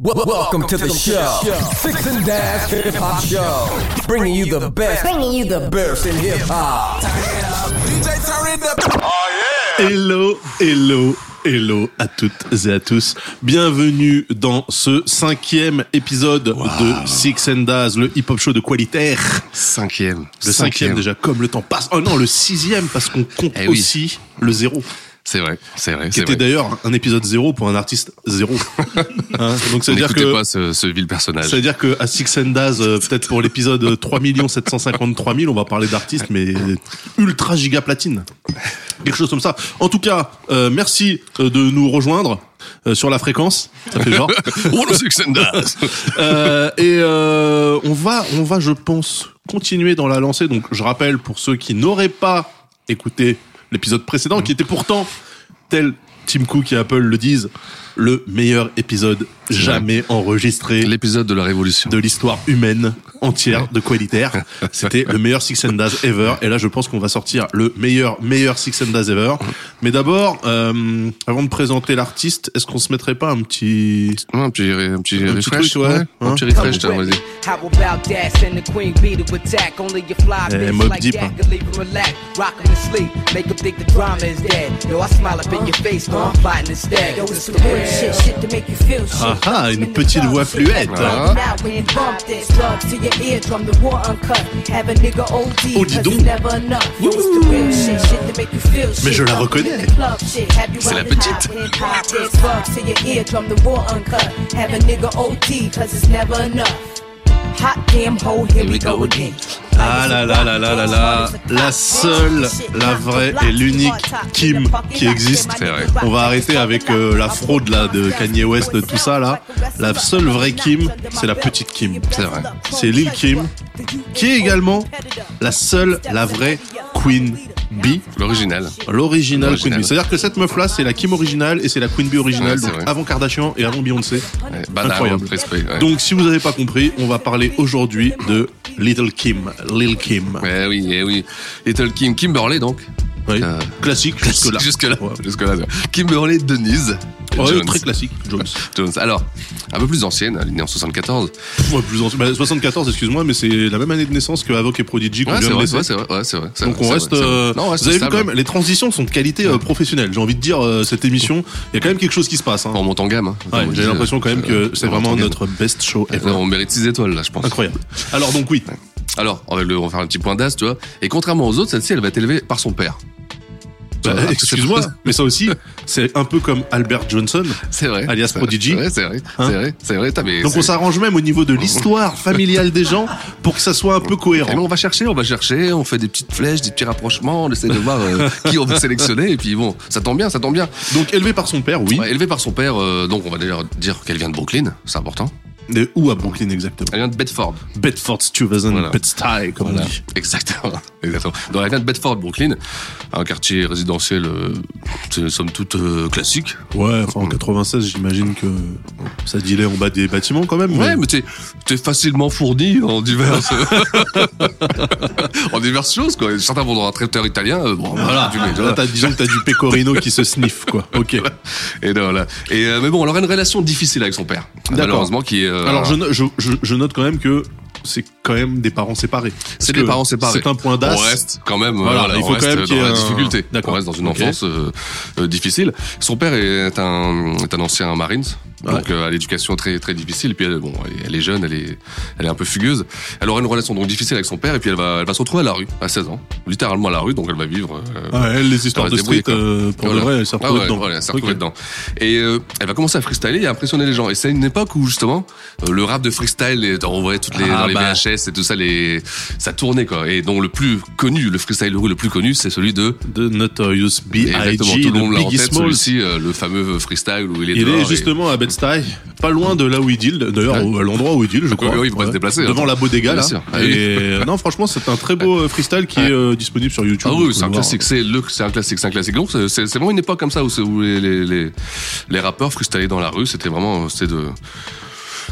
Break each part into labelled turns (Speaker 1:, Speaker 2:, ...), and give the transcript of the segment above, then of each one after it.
Speaker 1: Welcome, Welcome to, to the, the show. show. Six and Dash Hip Hop Show. Bringing you the best.
Speaker 2: Bringing you the
Speaker 1: best in hip hop.
Speaker 3: DJ turn it up. Oh
Speaker 4: yeah. Hello, hello, Hello à toutes et à tous. Bienvenue dans ce cinquième épisode
Speaker 5: Wow.
Speaker 4: de Six and Daz, le hip-hop show de qualitaire.
Speaker 5: Cinquième.
Speaker 4: Le cinquième déjà, comme le temps passe. Oh non, le sixième, parce qu'on compte
Speaker 5: Eh oui.
Speaker 4: aussi le zéro.
Speaker 5: C'est vrai, c'est vrai.
Speaker 4: Qui
Speaker 5: c'est
Speaker 4: était
Speaker 5: vrai.
Speaker 4: d'ailleurs un épisode zéro pour un artiste zéro. Hein, Donc ça
Speaker 5: On
Speaker 4: veut dire
Speaker 5: n'écoutait
Speaker 4: que...
Speaker 5: pas ce, ce vil personnage.
Speaker 4: Ça veut dire que à Six and Daz, euh, peut-être pour l'épisode 3 753 000, on va parler d'artistes, mais ultra giga platine. Quelque chose comme ça. En tout cas, euh, merci euh, de nous rejoindre euh, sur la fréquence. Ça fait genre.
Speaker 5: Oh, le Six and Daz.
Speaker 4: Euh, et euh, on va, on va, je pense, continuer dans la lancée. Donc, je rappelle pour ceux qui n'auraient pas écouté l'épisode précédent, qui était pourtant tel Tim Cook et Apple le disent, le meilleur épisode jamais enregistré
Speaker 5: L'épisode de la Révolution.
Speaker 4: de l'histoire humaine entière de qualitaire. C'était le meilleur Six and Daz ever. Et là, je pense qu'on va sortir le meilleur, meilleur Six and Daz ever. Mais d'abord, euh, avant de présenter l'artiste, est-ce qu'on se mettrait pas un petit...
Speaker 5: Ouais, un petit, un petit
Speaker 4: Un petit
Speaker 5: refresh.
Speaker 4: truc, ouais.
Speaker 5: Un
Speaker 4: Hein.
Speaker 5: petit refresh, tiens, vas-y.
Speaker 6: How about that? Send the queen bee to attack. Only your fly
Speaker 4: Eh,
Speaker 6: bitch
Speaker 4: Mobb
Speaker 6: like
Speaker 4: Deep, hein.
Speaker 6: that can leave 'em relax. Rock 'em to sleep. Make 'em think the drama is dead. Yo, I smile up in your face. No, I'm plotting instead.
Speaker 2: Yo, it's the real shit, shit to make you feel shit.
Speaker 4: Ah ah, une petite voix fluette.
Speaker 2: Right now, we ain't bump this. Love to your eardrum, the war uncut. Have a nigga OD,
Speaker 4: Oh, dis
Speaker 2: 'cause
Speaker 4: donc.
Speaker 2: it's never enough. Yo, it's the real shit, shit to make you feel shit.
Speaker 4: Mais je la
Speaker 2: Up
Speaker 4: reconnais.
Speaker 2: in the club, shit. Have you
Speaker 5: C'est la
Speaker 2: riding
Speaker 5: petite.
Speaker 2: high, hand high, this. Love to your eardrum, the war uncut. Have a nigga OD, 'cause it's never enough. Hot damn ho, here we go again.
Speaker 4: Ah là là là là là là, la seule, la vraie et l'unique Kim qui existe.
Speaker 5: C'est vrai.
Speaker 4: On va arrêter avec euh, la fraude là de Kanye West, de tout ça là. La seule vraie Kim, c'est la petite Kim.
Speaker 5: C'est vrai.
Speaker 4: C'est Lil Kim, qui est également la seule, la vraie Queen Bee.
Speaker 5: L'original.
Speaker 4: L'original Queen
Speaker 5: L'original.
Speaker 4: Bee. C'est-à-dire que cette meuf là, c'est la Kim originale et c'est la Queen Bee originale,
Speaker 5: Ouais, c'est
Speaker 4: donc
Speaker 5: vrai.
Speaker 4: avant Kardashian et avant Beyoncé.
Speaker 5: Ouais, Bad
Speaker 4: Incroyable.
Speaker 5: Eye, Respect, ouais.
Speaker 4: Donc si vous n'avez pas compris, on va parler aujourd'hui de Little Kim. Lil Kim.
Speaker 5: Eh oui, eh oui. Little Kim. Kimberley, donc.
Speaker 4: Oui.
Speaker 5: Euh,
Speaker 4: Classique jusque-là.
Speaker 5: Jusque-là.
Speaker 4: Ouais.
Speaker 5: Jusque-là. c'est- Kimberley Denise.
Speaker 4: Ouais,
Speaker 5: Jones.
Speaker 4: très classique, Jones.
Speaker 5: Jones. Alors, un peu plus ancienne, elle est née en 74.
Speaker 4: Pff, ouais, plus ancien. Bah, 74, excuse-moi, mais c'est la même année de naissance que Avoc et Prodigy qu'on
Speaker 5: Ouais,
Speaker 4: vient
Speaker 5: c'est
Speaker 4: de
Speaker 5: vrai,
Speaker 4: laisser.
Speaker 5: c'est vrai, c'est vrai, ouais, c'est vrai, c'est
Speaker 4: Donc
Speaker 5: vrai,
Speaker 4: on
Speaker 5: c'est
Speaker 4: reste,
Speaker 5: vrai, c'est vrai.
Speaker 4: euh,
Speaker 5: Non, on reste
Speaker 4: Vous avez vu
Speaker 5: stable.
Speaker 4: quand même, les transitions sont de qualité euh, professionnelle. J'ai envie de dire, euh, cette émission, il y a quand même quelque chose qui se passe. hein.
Speaker 5: On monte en gamme. hein.
Speaker 4: Ouais,
Speaker 5: Comme on
Speaker 4: J'ai
Speaker 5: dit,
Speaker 4: l'impression quand même
Speaker 5: euh,
Speaker 4: que c'est
Speaker 5: on monte en
Speaker 4: vraiment
Speaker 5: gamme.
Speaker 4: notre best show
Speaker 5: Ouais,
Speaker 4: ever.
Speaker 5: On mérite 6 étoiles là, je pense.
Speaker 4: Incroyable. Alors donc oui,
Speaker 5: Alors, on va, le- on va faire un petit point d'as, tu vois. Et contrairement aux autres, celle-ci, elle va être élevée par son père.
Speaker 4: bah,
Speaker 5: Ah,
Speaker 4: excuse-moi,
Speaker 5: c'est-
Speaker 4: mais ça aussi, c'est un peu comme Albert Johnson.
Speaker 5: C'est vrai.
Speaker 4: Alias
Speaker 5: C'est-
Speaker 4: Prodigy.
Speaker 5: C'est vrai, c'est vrai.
Speaker 4: Hein
Speaker 5: c'est vrai, c'est vrai. T'as- mais
Speaker 4: Donc
Speaker 5: c'est-
Speaker 4: on s'arrange même au niveau de l'histoire familiale des gens pour que ça soit un peu
Speaker 5: Et
Speaker 4: cohérent.
Speaker 5: nous, Eh ben, on va chercher, on va chercher, on fait des petites flèches, des petits rapprochements, on essaie de voir euh, qui on veut sélectionner. Et puis bon, ça tombe bien, ça tombe bien.
Speaker 4: Donc élevé par son père, oui.
Speaker 5: Ouais, élevée par son père, euh, donc on va d'ailleurs dire qu'elle vient de Brooklyn, c'est important.
Speaker 4: Mais Où à Brooklyn exactement
Speaker 5: Elle vient de Bedford.
Speaker 4: Bedford Stuyvesant,
Speaker 5: Voilà.
Speaker 4: Bed-Stuy, comme on
Speaker 5: Voilà.
Speaker 4: dit.
Speaker 5: Exactement. Exactement. Donc elle vient de Bedford, Brooklyn, un quartier résidentiel, euh, c'est- somme toute euh, classique.
Speaker 4: Ouais, enfin en 96, j'imagine que ça dilait en bas des bâtiments quand même.
Speaker 5: Ouais, mais t'es, t'es facilement fourni en diverses, en diverses choses, quoi. Certains vont dans un traiteur italien, euh, bon, voilà,
Speaker 4: Voilà,
Speaker 5: tu mets, tu
Speaker 4: Ah, là,
Speaker 5: vois.
Speaker 4: t'as, disons que t'as du pecorino qui se sniffe, quoi. Ok.
Speaker 5: Et non, là. Et, euh, mais bon, alors, elle a une relation difficile avec son père. Malheureusement, qui est, euh,
Speaker 4: Alors, je, no- je, je- je note quand même que c'est quand même des parents séparés. Parce
Speaker 5: c'est des
Speaker 4: que
Speaker 5: parents séparés.
Speaker 4: C'est un point d'as.
Speaker 5: On reste quand même, euh,
Speaker 4: Voilà,
Speaker 5: voilà,
Speaker 4: il
Speaker 5: on
Speaker 4: faut quand
Speaker 5: reste
Speaker 4: même qu'il y
Speaker 5: dans
Speaker 4: ait
Speaker 5: la
Speaker 4: un-
Speaker 5: difficulté.
Speaker 4: D'accord.
Speaker 5: On reste dans une
Speaker 4: Ok.
Speaker 5: enfance euh, euh, difficile. Son père est un, est un ancien Marines. Donc euh, à l'éducation très très difficile et puis elle, bon elle est jeune elle est elle est un peu fugueuse elle aura une relation donc difficile avec son père et puis elle va elle va se retrouver à la rue à 16 ans littéralement à la rue donc elle va vivre euh,
Speaker 4: Ah, elle, les histoires
Speaker 5: Ça
Speaker 4: de
Speaker 5: va se débrouiller,
Speaker 4: street, euh, pour
Speaker 5: Voilà.
Speaker 4: le vrai, elle s'est
Speaker 5: Ah
Speaker 4: retrouvée
Speaker 5: ouais,
Speaker 4: dedans.
Speaker 5: voilà, elle s'est retrouvée
Speaker 4: Ok.
Speaker 5: dedans. Et euh, elle va commencer à freestyler et à impressionner les gens. Et c'est une époque où justement euh, le rap de freestyle est en vrai toutes les
Speaker 4: Ah
Speaker 5: dans les
Speaker 4: bah.
Speaker 5: VHS et tout ça les ça tournait quoi. Et dont le plus connu, le freestyle de rue le plus connu, c'est celui de
Speaker 4: De Notorious
Speaker 5: exactement
Speaker 4: B.I.G.
Speaker 5: tout le monde
Speaker 4: de
Speaker 5: l'a en
Speaker 4: Biggie
Speaker 5: tête
Speaker 4: Smalls.
Speaker 5: celui-ci euh, le fameux freestyle où il est
Speaker 4: Il
Speaker 5: dehors
Speaker 4: est
Speaker 5: et-
Speaker 4: justement à Bed-Stuy, pas loin de là où il deal, d'ailleurs
Speaker 5: Ouais. Ah,
Speaker 4: à l'endroit où il deal, je crois.
Speaker 5: oui, oui, il faut pas se déplacer,
Speaker 4: Devant
Speaker 5: hein.
Speaker 4: la Bodega,
Speaker 5: Bien
Speaker 4: là.
Speaker 5: sûr. Ah oui.
Speaker 4: Et euh, non, franchement, c'est un très beau euh, freestyle qui
Speaker 5: Ouais.
Speaker 4: est euh, disponible sur YouTube. euh,
Speaker 5: Ah
Speaker 4: vous
Speaker 5: oui, c'est
Speaker 4: pouvez
Speaker 5: un
Speaker 4: le voir.
Speaker 5: classique, c'est le, c'est un classique, c'est un classique. Donc c'est, c'est vraiment une époque comme ça où, c'est- où les, les, les, les rappeurs freestylaient dans la rue, c'était vraiment, euh, c'était de,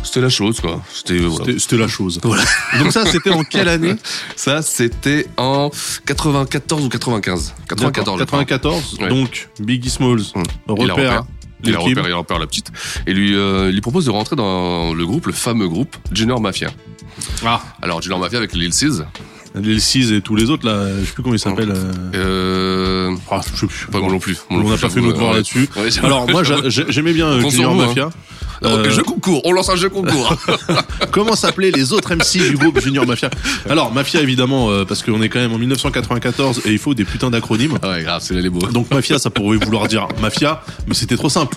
Speaker 5: c'était la chose quoi. C'était, voilà.
Speaker 4: C'était- C'était la chose. Donc ça, c'était en quelle année
Speaker 5: Ça, c'était en 94 ou 95 94, je crois.
Speaker 4: 94.
Speaker 5: Ouais.
Speaker 4: Donc Biggie Smalls,
Speaker 5: Hum. Il est
Speaker 4: repère
Speaker 5: repère. Il,
Speaker 4: Le
Speaker 5: la
Speaker 4: Kim.
Speaker 5: repère, il repère la petite. Et lui, euh, il lui propose de rentrer dans le groupe, le fameux groupe Junior Mafia.
Speaker 4: Ah.
Speaker 5: Alors, Junior Mafia avec Lil Seas.
Speaker 4: Les 6 et tous les autres, là, je sais plus comment ils s'appellent. euh,
Speaker 5: Euh...
Speaker 4: ah, je sais plus.
Speaker 5: Pas moi non plus. Moi non
Speaker 4: On
Speaker 5: plus,
Speaker 4: n'a pas fait
Speaker 5: j'avoue,
Speaker 4: notre devoir
Speaker 5: ouais.
Speaker 4: là-dessus.
Speaker 5: Ouais, j'avoue,
Speaker 4: Alors, moi,
Speaker 5: j'avoue.
Speaker 4: j'a- j'a- j'aimais bien euh,
Speaker 5: Compte sur
Speaker 4: Junior
Speaker 5: moi,
Speaker 4: Mafia.
Speaker 5: Euh,
Speaker 4: Euh,
Speaker 5: Jeu concours, on lance un jeu concours.
Speaker 4: Comment s'appelaient les autres MC du groupe Junior Mafia Alors, Mafia, évidemment, euh, parce qu'on est quand même en 1994 et il faut des putains d'acronymes.
Speaker 5: Ah ouais, grave, c'est là les beaux.
Speaker 4: Donc, Mafia, ça pourrait vouloir dire Mafia, mais c'était trop simple.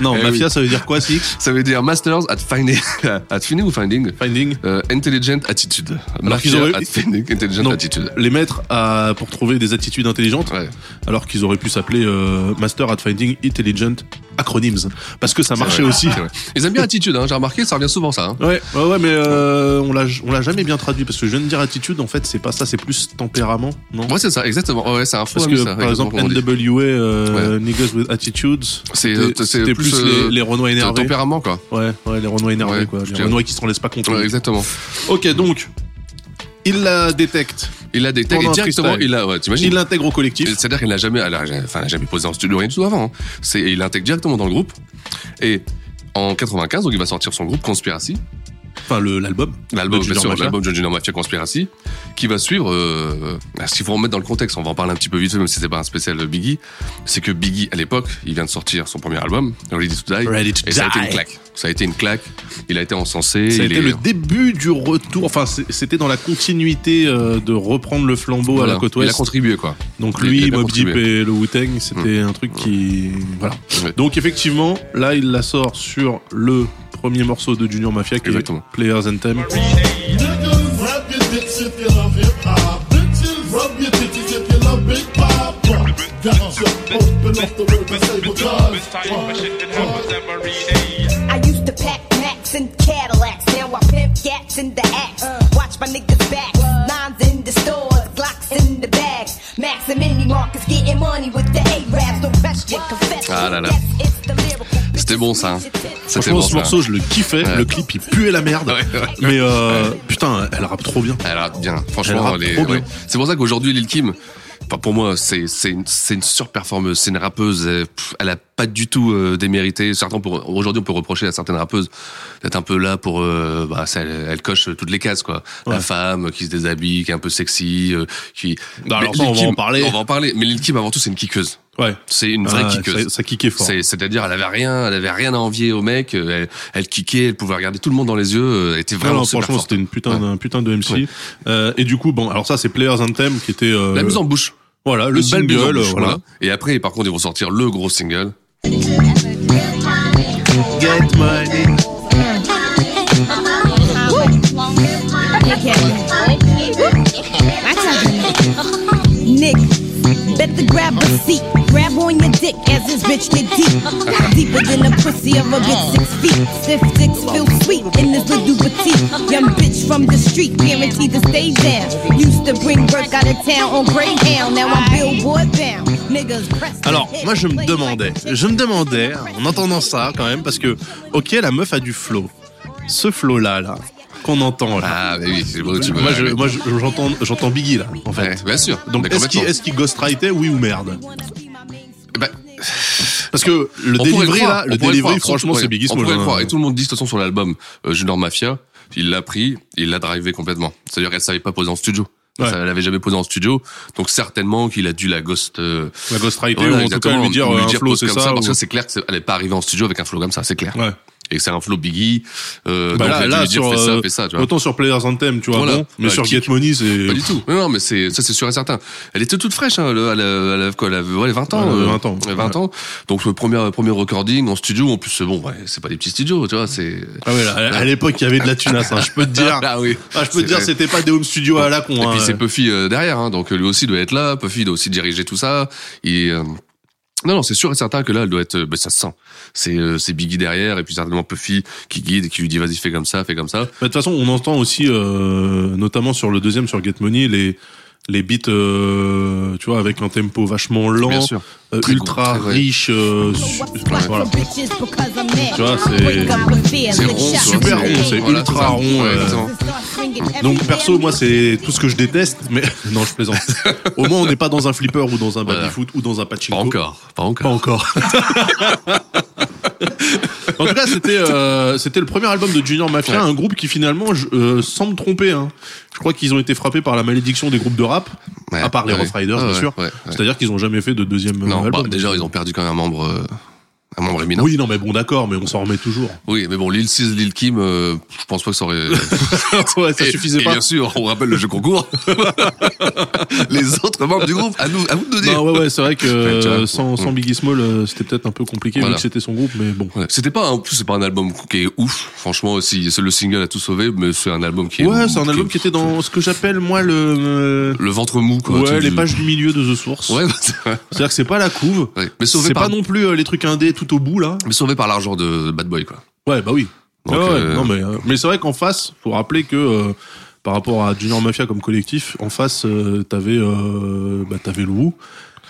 Speaker 4: Non,
Speaker 5: Eh
Speaker 4: Mafia, ça veut dire quoi, Six
Speaker 5: Ça veut dire Masters at Finding, at finding ou Finding
Speaker 4: Finding
Speaker 5: Euh, Intelligent Attitude.
Speaker 4: qu'ils
Speaker 5: Mafia
Speaker 4: auraient-
Speaker 5: at Finding, Intelligent
Speaker 4: Non.
Speaker 5: Attitude.
Speaker 4: Les maîtres à- pour trouver des attitudes intelligentes,
Speaker 5: Ouais.
Speaker 4: alors qu'ils auraient pu s'appeler euh, Master at Finding Intelligent Acronyms. Parce que ça marchait
Speaker 5: Ouais,
Speaker 4: aussi.
Speaker 5: c'est vrai. Ils aiment bien Attitude, hein, j'ai remarqué, ça revient souvent ça. hein.
Speaker 4: Ouais, ouais, ouais, mais euh, on l'a on l'a jamais bien traduit parce que je viens de dire attitude, en fait, c'est pas ça, c'est plus tempérament, non
Speaker 5: Ouais, c'est ça, exactement. Ouais, c'est un faux
Speaker 4: Parce
Speaker 5: ami,
Speaker 4: que
Speaker 5: ça,
Speaker 4: par exemple,
Speaker 5: exactement, comment on dit.
Speaker 4: NWA, euh, Niggas with Attitudes,
Speaker 5: C'est-
Speaker 4: c'était
Speaker 5: c'est
Speaker 4: c'était
Speaker 5: plus,
Speaker 4: plus,
Speaker 5: euh,
Speaker 4: les, les Renois
Speaker 5: C'est un
Speaker 4: énervés.
Speaker 5: tempérament, quoi.
Speaker 4: Ouais, ouais, les Renois énervés,
Speaker 5: Ouais,
Speaker 4: quoi.
Speaker 5: je
Speaker 4: Les
Speaker 5: dirais.
Speaker 4: Renois qui se laissent pas
Speaker 5: Ouais,
Speaker 4: contrôler.
Speaker 5: exactement.
Speaker 4: ok, donc, il la détecte,
Speaker 5: Il l'a détecté
Speaker 4: Pendant
Speaker 5: et
Speaker 4: un
Speaker 5: directement.
Speaker 4: freestyle.
Speaker 5: Il l'a, ouais,
Speaker 4: il
Speaker 5: t'imagines
Speaker 4: l'intègre au collectif.
Speaker 5: C'est-à-dire qu'il n'a jamais, alors, enfin, il n'a jamais posé en studio rien du tout avant. hein. C'est, il l'intègre directement dans le groupe. Et en 95, donc il va sortir son groupe Conspiracy,
Speaker 4: Enfin, le- l'album.
Speaker 5: l'album,
Speaker 4: De
Speaker 5: bien
Speaker 4: Junior
Speaker 5: sûr,
Speaker 4: Mafia.
Speaker 5: l'album John Junior Mafia Conspiracy, qui va suivre. Euh, euh, S'il faut remettre dans le contexte, on va en parler un petit peu vite fait, même si c'est pas un spécial Biggie. C'est que Biggie, à l'époque, il vient de sortir son premier album, Ready to Die,
Speaker 4: Ready to
Speaker 5: et ça a été
Speaker 4: Die.
Speaker 5: une claque. Ça a été une claque. Il a été encensé.
Speaker 4: Ça a
Speaker 5: il
Speaker 4: été
Speaker 5: est-
Speaker 4: le début du retour, enfin, c'est- c'était dans la continuité euh, de reprendre le flambeau
Speaker 5: voilà.
Speaker 4: à la côte
Speaker 5: Il a
Speaker 4: ouest.
Speaker 5: contribué quoi.
Speaker 4: Donc
Speaker 5: Il- il a Hmm.
Speaker 4: lui,
Speaker 5: bien
Speaker 4: Mob Deep
Speaker 5: contribué.
Speaker 4: et le Wu-Tang, c'était un truc qui... Voilà.
Speaker 5: Ouais.
Speaker 4: Donc effectivement, là, il la sort sur le premier morceau de Junior Mafia qui
Speaker 5: Exactement.
Speaker 4: est Players Anthem.
Speaker 7: Niggas rub your dicks if you love hip hop. Bitches rub your dickies if you love big pop. Got you open off the rope and say because.
Speaker 8: I used to pack Macs and Cadillacs. Now I pimp gats in the axe. Watch my niggas back. Nines in the stores, Glocks in the bags. Max and Mini Marcus getting money with the A-Raps. No question, confession.
Speaker 5: Ah là là.
Speaker 8: Yes, it's the lyrical.
Speaker 5: C'était bon ça. hein. C'était
Speaker 4: Franchement,
Speaker 5: bon
Speaker 4: ce
Speaker 5: ça.
Speaker 4: morceau, je le kiffais.
Speaker 5: Ouais.
Speaker 4: Le clip, il puait la merde.
Speaker 5: Ouais, ouais.
Speaker 4: Mais euh, putain, elle rappe trop bien.
Speaker 5: Elle rappe bien.
Speaker 4: Elle
Speaker 5: Franchement,
Speaker 4: rappe
Speaker 5: elle est-
Speaker 4: trop bien.
Speaker 5: ouais. c'est pour ça qu'aujourd'hui, Lil Kim, enfin, pour moi, c'est c'est une, c'est une surperformeuse, c'est une rappeuse. euh, pff, Elle a pas du tout euh, démérité. Certains pour aujourd'hui, on peut reprocher à certaines rappeuses d'être un peu là pour, euh, bah, ça, elle, elle coche toutes les cases quoi. La femme qui se déshabille, qui est un peu sexy, euh, qui.
Speaker 4: Non, Bah, alors
Speaker 5: Mais
Speaker 4: ça, on
Speaker 5: Lil
Speaker 4: va en parler.
Speaker 5: On va en parler. Mais Lil Kim, avant tout, c'est une kickeuse.
Speaker 4: Ouais.
Speaker 5: C'est une vraie
Speaker 4: Ah,
Speaker 5: kickeuse.
Speaker 4: ça- ça kickait fort.
Speaker 5: C'est- C'est-à-dire, elle avait rien, elle avait rien à envier au mec. euh, Elle, elle kickait, elle pouvait regarder tout le monde dans les yeux. euh, Elle était
Speaker 4: Non,
Speaker 5: vraiment
Speaker 4: non,
Speaker 5: super
Speaker 4: franchement,
Speaker 5: forte.
Speaker 4: c'était une putain,
Speaker 5: Ouais.
Speaker 4: d'un putain de MC.
Speaker 5: Ouais.
Speaker 4: Euh, et du coup, bon, alors ça, c'est Players Anthem qui était. euh,
Speaker 5: La mise en bouche.
Speaker 4: Voilà, le
Speaker 5: Une belle mise en
Speaker 4: single.
Speaker 5: bouche,
Speaker 4: voilà.
Speaker 5: voilà. Et après, par contre, ils vont sortir le gros single.
Speaker 8: Nick, better grab a seat. Grab on your dick as it's rich get deep. Deeper than the pussy of a bitch six feet. Stiff dicks feel sweet in this little petite. Young bitch from the street, guaranteed to stay down. Used to bring work out of town on Greyhound. Now I'm billboard bound. Niggas press the
Speaker 4: Alors,
Speaker 8: hit,
Speaker 4: moi, je me
Speaker 8: play
Speaker 4: demandais,
Speaker 8: like a
Speaker 4: je me demandais, en entendant ça, quand même, parce que, ok, la meuf a du flow. Ce flow-là, là, qu'on entend, là.
Speaker 5: Ah, mais oui, c'est bon, tu me-
Speaker 4: Moi, je- moi, je- j'entends, j'entends Biggie, là, en
Speaker 5: Ouais,
Speaker 4: fait.
Speaker 5: bien sûr.
Speaker 4: Donc,
Speaker 5: Mais
Speaker 4: est-ce qu'il,
Speaker 5: complètement.
Speaker 4: est-ce qu'il ghostwritait, oui ou merde?
Speaker 5: Eh ben,
Speaker 4: Parce que le
Speaker 5: on pourrait
Speaker 4: delivery,
Speaker 5: croire,
Speaker 4: là,
Speaker 5: on
Speaker 4: le
Speaker 5: pourrait
Speaker 4: delivery,
Speaker 5: croire,
Speaker 4: franchement,
Speaker 5: surtout,
Speaker 4: c'est
Speaker 5: ouais,
Speaker 4: Biggie
Speaker 5: On
Speaker 4: Small.
Speaker 5: pourrait le
Speaker 4: hein.
Speaker 5: croire. Et tout le monde dit, de toute façon, sur l'album euh, Junior Mafia, il l'a pris, il l'a drivé complètement. C'est-à-dire qu'elle savait pas poser en studio.
Speaker 4: Ouais.
Speaker 5: Ça, elle l'avait jamais posé en studio. Donc, certainement qu'il a dû la ghost, euh,
Speaker 4: La ghostwriter,
Speaker 5: voilà,
Speaker 4: ou en tout cas
Speaker 5: exactement,
Speaker 4: lui dire, euh, un flow,
Speaker 5: pose
Speaker 4: c'est
Speaker 5: comme
Speaker 4: ça.
Speaker 5: parce
Speaker 4: ou-
Speaker 5: que c'est clair qu'elle est pas arrivée en studio avec un flow comme ça, c'est clair.
Speaker 4: Ouais.
Speaker 5: Et que c'est un flow Biggie, euh,
Speaker 4: Bah
Speaker 5: donc elle
Speaker 4: là,
Speaker 5: a dû
Speaker 4: là,
Speaker 5: lui dire,
Speaker 4: sur,
Speaker 5: fais
Speaker 4: euh,
Speaker 5: ça, fais ça, tu vois.
Speaker 4: autant sur Players Anthem, tu vois,
Speaker 5: Voilà.
Speaker 4: bon, mais
Speaker 5: Bah,
Speaker 4: sur
Speaker 5: kick.
Speaker 4: Get Money, c'est
Speaker 5: Pas du tout. Non, non, mais c'est ça, c'est sûr et certain. Elle était toute fraîche. Hein, le- elle, a- elle a quoi, elle avait ouais, 20 ans.
Speaker 4: Ouais,
Speaker 5: euh,
Speaker 4: 20 ans.
Speaker 5: 20 ans. Donc le premier euh, premier recording en studio. En plus, c'est bon, ouais, c'est pas des petits studios, tu vois. C'est
Speaker 4: Ah ouais, là, à à l'époque, il y avait de la tunasse, hein, je peux te dire.
Speaker 5: Ah oui.
Speaker 4: Ah, je peux
Speaker 5: C'est
Speaker 4: te dire,
Speaker 5: vrai.
Speaker 4: c'était pas des home studios à la con.
Speaker 5: Et
Speaker 4: hein.
Speaker 5: puis c'est Puffy euh, derrière, hein, donc lui aussi doit être là. Puffy doit aussi diriger tout ça. Et euh, non, non, c'est sûr et certain que là, elle doit être. euh, bah, ça se sent. C'est euh, c'est Biggie derrière, et puis certainement Puffy qui guide, et qui lui dit vas-y fais comme ça, fais comme ça.
Speaker 4: Bah, De toute façon, on entend aussi, euh, notamment sur le deuxième, sur Get Money, les les beats, euh, tu vois, avec un tempo vachement
Speaker 5: Bien
Speaker 4: lent,
Speaker 5: sûr.
Speaker 4: euh,
Speaker 5: Très
Speaker 4: ultra
Speaker 5: bon, très vrai.
Speaker 4: riche. euh, su- voilà.
Speaker 8: Tu
Speaker 4: vois, c'est-
Speaker 5: C'est rond, tu vois,
Speaker 4: Super rond, c'est
Speaker 5: voilà,
Speaker 4: ultra
Speaker 5: ça.
Speaker 4: rond,
Speaker 5: Ouais,
Speaker 4: euh,
Speaker 5: exactement.
Speaker 4: Donc perso,
Speaker 8: hein.
Speaker 4: moi c'est tout ce que je déteste, mais non, je plaisante. Au moins on n'est pas dans un flipper ou dans un
Speaker 5: Voilà.
Speaker 4: babyfoot ou dans un
Speaker 5: Pas
Speaker 4: pachinko.
Speaker 5: encore,
Speaker 4: Pas
Speaker 5: pas encore.
Speaker 4: encore. en tout cas, c'était euh, c'était le premier album de Junior Mafia,
Speaker 5: Ouais.
Speaker 4: un groupe qui finalement, je, euh, sans me tromper, hein, je crois qu'ils ont été frappés par la malédiction des groupes de rap,
Speaker 5: Ouais,
Speaker 4: à part les
Speaker 5: ouais.
Speaker 4: Rough Riders,
Speaker 5: Ah
Speaker 4: bien
Speaker 5: ouais,
Speaker 4: sûr.
Speaker 5: ouais, ouais.
Speaker 4: C'est-à-dire qu'ils ont jamais fait de deuxième euh,
Speaker 5: Non, bah,
Speaker 4: album.
Speaker 5: déjà ils ont perdu quand même un membre, euh, un membre éminent.
Speaker 4: Oui, non, mais bon, d'accord, mais on s'en remet toujours.
Speaker 5: Oui, mais bon, Lil Sis, Lil Kim, euh, je pense pas que ça aurait.
Speaker 4: Ouais, ça
Speaker 5: Et-
Speaker 4: suffisait
Speaker 5: et
Speaker 4: pas.
Speaker 5: Bien sûr, on rappelle le jeu concours. Les autres membres du groupe, à, nous, à vous de nous dire.
Speaker 4: Non, Bah, ouais, ouais, c'est vrai que
Speaker 5: Ouais, tu vois,
Speaker 4: euh, sans, sans
Speaker 5: mm.
Speaker 4: Biggie Small, euh, c'était peut-être un peu compliqué
Speaker 5: Voilà.
Speaker 4: vu que c'était son groupe, mais bon.
Speaker 5: Ouais, C'était pas, un- en plus, c'est pas un album qui est ouf. Franchement, si c'est le single a tout sauvé, mais c'est un album qui est.
Speaker 4: Ouais, c'est un album qui était dans ce que j'appelle moi le. euh,
Speaker 5: Le ventre mou, quoi.
Speaker 4: Ouais,
Speaker 5: tu-
Speaker 4: les pages du milieu de The Source.
Speaker 5: Ouais, bah, c'est vrai.
Speaker 4: C'est-à-dire que c'est pas la couve.
Speaker 5: Ouais. Mais sauvé
Speaker 4: C'est
Speaker 5: par,
Speaker 4: pas non plus euh, les trucs indés tout au bout là.
Speaker 5: mais sauvé par l'argent de Bad Boy, quoi.
Speaker 4: Ouais, bah oui.
Speaker 5: Donc,
Speaker 4: Ah ouais,
Speaker 5: euh,
Speaker 4: non, mais euh, mais c'est vrai qu'en face, faut rappeler que euh, par rapport à Junior Mafia comme collectif, en face euh, t'avais euh, bah, t'avais le Wu,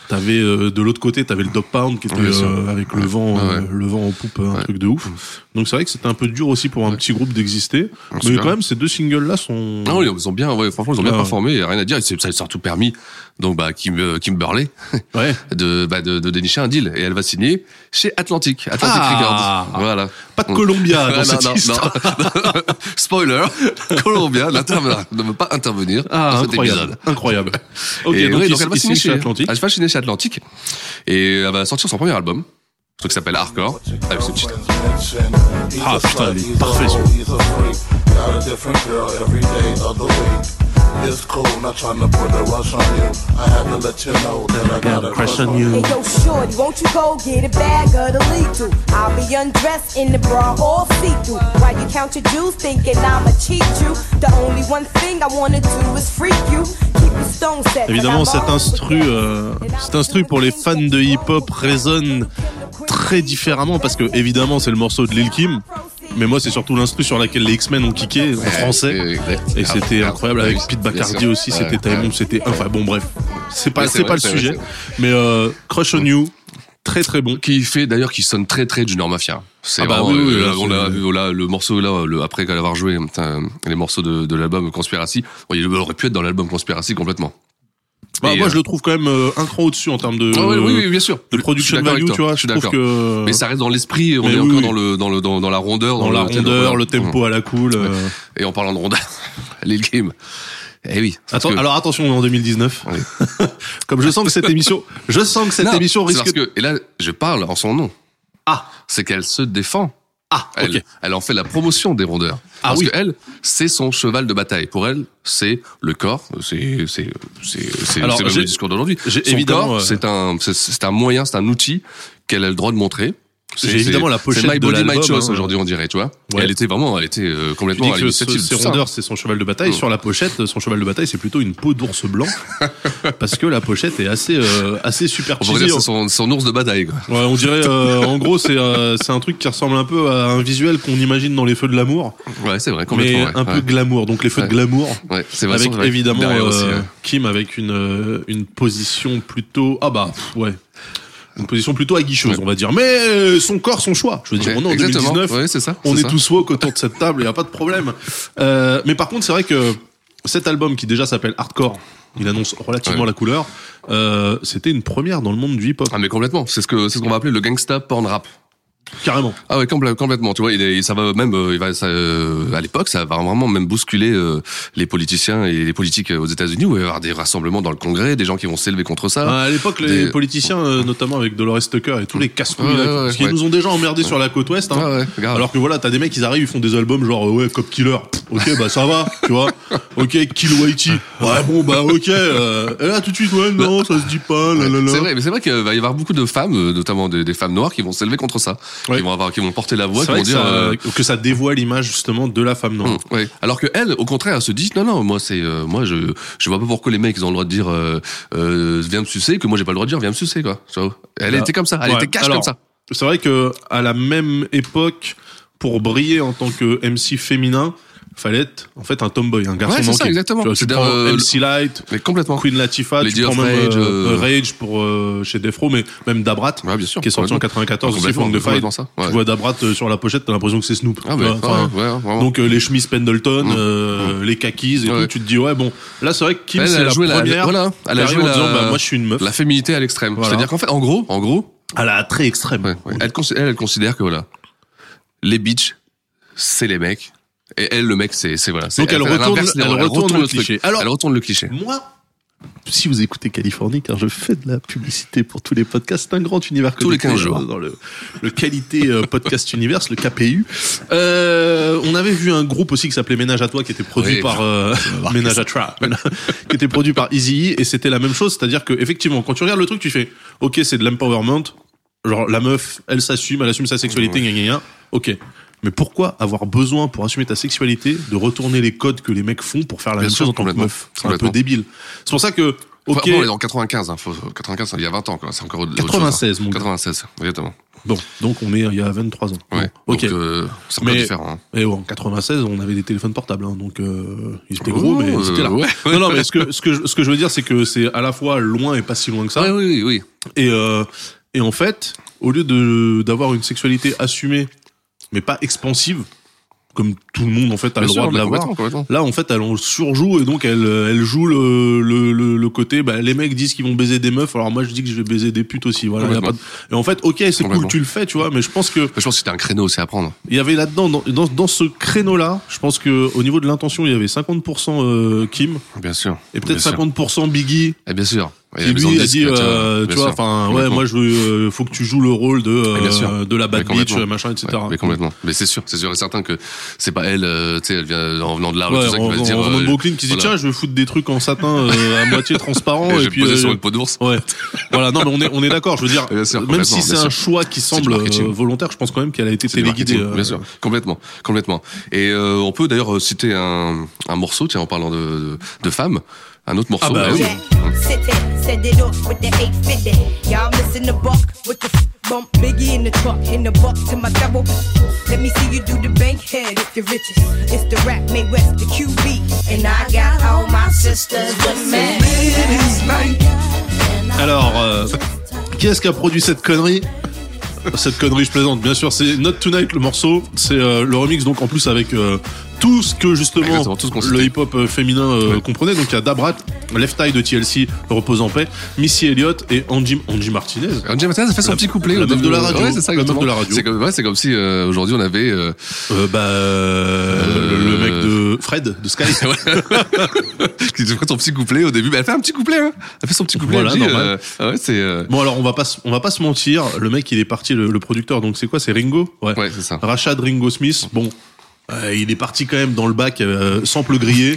Speaker 4: t'avais euh, de l'autre côté t'avais le Dog Pound qui était
Speaker 5: Bien sûr.
Speaker 4: euh, avec le vent
Speaker 5: Ouais,
Speaker 4: euh,
Speaker 5: ouais.
Speaker 4: le vent en poupe un
Speaker 5: Ouais.
Speaker 4: truc de ouf. Donc c'est vrai que c'était un peu dur aussi pour un petit groupe d'exister.
Speaker 5: c'est
Speaker 4: Mais
Speaker 5: clair. Ah
Speaker 4: quand même ces deux singles là sont
Speaker 5: Non, ils ont bien, ouais, franchement, ils ont bien
Speaker 4: Ouais.
Speaker 5: performé, y a rien à dire, et c'est- ça ça a tout permis. Donc, bah, Kim, euh, Kim Burley,
Speaker 4: ouais.
Speaker 5: de, bah, de, de dénicher un deal, et elle va signer chez Atlantic, Atlantic
Speaker 4: Ah.
Speaker 5: Records. Voilà.
Speaker 4: Pas de Columbia dans
Speaker 5: Ah,
Speaker 4: cette
Speaker 5: non, non,
Speaker 4: histoire.
Speaker 5: non. Spoiler, Colombia n'intervient- ne veut pas intervenir
Speaker 4: Ah,
Speaker 5: dans cet
Speaker 4: incroyable,
Speaker 5: épisode.
Speaker 4: incroyable. Ok,
Speaker 5: et
Speaker 4: donc,
Speaker 5: ouais,
Speaker 4: il-
Speaker 5: elle va
Speaker 4: il signe
Speaker 5: signer
Speaker 4: chez Atlantic.
Speaker 5: Ah, Elle va signer chez Atlantic et elle va sortir son premier album, un truc qui s'appelle Hardcore, avec ce titre.
Speaker 4: Ah, putain, il est parfait, celui-là.
Speaker 9: He's a freak, got a different girl every day of the week. It's cool, not trying to put a rush on you. I had to let you know that I got a crush on you.
Speaker 2: Hey yo, shorty, won't you go get a bag of the lethal? I'll be undressed in the bra all see-through. While you count your jewels, thinking I'ma cheat you. The only one thing I wanna do is freak you. Keep your stone set. 'cause
Speaker 4: Évidemment,
Speaker 2: I'm
Speaker 4: cet
Speaker 2: always
Speaker 4: instru, euh, cet instru pour les fans de hip-hop résonne très différemment parce que évidemment c'est le morceau de Lil Kim, mais moi c'est surtout l'instru sur laquelle les X-Men ont kické en français. Et c'était
Speaker 5: Ah,
Speaker 4: incroyable avec Pete Bacardi aussi, c'était tellement, c'était enfin bon bref, c'est pas
Speaker 5: Mais c'est
Speaker 4: c'est
Speaker 5: vrai,
Speaker 4: pas le
Speaker 5: c'est vrai,
Speaker 4: sujet,
Speaker 5: c'est vrai.
Speaker 4: mais euh, Crush on You, très très bon.
Speaker 5: Qui fait d'ailleurs qui sonne très très Junior Mafia. C'est
Speaker 4: Ah bah
Speaker 5: vraiment,
Speaker 4: oui, oui,
Speaker 5: euh,
Speaker 4: là,
Speaker 5: on l'a
Speaker 4: c'est-
Speaker 5: vu là, le morceau là le, après qu'elle avoir joué putain, les morceaux de, de l'album Conspiracy, bon, il aurait pu être dans l'album Conspiracy complètement.
Speaker 4: Bah,
Speaker 5: Et,
Speaker 4: moi
Speaker 5: euh,
Speaker 4: je le trouve quand même euh, un cran au-dessus en termes de
Speaker 5: Ah ouais, oui, oui, bien sûr.
Speaker 4: de production
Speaker 5: Je suis d'accord
Speaker 4: value,
Speaker 5: avec
Speaker 4: tu
Speaker 5: toi,
Speaker 4: vois.
Speaker 5: je suis
Speaker 4: Je trouve
Speaker 5: d'accord.
Speaker 4: que
Speaker 5: Mais ça reste dans l'esprit, on
Speaker 4: Euh, Mais
Speaker 5: est
Speaker 4: oui,
Speaker 5: encore
Speaker 4: oui.
Speaker 5: dans le dans le dans, dans la rondeur,
Speaker 4: dans la
Speaker 5: le- Mmh.
Speaker 4: rondeur, le tempo à la cool. euh.
Speaker 5: Et en parlant de rondeur, Lil Kim. Eh oui. parce
Speaker 4: Attends,
Speaker 5: que-
Speaker 4: Alors attention, on est en 2019.
Speaker 5: Oui.
Speaker 4: Comme je sens que cette émission, je sens que cette
Speaker 5: Non,
Speaker 4: émission
Speaker 5: c'est
Speaker 4: risque.
Speaker 5: parce que et là, je parle en son nom.
Speaker 4: Ah.
Speaker 5: C'est qu'elle se défend.
Speaker 4: Ah, ok.
Speaker 5: Elle, elle en fait la promotion des rondeurs.
Speaker 4: Ah
Speaker 5: parce
Speaker 4: oui.
Speaker 5: que elle, c'est son cheval de bataille. Pour elle, c'est le corps, c'est c'est c'est c'est
Speaker 4: Alors,
Speaker 5: c'est même
Speaker 4: j'ai-
Speaker 5: le discours d'aujourd'hui.
Speaker 4: j'ai
Speaker 5: Son
Speaker 4: évidemment,
Speaker 5: corps,
Speaker 4: euh,
Speaker 5: c'est un c'est- c'est un moyen, c'est un outil qu'elle a le droit de montrer. C'est-
Speaker 4: J'ai évidemment
Speaker 5: c'est-
Speaker 4: la pochette
Speaker 5: C'est my
Speaker 4: de
Speaker 5: body, my
Speaker 4: l'album,
Speaker 5: choice
Speaker 4: hein.
Speaker 5: aujourd'hui, on dirait, tu vois.
Speaker 4: Ouais.
Speaker 5: Et Elle était vraiment, elle était euh,
Speaker 4: Tu
Speaker 5: complètement
Speaker 4: dis
Speaker 5: à
Speaker 4: que ce,
Speaker 5: l'initiative.
Speaker 4: ces
Speaker 5: de tout ça.
Speaker 4: rondeurs, c'est son cheval de bataille.
Speaker 5: Mm.
Speaker 4: Sur la pochette, son cheval de bataille, c'est plutôt une peau d'ours blanc, parce que la pochette est assez, euh, assez super
Speaker 5: On pourrait
Speaker 4: cheesy.
Speaker 5: dire que c'est son, son ours de bataille. Quoi.
Speaker 4: Ouais, on dirait, euh, en gros, c'est euh, c'est un truc qui ressemble un peu à un visuel qu'on imagine dans les feux de l'amour,
Speaker 5: Ouais, c'est vrai, complètement.
Speaker 4: mais
Speaker 5: ouais,
Speaker 4: un peu
Speaker 5: ouais.
Speaker 4: glamour. Donc les feux
Speaker 5: Ouais.
Speaker 4: de glamour,
Speaker 5: Ouais, c'est vrai,
Speaker 4: avec
Speaker 5: c'est vrai.
Speaker 4: évidemment
Speaker 5: Derrière aussi,
Speaker 4: euh,
Speaker 5: ouais.
Speaker 4: Kim avec une euh, une position plutôt ah bah pff, ouais une position plutôt aguicheuse
Speaker 5: Ouais.
Speaker 4: on va dire mais euh, son corps son choix je veux dire
Speaker 5: Ouais,
Speaker 4: on est en
Speaker 5: exactement,
Speaker 4: 2019
Speaker 5: ouais, c'est ça,
Speaker 4: on
Speaker 5: c'est
Speaker 4: est
Speaker 5: ça.
Speaker 4: tous woke autour de cette table il y a pas de problème Euh, mais par contre c'est vrai que cet album qui déjà s'appelle Hardcore il annonce relativement
Speaker 5: Ouais.
Speaker 4: la couleur euh, c'était une première dans le monde du hip hop
Speaker 5: Ah mais complètement, c'est ce que c'est ce qu'on va appeler le gangsta porn rap.
Speaker 4: carrément
Speaker 5: Ah ouais compl- complètement, tu vois, il est- ça va même euh, il va ça, euh, à l'époque, ça va vraiment même bousculer euh, les politiciens et les politiques euh, aux États-Unis où il va y avoir des rassemblements dans le Congrès, des gens qui vont s'élever contre ça.
Speaker 4: Ah, à l'époque, les
Speaker 5: Des-
Speaker 4: politiciens, euh, notamment avec Dolores Tucker et tous les casse-couilles,
Speaker 5: Ouais,
Speaker 4: là,
Speaker 5: ouais,
Speaker 4: parce
Speaker 5: ouais,
Speaker 4: qu'ils
Speaker 5: ouais.
Speaker 4: nous ont déjà emmerdés sur la côte ouest. hein.
Speaker 5: Ouais, ouais, grave.
Speaker 4: alors que voilà, t'as des mecs, ils arrivent, ils font des albums genre, euh, ouais, Cop Killer, pff, ok, bah ça va, tu vois. Ok, Kill Whitey, ouais, bon, bah ok. euh, et là, tout de suite, ouais, non, ça se dit pas, là, là, là.
Speaker 5: C'est vrai, mais c'est vrai qu'il va y avoir beaucoup de femmes, euh, notamment des, des femmes noires, qui vont s'élever contre ça,
Speaker 4: Ouais.
Speaker 5: qui vont avoir, qui vont porter la voix,
Speaker 4: C'est
Speaker 5: qui
Speaker 4: vrai
Speaker 5: vont
Speaker 4: que,
Speaker 5: dire.
Speaker 4: ça, euh,
Speaker 5: euh,
Speaker 4: que ça dévoile l'image justement de la femme noire.
Speaker 5: Mm, ouais. Alors que elle, au contraire, elle se dit non non, moi c'est euh, moi je je vois pas pourquoi les mecs ils ont le droit de dire euh, euh, viens me sucer que moi j'ai pas le droit de dire viens me sucer quoi. Tu vois Elle
Speaker 4: Là.
Speaker 5: était comme ça, Ah, elle
Speaker 4: Ouais,
Speaker 5: était cache
Speaker 4: alors,
Speaker 5: comme ça.
Speaker 4: C'est vrai que à la même époque, pour briller en tant que MC féminin, fallait être en fait un tomboy, un garçon
Speaker 5: Ouais, c'est
Speaker 4: manqué.
Speaker 5: ça, exactement.
Speaker 4: Tu vois, tu
Speaker 5: C'est-à-dire,
Speaker 4: prends
Speaker 5: euh,
Speaker 4: MC Light,
Speaker 5: Mais complètement.
Speaker 4: Queen Latifah,
Speaker 5: Oh. Lady
Speaker 4: tu prends
Speaker 5: of
Speaker 4: même
Speaker 5: Rage,
Speaker 4: euh,
Speaker 5: euh,
Speaker 4: Rage pour euh, chez Defro, mais même Dabrat,
Speaker 5: Ouais, bien sûr,
Speaker 4: qui est sorti en
Speaker 5: complètement. Ah,
Speaker 4: 94 aussi,
Speaker 5: Complètement,
Speaker 4: Funk de Fight.
Speaker 5: complètement ça, ouais.
Speaker 4: Tu vois Dabrat euh, sur la pochette, t'as l'impression que c'est Snoop.
Speaker 5: Ah
Speaker 4: tu
Speaker 5: ouais,
Speaker 4: vois, enfin,
Speaker 5: ouais, ouais, vraiment. Mmh.
Speaker 4: Donc euh, les chemises Pendleton, euh, les kakis et
Speaker 5: Ouais.
Speaker 4: tout, tu te dis ouais bon, là c'est vrai que Kim
Speaker 5: Elle,
Speaker 4: c'est
Speaker 5: elle a
Speaker 4: la
Speaker 5: joué la-
Speaker 4: première.
Speaker 5: voilà, elle a
Speaker 4: qui
Speaker 5: joué
Speaker 4: arrive en
Speaker 5: la-
Speaker 4: disant, bah, moi je suis une meuf.
Speaker 5: La féminité à l'extrême.
Speaker 4: Voilà.
Speaker 5: C'est-à-dire qu'en fait, en gros, en gros,
Speaker 4: Elle a un trait extrême.
Speaker 5: ouais, ouais, elle, consi- elle, elle considère que voilà, les bitches, c'est les mecs. Et elle, le mec, c'est, c'est voilà. c'est-
Speaker 4: Donc, elle
Speaker 5: fait-
Speaker 4: retourne-
Speaker 5: inverse les
Speaker 4: elle
Speaker 5: rôles,
Speaker 4: retourne le
Speaker 5: truc.
Speaker 4: cliché. Alors-
Speaker 5: elle retourne le cliché.
Speaker 4: Moi, si vous écoutez Californie, car je fais de la publicité pour tous les podcasts, c'est un grand univers que
Speaker 5: Tous les
Speaker 4: j'ai créé
Speaker 5: 15 jours.
Speaker 4: Dans le, le qualité euh, podcast universe, le KPU. Euh, on avait vu un groupe aussi qui s'appelait Ménage à toi, qui était produit
Speaker 5: Oui,
Speaker 4: par euh, Ménage à Trap, qui était produit par Easy E, et c'était la même chose, c'est-à-dire que effectivement, quand tu regardes le truc, tu fais, ok, c'est de l'empowerment, genre la meuf, elle s'assume, elle assume sa sexualité, gna, gna, gna. ok. Mais pourquoi avoir besoin pour assumer ta sexualité de retourner les codes que les mecs font pour faire la
Speaker 5: Bien
Speaker 4: même
Speaker 5: sûr,
Speaker 4: chose en tant que
Speaker 5: complètement.
Speaker 4: meuf C'est un peu
Speaker 5: Complètement.
Speaker 4: débile. C'est pour ça que,
Speaker 5: Enfin,
Speaker 4: ok,
Speaker 5: bon, on est en 95, hein, faut- 95, il y a 20 ans, quoi. C'est encore autre autre chose, hein.
Speaker 4: 96, mon gars.
Speaker 5: 96, exactement.
Speaker 4: bon, donc on est il y a 23 ans.
Speaker 5: Ouais.
Speaker 4: Bon, ok.
Speaker 5: Donc, euh, c'est encore
Speaker 4: Mais-
Speaker 5: différent. hein.
Speaker 4: Et ouais, en 96, on avait des téléphones portables, hein, donc euh, ils étaient gros,
Speaker 5: Oh,
Speaker 4: mais ils étaient là.
Speaker 5: euh, ouais.
Speaker 4: Non, non, mais ce que ce que je, ce que je veux dire, c'est que c'est à la fois loin et pas si loin que ça.
Speaker 5: Ouais, oui, oui, oui.
Speaker 4: Et, euh, et en fait, au lieu de d'avoir une sexualité assumée, mais pas expansive, comme tout le monde en fait a
Speaker 5: Bien
Speaker 4: le
Speaker 5: sûr,
Speaker 4: droit de
Speaker 5: mais
Speaker 4: l'avoir,
Speaker 5: complètement, complètement.
Speaker 4: là en fait elle en surjoue et donc elle, euh, elle joue le, le, le, le côté, bah, les mecs disent qu'ils vont baiser des meufs, alors moi je dis que je vais baiser des putes aussi. Voilà, y a
Speaker 5: Complètement.
Speaker 4: pas de- Et en fait, ok, c'est cool,
Speaker 5: Complètement.
Speaker 4: tu le fais, tu vois, mais je pense que
Speaker 5: Je pense que c'était un créneau aussi à prendre.
Speaker 4: il y avait là-dedans, dans, dans, dans ce créneau-là, je pense que au niveau de l'intention, il y avait 50% euh, Kim
Speaker 5: Bien sûr.
Speaker 4: et peut-être
Speaker 5: Bien sûr.
Speaker 4: 50% Biggie
Speaker 5: Eh bien sûr. Il y
Speaker 4: qui
Speaker 5: maison
Speaker 4: lui
Speaker 5: de
Speaker 4: a
Speaker 5: disques,
Speaker 4: dit,
Speaker 5: tu vois,
Speaker 4: euh,
Speaker 5: bien
Speaker 4: tu vois,
Speaker 5: sûr.
Speaker 4: enfin, ouais,
Speaker 5: Complètement.
Speaker 4: moi, je veux, euh, faut que tu joues le rôle de,
Speaker 5: Ah, bien sûr.
Speaker 4: euh, de la
Speaker 5: Mais
Speaker 4: bad bitch,
Speaker 5: complètement.
Speaker 4: machin, etc.
Speaker 5: Ouais, mais complètement. Mais c'est sûr, c'est sûr et certain que c'est pas elle, euh, tu sais, elle vient en venant de la rue,
Speaker 4: Ouais,
Speaker 5: tout ça, qui
Speaker 4: en,
Speaker 5: va se
Speaker 4: en
Speaker 5: dire.
Speaker 4: venant de
Speaker 5: euh,
Speaker 4: Brooklyn, qui se dit,
Speaker 5: voilà.
Speaker 4: tiens, je vais foutre des trucs en satin euh, à moitié transparent,
Speaker 5: Et
Speaker 4: et,
Speaker 5: je vais
Speaker 4: puis.
Speaker 5: poser
Speaker 4: euh,
Speaker 5: sur une peau d'ours.
Speaker 4: Ouais. voilà, non, mais on est, on est d'accord, je veux dire,
Speaker 5: Bien sûr,
Speaker 4: même
Speaker 5: complètement,
Speaker 4: si c'est
Speaker 5: bien
Speaker 4: un
Speaker 5: sûr.
Speaker 4: choix qui
Speaker 5: du
Speaker 4: semble euh,
Speaker 5: marketing.
Speaker 4: volontaire, je pense quand même qu'elle a été
Speaker 5: C'est du
Speaker 4: téléguidée.
Speaker 5: marketing,
Speaker 4: euh,
Speaker 5: bien sûr, complètement, complètement. Et euh, on peut d'ailleurs citer un, un morceau, tiens, en parlant de, de, de femmes, un autre morceau.
Speaker 4: bah
Speaker 5: d'ailleurs.
Speaker 4: euh, oui.
Speaker 2: Sit there, send it off with the 850. Y'all missing the buck with the f- bump. Biggie in the truck, in the buck to my double. Let me see you do the bank head, it's the riches. It's the rap, May West, the QB. And I got all my sisters with me.
Speaker 4: Alors, euh, qui est-ce qui a produit cette connerie cette connerie, je plaisante. Bien sûr, c'est Not Tonight le morceau. C'est euh, le remix, donc en plus avec euh, tout ce que justement
Speaker 5: Exactement, tout ce qu'on
Speaker 4: le
Speaker 5: citait.
Speaker 4: hip-hop euh, féminin euh, comprenait. Donc il y a Dabrat, Left Eye de TLC, repose en paix, Missy Elliott et Angie, Angie Martinez.
Speaker 5: Jim Martinez a fait son
Speaker 4: La-
Speaker 5: petit couplet.
Speaker 4: la
Speaker 5: au
Speaker 4: meuf de
Speaker 5: début.
Speaker 4: la radio.
Speaker 5: Ouais, c'est ça,
Speaker 4: La meuf
Speaker 5: exactement.
Speaker 4: de la radio.
Speaker 5: C'est comme, ouais, c'est comme si euh, aujourd'hui on avait. euh,
Speaker 4: Euh, bah, le le mec de Fred de Sky.
Speaker 5: qui te fait son petit couplet au début. Mais elle fait un petit couplet, hein. Elle fait son petit couplet.
Speaker 4: Voilà,
Speaker 5: elle dit,
Speaker 4: normal.
Speaker 5: euh, ah ouais, c'est. euh,
Speaker 4: Bon alors on va pas se- on va pas se mentir, le mec il est parti le, le producteur donc c'est quoi c'est Ringo
Speaker 5: Ouais, c'est ça.
Speaker 4: Rachad Ringo Smith. Bon euh, il est parti quand même dans le bac euh, sample grillé.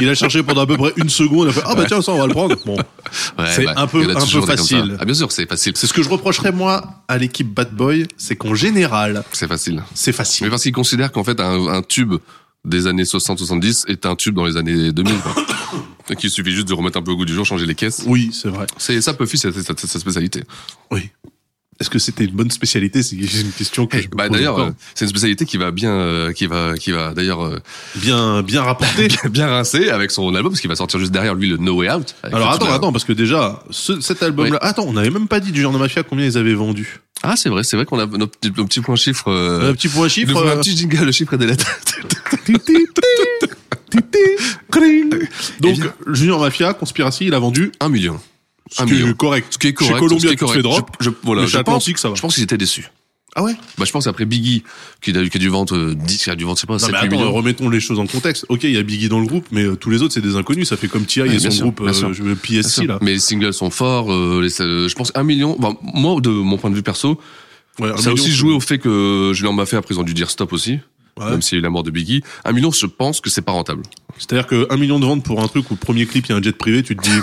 Speaker 4: il a cherché pendant à peu près une seconde, il a fait ah bah tiens ça on va le prendre. Bon.
Speaker 5: ouais,
Speaker 4: c'est
Speaker 5: bah,
Speaker 4: un
Speaker 5: il y en
Speaker 4: peu
Speaker 5: a
Speaker 4: un peu
Speaker 5: toujours des comme ça.
Speaker 4: facile.
Speaker 5: Ah, bien sûr, c'est facile.
Speaker 4: C'est ce que je reprocherais moi à l'équipe Bad Boy, c'est qu'en général,
Speaker 5: C'est facile.
Speaker 4: c'est facile.
Speaker 5: Mais parce qu'ils considèrent qu'en fait, un, un tube des années 60-70 est un tube dans les années 2000. quoi. Et qu'il suffit juste de remettre un peu au goût du jour, changer les caisses.
Speaker 4: Oui, c'est vrai.
Speaker 5: C'est ça, Puffy, c'est c'est- c'est sa spécialité.
Speaker 4: Oui. Est-ce que c'était une bonne spécialité C'est une question que je me
Speaker 5: Bah
Speaker 4: pose
Speaker 5: d'ailleurs,
Speaker 4: encore.
Speaker 5: euh, c'est une spécialité qui va bien, euh, qui va, qui va d'ailleurs euh,
Speaker 4: bien bien rapporté.
Speaker 5: bien rincer avec son album parce qu'il va sortir juste derrière lui le No Way Out. avec
Speaker 4: Alors
Speaker 5: toute
Speaker 4: attends,
Speaker 5: la-
Speaker 4: attends, parce que déjà, ce- cet album-là, attends, on n'avait même pas dit du genre de mafia combien ils avaient vendu.
Speaker 5: Ah c'est vrai, c'est vrai qu'on a nos petits, nos petits points chiffres. euh,
Speaker 4: un petit point chiffre.
Speaker 5: nos-
Speaker 4: euh,
Speaker 5: Un petit jingle, le chiffre et des lettres.
Speaker 4: Donc, Junior Mafia, Conspiracy, il a vendu
Speaker 5: Un million.
Speaker 4: ce
Speaker 5: Un
Speaker 4: qui
Speaker 5: million.
Speaker 4: est correct.
Speaker 5: Ce qui est correct.
Speaker 4: Chez Columbia,
Speaker 5: ce qui est
Speaker 4: tu te
Speaker 5: correct.
Speaker 4: fais drop.
Speaker 5: Je, je- voilà,
Speaker 4: Mais
Speaker 5: je
Speaker 4: chez
Speaker 5: pense,
Speaker 4: Atlantique, ça va.
Speaker 5: Je pense qu'ils étaient déçus.
Speaker 4: Ah ouais
Speaker 5: Bah, je pense après Biggie, qui a, qui a dû vendre euh, 10, qui a dû vendre, je sais pas,
Speaker 4: non
Speaker 5: 7
Speaker 4: mais attends,
Speaker 5: millions.
Speaker 4: remettons les choses en contexte. Ok, il y a Biggie dans le groupe, mais euh, tous les autres c'est des inconnus. Ça fait comme T.I.
Speaker 5: Ouais,
Speaker 4: et
Speaker 5: bien
Speaker 4: son
Speaker 5: sûr,
Speaker 4: groupe
Speaker 5: bien
Speaker 4: euh,
Speaker 5: sûr.
Speaker 4: je- PSC là.
Speaker 5: Mais les singles sont forts, euh, les- euh, je pense un million, enfin, moi de mon point de vue perso,
Speaker 4: Ouais, un
Speaker 5: ça a
Speaker 4: million,
Speaker 5: aussi
Speaker 4: c'est-
Speaker 5: joué au fait que Julien Maffé a présent dû dire stop aussi,
Speaker 4: Ouais.
Speaker 5: même s'il y a eu la mort de Biggie. Un million, je pense que c'est pas rentable.
Speaker 4: C'est-à-dire que un million de ventes pour un truc où le premier clip il y a un jet privé, tu te dis.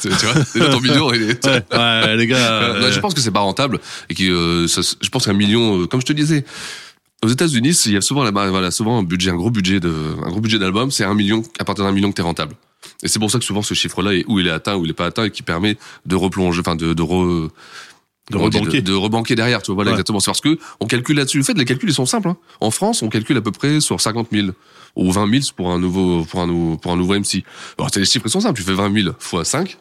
Speaker 5: tu vois, déjà ton million, il est...
Speaker 4: ouais, ouais, les gars.
Speaker 5: Euh,
Speaker 4: euh,
Speaker 5: non, je pense que c'est pas rentable et que euh, ça se- je pense qu'un million, euh, comme je te disais, aux États-Unis, il y a souvent là-bas, voilà, souvent un budget, un gros budget de, un gros budget d'album, c'est un million à partir d'un million que t'es rentable. Et c'est pour ça que souvent ce chiffre-là est où il est atteint, où il est pas atteint et qui permet de replonger, enfin de, de re-
Speaker 4: De
Speaker 5: Comment on dit,
Speaker 4: rebanquer.
Speaker 5: de, rebanquer derrière, tu vois, voilà
Speaker 4: Ouais.
Speaker 5: exactement. C'est parce que on calcule là-dessus. En fait, les calculs ils sont simples. hein. En France, on calcule à peu près sur 50 000 ou 20 000 pour un nouveau pour un nouveau pour un nouveau MC. Alors, t'as- les chiffres ils sont simples. Tu fais 20 000 fois 5,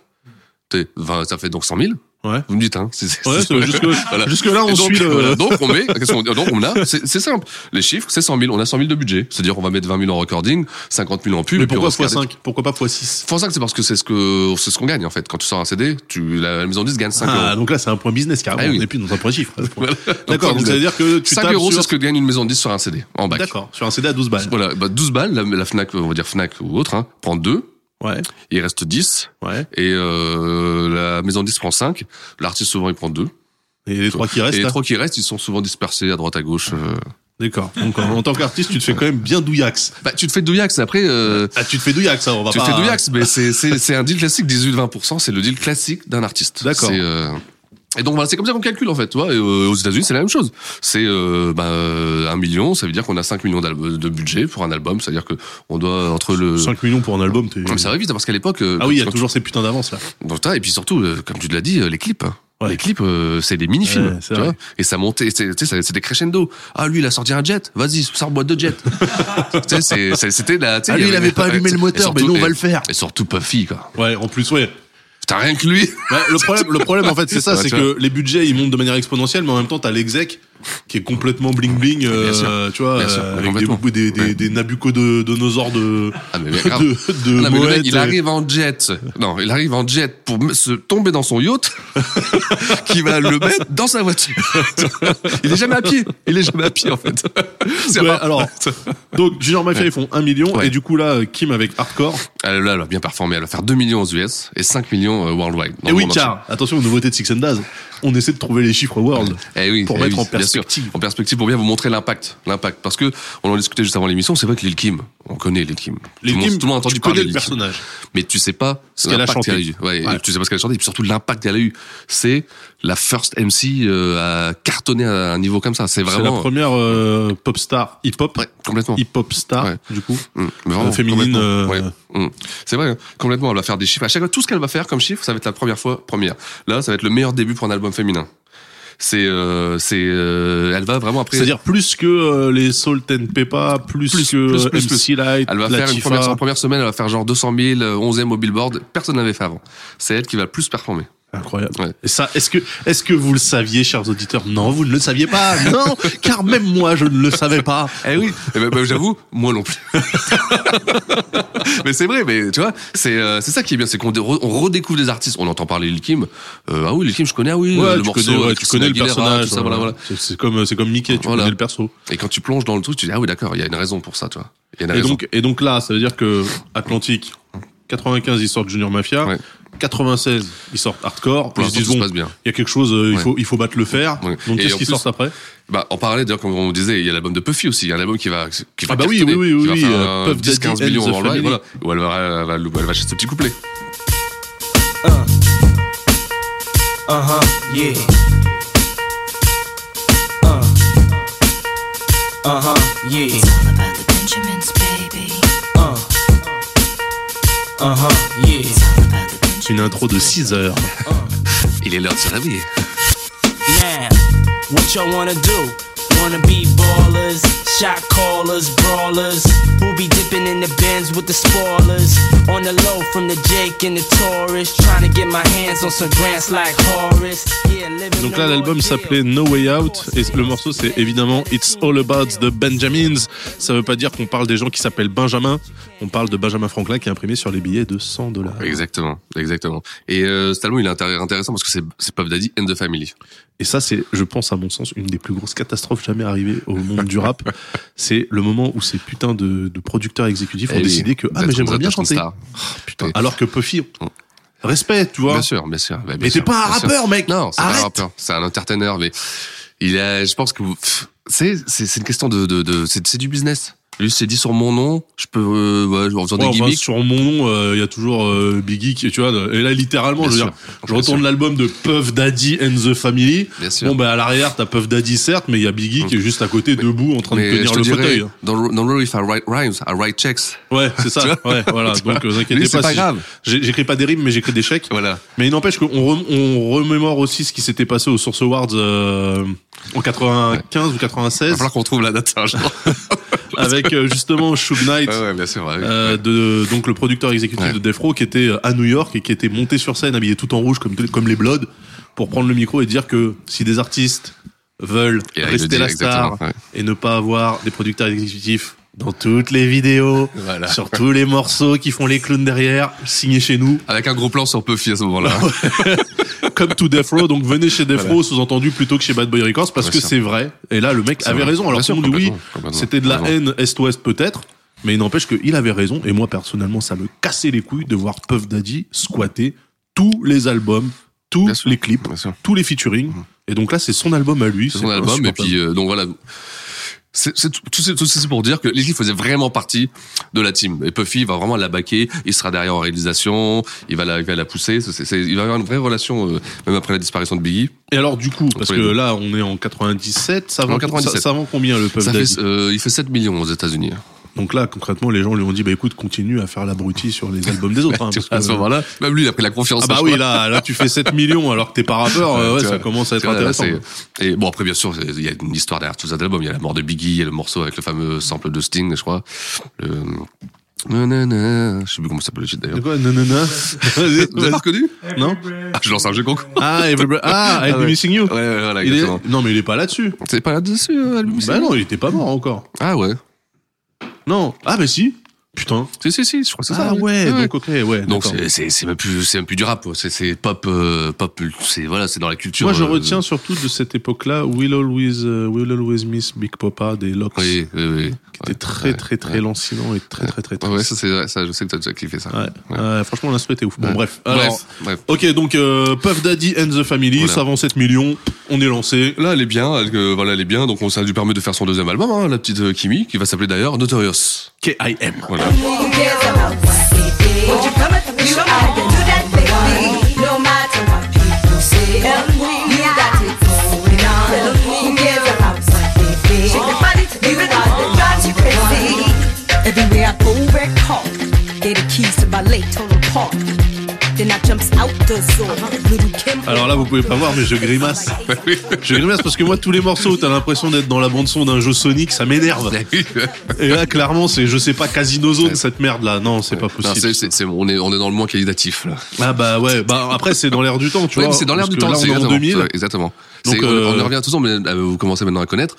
Speaker 5: t'es 20 ça fait donc 100 000.
Speaker 4: Ouais.
Speaker 5: Vous me dites, hein. c'est- c'est-
Speaker 4: Ouais,
Speaker 5: c'est-
Speaker 4: c'est- jusque- jusque-là, on
Speaker 5: Et donc,
Speaker 4: suit le-
Speaker 5: voilà, donc, on met, qu'est-ce qu'on- donc, on a, c'est c'est simple. Les chiffres, c'est 100 000. On a 100 000 de budget. C'est-à-dire, on va mettre 20 000 en recording, 50 000 en pub.
Speaker 4: Mais
Speaker 5: et puis on
Speaker 4: pourquoi
Speaker 5: va se garder-
Speaker 4: x5 Pourquoi pas x6
Speaker 5: Pour ça que c'est parce que c'est ce que c'est ce qu'on gagne en fait. Quand tu sors un CD, tu la, la maison de disque gagne 5
Speaker 4: Ah,
Speaker 5: euros.
Speaker 4: donc là, c'est un point business carrément.
Speaker 5: Ah oui.
Speaker 4: On n'est plus dans un point chiffre.
Speaker 5: Voilà.
Speaker 4: D'accord, donc ça veut dire que tu
Speaker 5: 5
Speaker 4: tapes
Speaker 5: euros,
Speaker 4: sur-
Speaker 5: c'est ce que gagne une maison de disque sur un CD en bac.
Speaker 4: D'accord, sur un CD à 12 balles.
Speaker 5: Voilà, bah 12 balles, la, la Fnac, on va dire Fnac ou autre, hein, prend 2,
Speaker 4: Ouais,
Speaker 5: il reste 10,
Speaker 4: ouais.
Speaker 5: et euh, la maison de disque prend 5, l'artiste souvent il prend 2,
Speaker 4: Et les trois qui restent,
Speaker 5: et les
Speaker 4: là
Speaker 5: trois qui restent, ils sont souvent dispersés à droite à gauche. euh.
Speaker 4: D'accord. Donc en, en tant qu'artiste, tu te fais quand même bien douillax.
Speaker 5: Bah tu te fais douillax, après... euh,
Speaker 4: Ah, tu te fais douillax, hein, on va
Speaker 5: tu
Speaker 4: pas.
Speaker 5: te fais douillax, mais c'est- c'est c'est un deal classique, 18-20%, c'est le deal classique d'un artiste.
Speaker 4: D'accord.
Speaker 5: C'est, euh, Et donc voilà, c'est comme ça qu'on calcule en fait, tu vois. Et, euh, aux États-Unis, c'est la même chose. C'est euh, bah, euh, un million, ça veut dire qu'on a 5 millions d'al- de budget pour un album, c'est-à-dire que on doit entre le
Speaker 4: 5 Euh, millions pour un album, t'es.
Speaker 5: Non, mais ça va vite hein, parce qu'à l'époque. euh,
Speaker 4: Ah oui, il y a
Speaker 5: quand-
Speaker 4: toujours ces putains d'avance là.
Speaker 5: dans le tas, et puis surtout, euh, comme tu l'as dit, euh, les clips. hein.
Speaker 4: Ouais.
Speaker 5: Les clips, euh, c'est des mini-films,
Speaker 4: Ouais, c'est
Speaker 5: tu vois.
Speaker 4: vrai.
Speaker 5: Et ça montait, c'est tu sais, ça- c'était crescendo. Ah, lui, il a sorti un jet. Vas-y, sors-moi deux jets. tu sais, c'est- c'est- c'était la. tu sais,
Speaker 4: Ah,
Speaker 5: il y
Speaker 4: lui, il avait pas allumé le
Speaker 5: et
Speaker 4: moteur, mais nous, on
Speaker 5: et-
Speaker 4: va le faire.
Speaker 5: Et surtout Puffy, quoi.
Speaker 4: Ouais, en plus, ouais.
Speaker 5: Putain, rien que lui.
Speaker 4: Bah, le problème, le problème en fait, c'est ça,
Speaker 5: Ouais,
Speaker 4: c'est
Speaker 5: tu
Speaker 4: que les budgets ils montent de manière exponentielle, mais en même temps t'as l'exec qui est complètement bling bling,
Speaker 5: Bien sûr.
Speaker 4: tu vois,
Speaker 5: Bien sûr,
Speaker 4: euh, avec des,
Speaker 5: complètement.
Speaker 4: bou- des, des,
Speaker 5: Ouais.
Speaker 4: des Nabucodonosors de,
Speaker 5: Ah, mais grave.
Speaker 4: de, de
Speaker 5: Non, mais le mec,
Speaker 4: Moët,
Speaker 5: il
Speaker 4: euh,
Speaker 5: arrive en jet. Non, il arrive en jet pour me- se tomber dans son yacht, qui va le mettre dans sa voiture. il est jamais à pied. Il est jamais à pied, en fait. C'est
Speaker 4: Ouais,
Speaker 5: rare.
Speaker 4: alors, donc Junior Mafia
Speaker 5: Ouais.
Speaker 4: ils font 1 million
Speaker 5: Ouais.
Speaker 4: et du coup là Kim avec Hardcore
Speaker 5: Elle, là, elle va bien performer. Elle va faire 2 millions aux US et 5 millions euh, worldwide. dans
Speaker 4: et Eh
Speaker 5: le
Speaker 4: oui
Speaker 5: monde entier.
Speaker 4: car attention aux nouveautés de Six and Daz, on essaie de trouver les chiffres world
Speaker 5: Eh oui,
Speaker 4: pour
Speaker 5: eh
Speaker 4: mettre
Speaker 5: oui,
Speaker 4: en
Speaker 5: bien sûr.
Speaker 4: perspective.
Speaker 5: En perspective pour bien vous montrer l'impact, l'impact. Parce que on en discutait juste avant l'émission. C'est vrai que Lil Kim, on connaît Lil Kim.
Speaker 4: Les
Speaker 5: tout
Speaker 4: Kim,
Speaker 5: le monde, tout le monde a entendu
Speaker 4: tu
Speaker 5: parler
Speaker 4: connais
Speaker 5: de
Speaker 4: le
Speaker 5: Lil Kim.
Speaker 4: personnage.
Speaker 5: mais tu sais pas ce
Speaker 4: qu'elle a chanté.
Speaker 5: eu. Ouais,
Speaker 4: Ouais.
Speaker 5: Tu sais pas ce qu'elle a chanté, et puis surtout l'impact qu'elle a eu. C'est la first MC euh, à cartonner à un niveau comme ça. C'est
Speaker 4: C'est la
Speaker 5: vraiment
Speaker 4: première euh, pop star hip hop,
Speaker 5: Ouais, complètement.
Speaker 4: hip hop star
Speaker 5: Ouais.
Speaker 4: du coup.
Speaker 5: Mmh, mais vraiment,
Speaker 4: Euh, féminine,
Speaker 5: complètement.
Speaker 4: euh,
Speaker 5: Ouais. Mmh. C'est vrai, hein. complètement. Elle va faire des chiffres. À chaque fois, tout ce qu'elle va faire comme chiffre, ça va être la première fois, première. Là, ça va être le meilleur début pour un album féminin. C'est, euh, c'est, euh, elle va vraiment après.
Speaker 4: C'est-à-dire plus que euh, les Salt and Peppa, plus,
Speaker 5: Plus,
Speaker 4: que
Speaker 5: plus, plus,
Speaker 4: MC Light,
Speaker 5: elle va faire une
Speaker 4: Latifah.
Speaker 5: première, en première semaine, elle va faire genre 200 000, euh, 11e au Billboard. Personne n'avait fait avant. C'est elle qui va le plus performer.
Speaker 4: Incroyable.
Speaker 5: Ouais.
Speaker 4: Et ça, est-ce que, est-ce que vous le saviez, chers auditeurs Non, vous ne le saviez pas. Non, car même moi, je ne le savais pas.
Speaker 5: Eh oui, eh ben, ben, j'avoue, moi non plus. mais c'est vrai, mais tu vois, c'est euh, c'est ça qui est bien, c'est qu'on dé- re- on redécouvre des artistes. On entend parler Lil Kim. Euh, ah oui, Lil Kim, je connais, ah oui, euh, le
Speaker 4: tu
Speaker 5: morceau,
Speaker 4: connais, ouais,
Speaker 5: avec
Speaker 4: tu
Speaker 5: Christina
Speaker 4: connais le
Speaker 5: Aguilera,
Speaker 4: personnage.
Speaker 5: tout ça, voilà,
Speaker 4: voilà.
Speaker 5: voilà.
Speaker 4: C'est, c'est comme, c'est comme Mickey, tu
Speaker 5: Voilà.
Speaker 4: connais le perso.
Speaker 5: Et quand tu plonges dans le truc, tu dis ah oui, d'accord, il y a une raison pour ça, tu vois. Il y a une
Speaker 4: Et
Speaker 5: raison.
Speaker 4: donc, et donc là, ça veut dire que Atlantique, 95, ils sortent Junior Mafia.
Speaker 5: Ouais.
Speaker 4: 96, ils sortent Hardcore.
Speaker 5: Pour
Speaker 4: ils se disent
Speaker 5: l'instant, tout se
Speaker 4: bon,
Speaker 5: passe
Speaker 4: il
Speaker 5: bien.
Speaker 4: y a quelque chose, euh, il
Speaker 5: Ouais.
Speaker 4: faut, il faut battre le fer.
Speaker 5: Ouais.
Speaker 4: Donc
Speaker 5: Et
Speaker 4: qu'est-ce
Speaker 5: en
Speaker 4: qu'ils
Speaker 5: plus-
Speaker 4: sortent après
Speaker 5: bah, en parallèle, d'ailleurs, comme on disait, il y a l'album de Puffy aussi, il y a un album qui va, qui va
Speaker 4: Ah bah oui,
Speaker 5: cartonner,
Speaker 4: oui, oui,
Speaker 5: qui va
Speaker 4: oui,
Speaker 5: faire
Speaker 4: euh,
Speaker 5: un
Speaker 4: Puff
Speaker 5: 10, 15
Speaker 4: Daddy and
Speaker 5: millions
Speaker 4: the
Speaker 5: worldwide,
Speaker 4: Family.
Speaker 5: voilà. Ou elle va, elle va, elle va acheter ce petit couplet.
Speaker 6: Yeah. Uh. Uh huh. Yeah. Uh. Uh huh. Yeah.
Speaker 4: Une intro de 6 heures.
Speaker 5: Il est l'heure de se réveiller.
Speaker 6: Now, what y'all wanna do? Wanna be ballers, shot callers, brawlers. Who be dipping in the bins with the spoilers? On the low from the Jake and the Taurus. Trying to get my hands on some grants like Horace. Yeah, living
Speaker 4: Donc
Speaker 6: the
Speaker 4: là, l'album
Speaker 6: Lord
Speaker 4: s'appelait
Speaker 6: deal.
Speaker 4: No Way Out et le morceau c'est évidemment It's All About the Benjamins. Ça veut pas dire qu'on parle des gens qui s'appellent Benjamin. On parle de Benjamin Franklin qui est imprimé sur les billets de 100 dollars.
Speaker 5: Exactement, exactement. Et euh, cet album, il est intér- intéressant parce que c'est c'est Puff Daddy and the Family.
Speaker 4: Et ça, c'est, je pense, à mon sens, une des plus grosses catastrophes jamais arrivées au monde du rap. C'est le moment où ces putains de, de producteurs exécutifs ont
Speaker 5: Eh oui,
Speaker 4: décidé que ah mais
Speaker 5: d'être-
Speaker 4: j'aimerais bien
Speaker 5: d'être une
Speaker 4: chanter. Oh,
Speaker 5: star.
Speaker 4: Putain.
Speaker 5: Oui. Mm.
Speaker 4: Alors que Puffy, respect, tu vois.
Speaker 5: Bien sûr, bien sûr. Bah, bien
Speaker 4: Mais t'es
Speaker 5: sûr,
Speaker 4: pas un
Speaker 5: bien sûr.
Speaker 4: rappeur, mec.
Speaker 5: Non, c'est pas un
Speaker 4: Arrête.
Speaker 5: rappeur. C'est un entertainer, mais il a. Je pense que vous- pff, c'est c'est c'est une question de de, de c'est c'est du business. Lui, s'est dit sur mon nom, je peux, euh, ouais, en faisant
Speaker 4: Ouais,
Speaker 5: des
Speaker 4: enfin,
Speaker 5: gimmicks.
Speaker 4: sur mon nom, euh, il y a toujours euh, Biggie qui, tu vois, et là littéralement,
Speaker 5: Bien
Speaker 4: je veux
Speaker 5: sûr.
Speaker 4: dire, je
Speaker 5: Bien
Speaker 4: retourne
Speaker 5: sûr.
Speaker 4: l'album de Puff Daddy and the Family.
Speaker 5: Bien sûr. Mm.
Speaker 4: Bon, bah à l'arrière, t'as Puff Daddy certes, mais il y a Biggie qui est juste à côté, debout, en train de
Speaker 5: Mais
Speaker 4: tenir
Speaker 5: je te
Speaker 4: le
Speaker 5: dirais,
Speaker 4: fauteuil.
Speaker 5: Dans, dans Rory, if I write rhymes, I write checks.
Speaker 4: Ouais, c'est ça. ouais, voilà.
Speaker 5: Tu
Speaker 4: Donc,
Speaker 5: vois.
Speaker 4: vous inquiétez
Speaker 5: Lui, c'est
Speaker 4: pas.
Speaker 5: pas
Speaker 4: si-
Speaker 5: grave.
Speaker 4: j'ai- J'écris pas des rimes, mais j'écris des chèques.
Speaker 5: Voilà.
Speaker 4: Mais il n'empêche qu'on rem- on remémore aussi ce qui s'était passé aux Source Awards euh, en 95 ou
Speaker 5: Il va
Speaker 4: 96
Speaker 5: falloir qu'on trouve la date, un jour.
Speaker 4: avec euh, justement Shug Knight.
Speaker 5: ouais, ouais, bien sûr. ouais.
Speaker 4: euh, de donc le producteur exécutif
Speaker 5: Ouais.
Speaker 4: de Death Row qui était euh, à New York et qui était monté sur scène habillé tout en rouge comme comme les Bloods pour prendre le micro et dire que si des artistes veulent
Speaker 5: Et là, il le
Speaker 4: rester
Speaker 5: dit,
Speaker 4: la star
Speaker 5: exactement, ouais.
Speaker 4: et ne pas avoir des producteurs exécutifs dans toutes les vidéos,
Speaker 5: Voilà.
Speaker 4: sur tous les morceaux qui font les clowns derrière, signez chez nous
Speaker 5: Avec un gros plan sur Puffy à ce moment-là.
Speaker 4: comme tout Death Row, donc venez chez Death Row, sous-entendu plutôt que chez Bad Boy Records, parce
Speaker 5: Bien
Speaker 4: que
Speaker 5: sûr.
Speaker 4: c'est vrai. Et là, le mec
Speaker 5: C'est
Speaker 4: avait
Speaker 5: vrai.
Speaker 4: raison. Alors
Speaker 5: Bien
Speaker 4: tout
Speaker 5: sûr,
Speaker 4: le monde dit oui,
Speaker 5: complètement, complètement,
Speaker 4: c'était de la
Speaker 5: complètement.
Speaker 4: haine Est-Ouest peut-être, mais il n'empêche qu'il avait raison. Et moi, personnellement, ça me cassait les couilles de voir Puff Daddy squatter tous les albums, tous
Speaker 5: Bien sûr.
Speaker 4: les clips,
Speaker 5: Bien sûr. Mm-hmm.
Speaker 4: tous les featuring. Et donc là, c'est son album à lui.
Speaker 5: C'est son album, et puis, euh, donc voilà. C'est c'est tout, tout, c'est- tout ceci pour dire que Leslie faisait vraiment partie de la team. Et Puffy va vraiment la baquer, il sera derrière en réalisation, il va la, il va la pousser, c'est- c'est- il va y avoir une vraie relation, euh, même après la disparition de Biggie.
Speaker 4: Et alors, du coup, parce
Speaker 5: Entre
Speaker 4: que
Speaker 5: les deux.
Speaker 4: là, on est en 97, ça vend,
Speaker 5: En 97.
Speaker 4: ça- ça vend combien le Puff
Speaker 5: Ça
Speaker 4: Daddy
Speaker 5: fait, euh, il fait 7 millions aux États-Unis. hein.
Speaker 4: Donc là, concrètement, les gens lui ont dit, bah écoute, continue à faire l'abruti sur les albums des autres. hein,
Speaker 5: Tu
Speaker 4: parce
Speaker 5: vois, à
Speaker 4: que-
Speaker 5: ce moment-là, même lui, il a pris la confiance.
Speaker 4: Ah
Speaker 5: je
Speaker 4: bah
Speaker 5: crois.
Speaker 4: oui, là, là tu fais 7 millions alors que t'es pas rappeur, euh, ouais,
Speaker 5: Tu
Speaker 4: ça
Speaker 5: vois,
Speaker 4: commence à être
Speaker 5: tu vois, là,
Speaker 4: intéressant.
Speaker 5: c'est- Et bon, après, bien sûr, c'est- il y a une histoire derrière tout cet album. Il y a la mort de Biggie, il y a le morceau avec le fameux sample de Sting, je crois. Le... Nanana, je sais plus comment ça s'appelle le titre
Speaker 4: De
Speaker 5: d'ailleurs.
Speaker 4: quoi Non, non, non. Vas-y,
Speaker 5: Vous avez
Speaker 4: vas-y.
Speaker 5: pas reconnu
Speaker 4: Non
Speaker 5: Ah, Je lance un jeu concours.
Speaker 4: Ah, Everybody... ah, I'll
Speaker 5: ouais.
Speaker 4: Be Missing You
Speaker 5: Ouais, ouais, voilà,
Speaker 4: Il est-
Speaker 5: exactement.
Speaker 4: Non, mais il est pas là-dessus.
Speaker 5: C'est pas là-dessus, euh, Album
Speaker 4: Bah non, il était pas mort encore.
Speaker 5: Ah ouais.
Speaker 4: Non. Ah, bah si. Putain.
Speaker 5: Si, si, si, je crois que c'est ça.
Speaker 4: Ah
Speaker 5: oui.
Speaker 4: ouais, donc ok, ouais.
Speaker 5: Donc
Speaker 4: d'accord.
Speaker 5: c'est- c'est c'est même plus c'est même plus du rap quoi. c'est c'est pop euh, pop c'est voilà c'est dans la culture
Speaker 4: Moi, je
Speaker 5: euh,
Speaker 4: retiens surtout de cette époque-là Will Always, euh, Will Always Miss Big Papa des Locks.
Speaker 5: oui oui oui
Speaker 4: Qui était
Speaker 5: Ouais,
Speaker 4: très,
Speaker 5: ouais,
Speaker 4: très, très
Speaker 5: ouais.
Speaker 4: lancinant et très, très, très
Speaker 5: ouais
Speaker 4: triste.
Speaker 5: ça c'est ça je sais que t'as déjà kiffé ça
Speaker 4: Ouais. Ouais, franchement, l'instru était ouf. Bon,
Speaker 5: Ouais.
Speaker 4: bref. Alors,
Speaker 5: bref
Speaker 4: Ok, donc euh, Puff Daddy and the Family,
Speaker 5: Voilà.
Speaker 4: ça vend 7 millions, on est lancé.
Speaker 5: Là, elle est bien. Elle, euh, voilà, elle est bien. Donc, on ça lui permet de faire son deuxième album, hein, la petite euh, Kimi, qui va s'appeler d'ailleurs Notorious.
Speaker 4: K.I.M.
Speaker 5: Voilà.
Speaker 2: Who cares about what we feel? Would you come and you I can do that baby No matter what people say Tell me you got it going on Tell me who cares about what we feel Shake your body to the rhythm that drives you crazy Everywhere I go, red talk Get the keys to my late total park Then I jumps out the door Little Kim
Speaker 4: Alors là, vous pouvez pas voir, mais je grimace. Je grimace parce que moi, tous les morceaux, t'as l'impression d'être dans la bande son d'un jeu Sonic, ça m'énerve. Et là, clairement, c'est, je sais pas, Casino Zone, cette merde là. Non, c'est pas
Speaker 5: Non, c'est-
Speaker 4: possible.
Speaker 5: c'est- c'est- on est on est dans le moins qualitatif là.
Speaker 4: Ah bah ouais, bah après, c'est dans l'air du temps, tu
Speaker 5: Ouais, mais
Speaker 4: vois.
Speaker 5: c'est dans l'air
Speaker 4: parce
Speaker 5: du
Speaker 4: que
Speaker 5: temps.
Speaker 4: Là,
Speaker 5: c'est
Speaker 4: on est en
Speaker 5: exactement,
Speaker 4: 2000.
Speaker 5: ouais, Exactement.
Speaker 4: Donc,
Speaker 5: C'est- on-
Speaker 4: euh,
Speaker 5: on, y revient toujours, mais euh, vous commencez maintenant à connaître.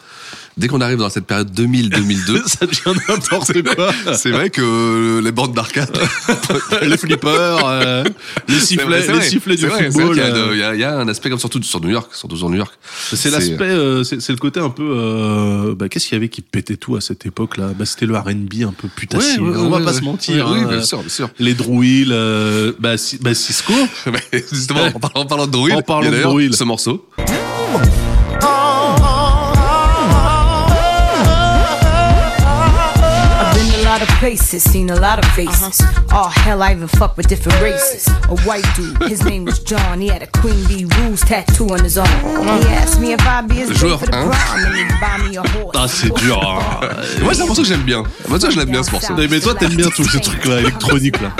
Speaker 5: Dès qu'on arrive dans cette période 2000-2002,
Speaker 4: Ça devient n'importe quoi.
Speaker 5: c'est vrai que euh, les bandes d'arcade,
Speaker 4: les flippers, euh, les sifflets,
Speaker 5: C'est
Speaker 4: les
Speaker 5: vrai,
Speaker 4: sifflets du
Speaker 5: c'est vrai, c'est vrai
Speaker 4: football.
Speaker 5: qu'il y a de-
Speaker 4: euh,
Speaker 5: Il y, a- il y a un aspect comme surtout sur New York, surtout sur New York.
Speaker 4: C'est l'aspect, euh, c'est c'est le côté un peu. euh, bah, Qu'est-ce qu'il y avait qui pétait tout à cette époque-là Bah, c'était le R&B un peu putassier. hein.
Speaker 5: Ouais, ouais,
Speaker 4: on va
Speaker 5: ouais,
Speaker 4: pas
Speaker 5: ouais.
Speaker 4: se mentir.
Speaker 5: Oui,
Speaker 4: hein.
Speaker 5: bien sûr, bien sûr.
Speaker 4: Les Drouilles, euh, bah, Si- bah, Cisco.
Speaker 5: euh, Mais Justement, en parlant, en parlant de Druid,
Speaker 4: En parlant
Speaker 5: il y a
Speaker 4: de
Speaker 5: d'ailleurs
Speaker 4: Druid.
Speaker 5: ce morceau.
Speaker 2: I've been a lot of places, seen a lot of faces.
Speaker 6: Uh-huh.
Speaker 2: Oh hell, I even fuck with different races. A white dude, his name was John. He had a Queen Bee Rules tattoo on his arm. He asked me if I'd be his date
Speaker 5: Joueur
Speaker 2: for the
Speaker 5: un.
Speaker 2: prom, and he'd buy me a horse.
Speaker 4: Ah, c'est dur. hein.
Speaker 5: Moi, c'est un morceau que j'aime bien. Moi, ça, je l'aime bien ce morceau.
Speaker 4: Mais toi, t'aimes bien tous ces trucs-là, électroniques, là.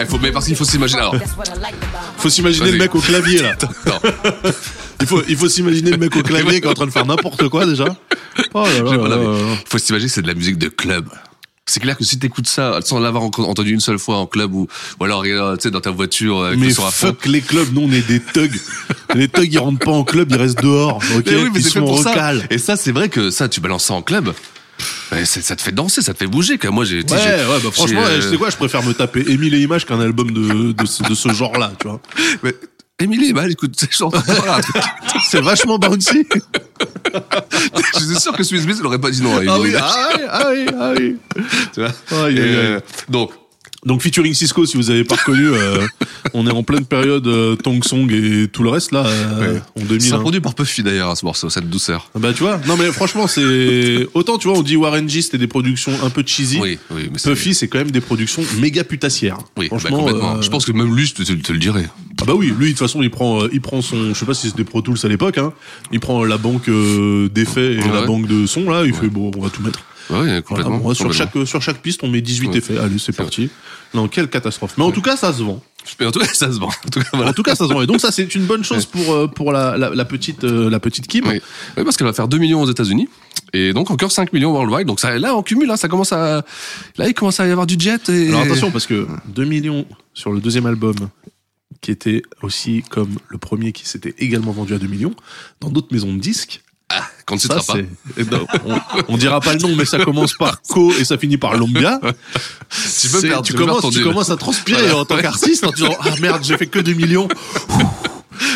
Speaker 5: Il faut, mais parce qu'il faut s'imaginer. Alors,
Speaker 4: Faut s'imaginer le
Speaker 5: Vas-y.
Speaker 4: mec au clavier, là.
Speaker 5: non,
Speaker 4: Il faut, il faut s'imaginer le mec au clavier qui est en train de faire n'importe quoi, déjà. Oh là là
Speaker 5: j'ai pas
Speaker 4: là
Speaker 5: non,
Speaker 4: là
Speaker 5: mais
Speaker 4: là.
Speaker 5: faut s'imaginer que c'est de la musique de club. C'est clair que si t'écoutes ça sans l'avoir en- entendu une seule fois en club ou, ou alors euh, tu sais dans ta voiture avec
Speaker 4: Mais
Speaker 5: le son à fond.
Speaker 4: fuck les clubs, nous on est des thugs. les thugs ils rentrent pas en club, ils restent dehors. Ok,
Speaker 5: Eh oui, mais
Speaker 4: ils
Speaker 5: c'est fait
Speaker 4: sont
Speaker 5: pour ça.
Speaker 4: recalés.
Speaker 5: Et ça, c'est vrai que ça, tu balances ça en club. Mais c'est- ça te fait danser, ça te fait bouger. Quand moi, j'ai.
Speaker 4: Ouais, ouais, bah franchement,
Speaker 5: j'ai, euh,
Speaker 4: je sais quoi, je préfère me taper Émile et Images qu'un album de, de, ce, de ce genre-là, tu vois.
Speaker 5: Mais, Émilie, bah, elle écoute, ces chansons. Voilà.
Speaker 4: C'est vachement bouncy.
Speaker 5: je suis sûr que Smith Smith, il aurait pas dit non à Émilie.
Speaker 4: ah oui, ah oui.
Speaker 5: tu vois.
Speaker 4: Aïe, aïe,
Speaker 5: Et,
Speaker 4: aïe.
Speaker 5: euh, donc,
Speaker 4: Donc featuring Cisco, si vous avez pas reconnu, euh, on est en pleine période euh, Tong Song et tout le reste là, euh,
Speaker 5: Ouais.
Speaker 4: en 2000.
Speaker 5: C'est
Speaker 4: hein.
Speaker 5: produit par Puffy d'ailleurs à ce morceau, cette douceur.
Speaker 4: Bah tu vois, non mais franchement c'est autant tu vois on dit Warren G c'était des productions un peu cheesy.
Speaker 5: Oui, oui, mais c'est-
Speaker 4: Puffy c'est quand même des productions méga putassières.
Speaker 5: Oui, bah,
Speaker 4: franchement.
Speaker 5: complètement.
Speaker 4: euh,
Speaker 5: Je pense que même lui, je te, te- te le dirais.
Speaker 4: Ah bah oui, lui de toute façon il prend, euh, il prend son, je sais pas si c'était Pro Tools à l'époque, hein, il prend la banque euh, d'effets et
Speaker 5: Ouais,
Speaker 4: la
Speaker 5: ouais.
Speaker 4: banque de son là, il fait bon on va tout mettre.
Speaker 5: Oui,
Speaker 4: Voilà,
Speaker 5: complètement.
Speaker 4: bon, sur,
Speaker 5: complètement.
Speaker 4: chaque, euh, sur chaque piste on met 18
Speaker 5: Ouais.
Speaker 4: effets, allez c'est parti. Non quelle catastrophe. Mais en tout cas ça se vend.
Speaker 5: Mais en tout cas, ça se vend. En tout cas, voilà.
Speaker 4: En tout cas ça se vend. Et donc ça c'est une bonne chose pour, euh, pour la, la, la petite, euh, la petite Kim.
Speaker 5: Oui. Oui, parce qu'elle va faire 2 millions aux États-Unis. Et donc encore 5 millions worldwide. Donc ça, là, en cumul, hein, ça commence à. Là, il commence à y avoir du jet. Et...
Speaker 4: Alors attention, parce que 2 millions sur le deuxième album, qui était aussi comme le premier qui s'était également vendu à 2 millions, dans d'autres maisons de disques,
Speaker 5: Quand tu ne
Speaker 4: ça
Speaker 5: pas.
Speaker 4: c'est... Eh ben, on, on dira pas le nom, mais ça commence par Co et ça finit par Lombia.
Speaker 5: Tu peux
Speaker 4: C'est-
Speaker 5: perdre,
Speaker 4: tu,
Speaker 5: tu peux
Speaker 4: commences,
Speaker 5: perdre ton
Speaker 4: tu
Speaker 5: deal.
Speaker 4: commences à transpirer
Speaker 5: Voilà.
Speaker 4: en tant qu'artiste en te disant « Ah merde, j'ai fait que 2 millions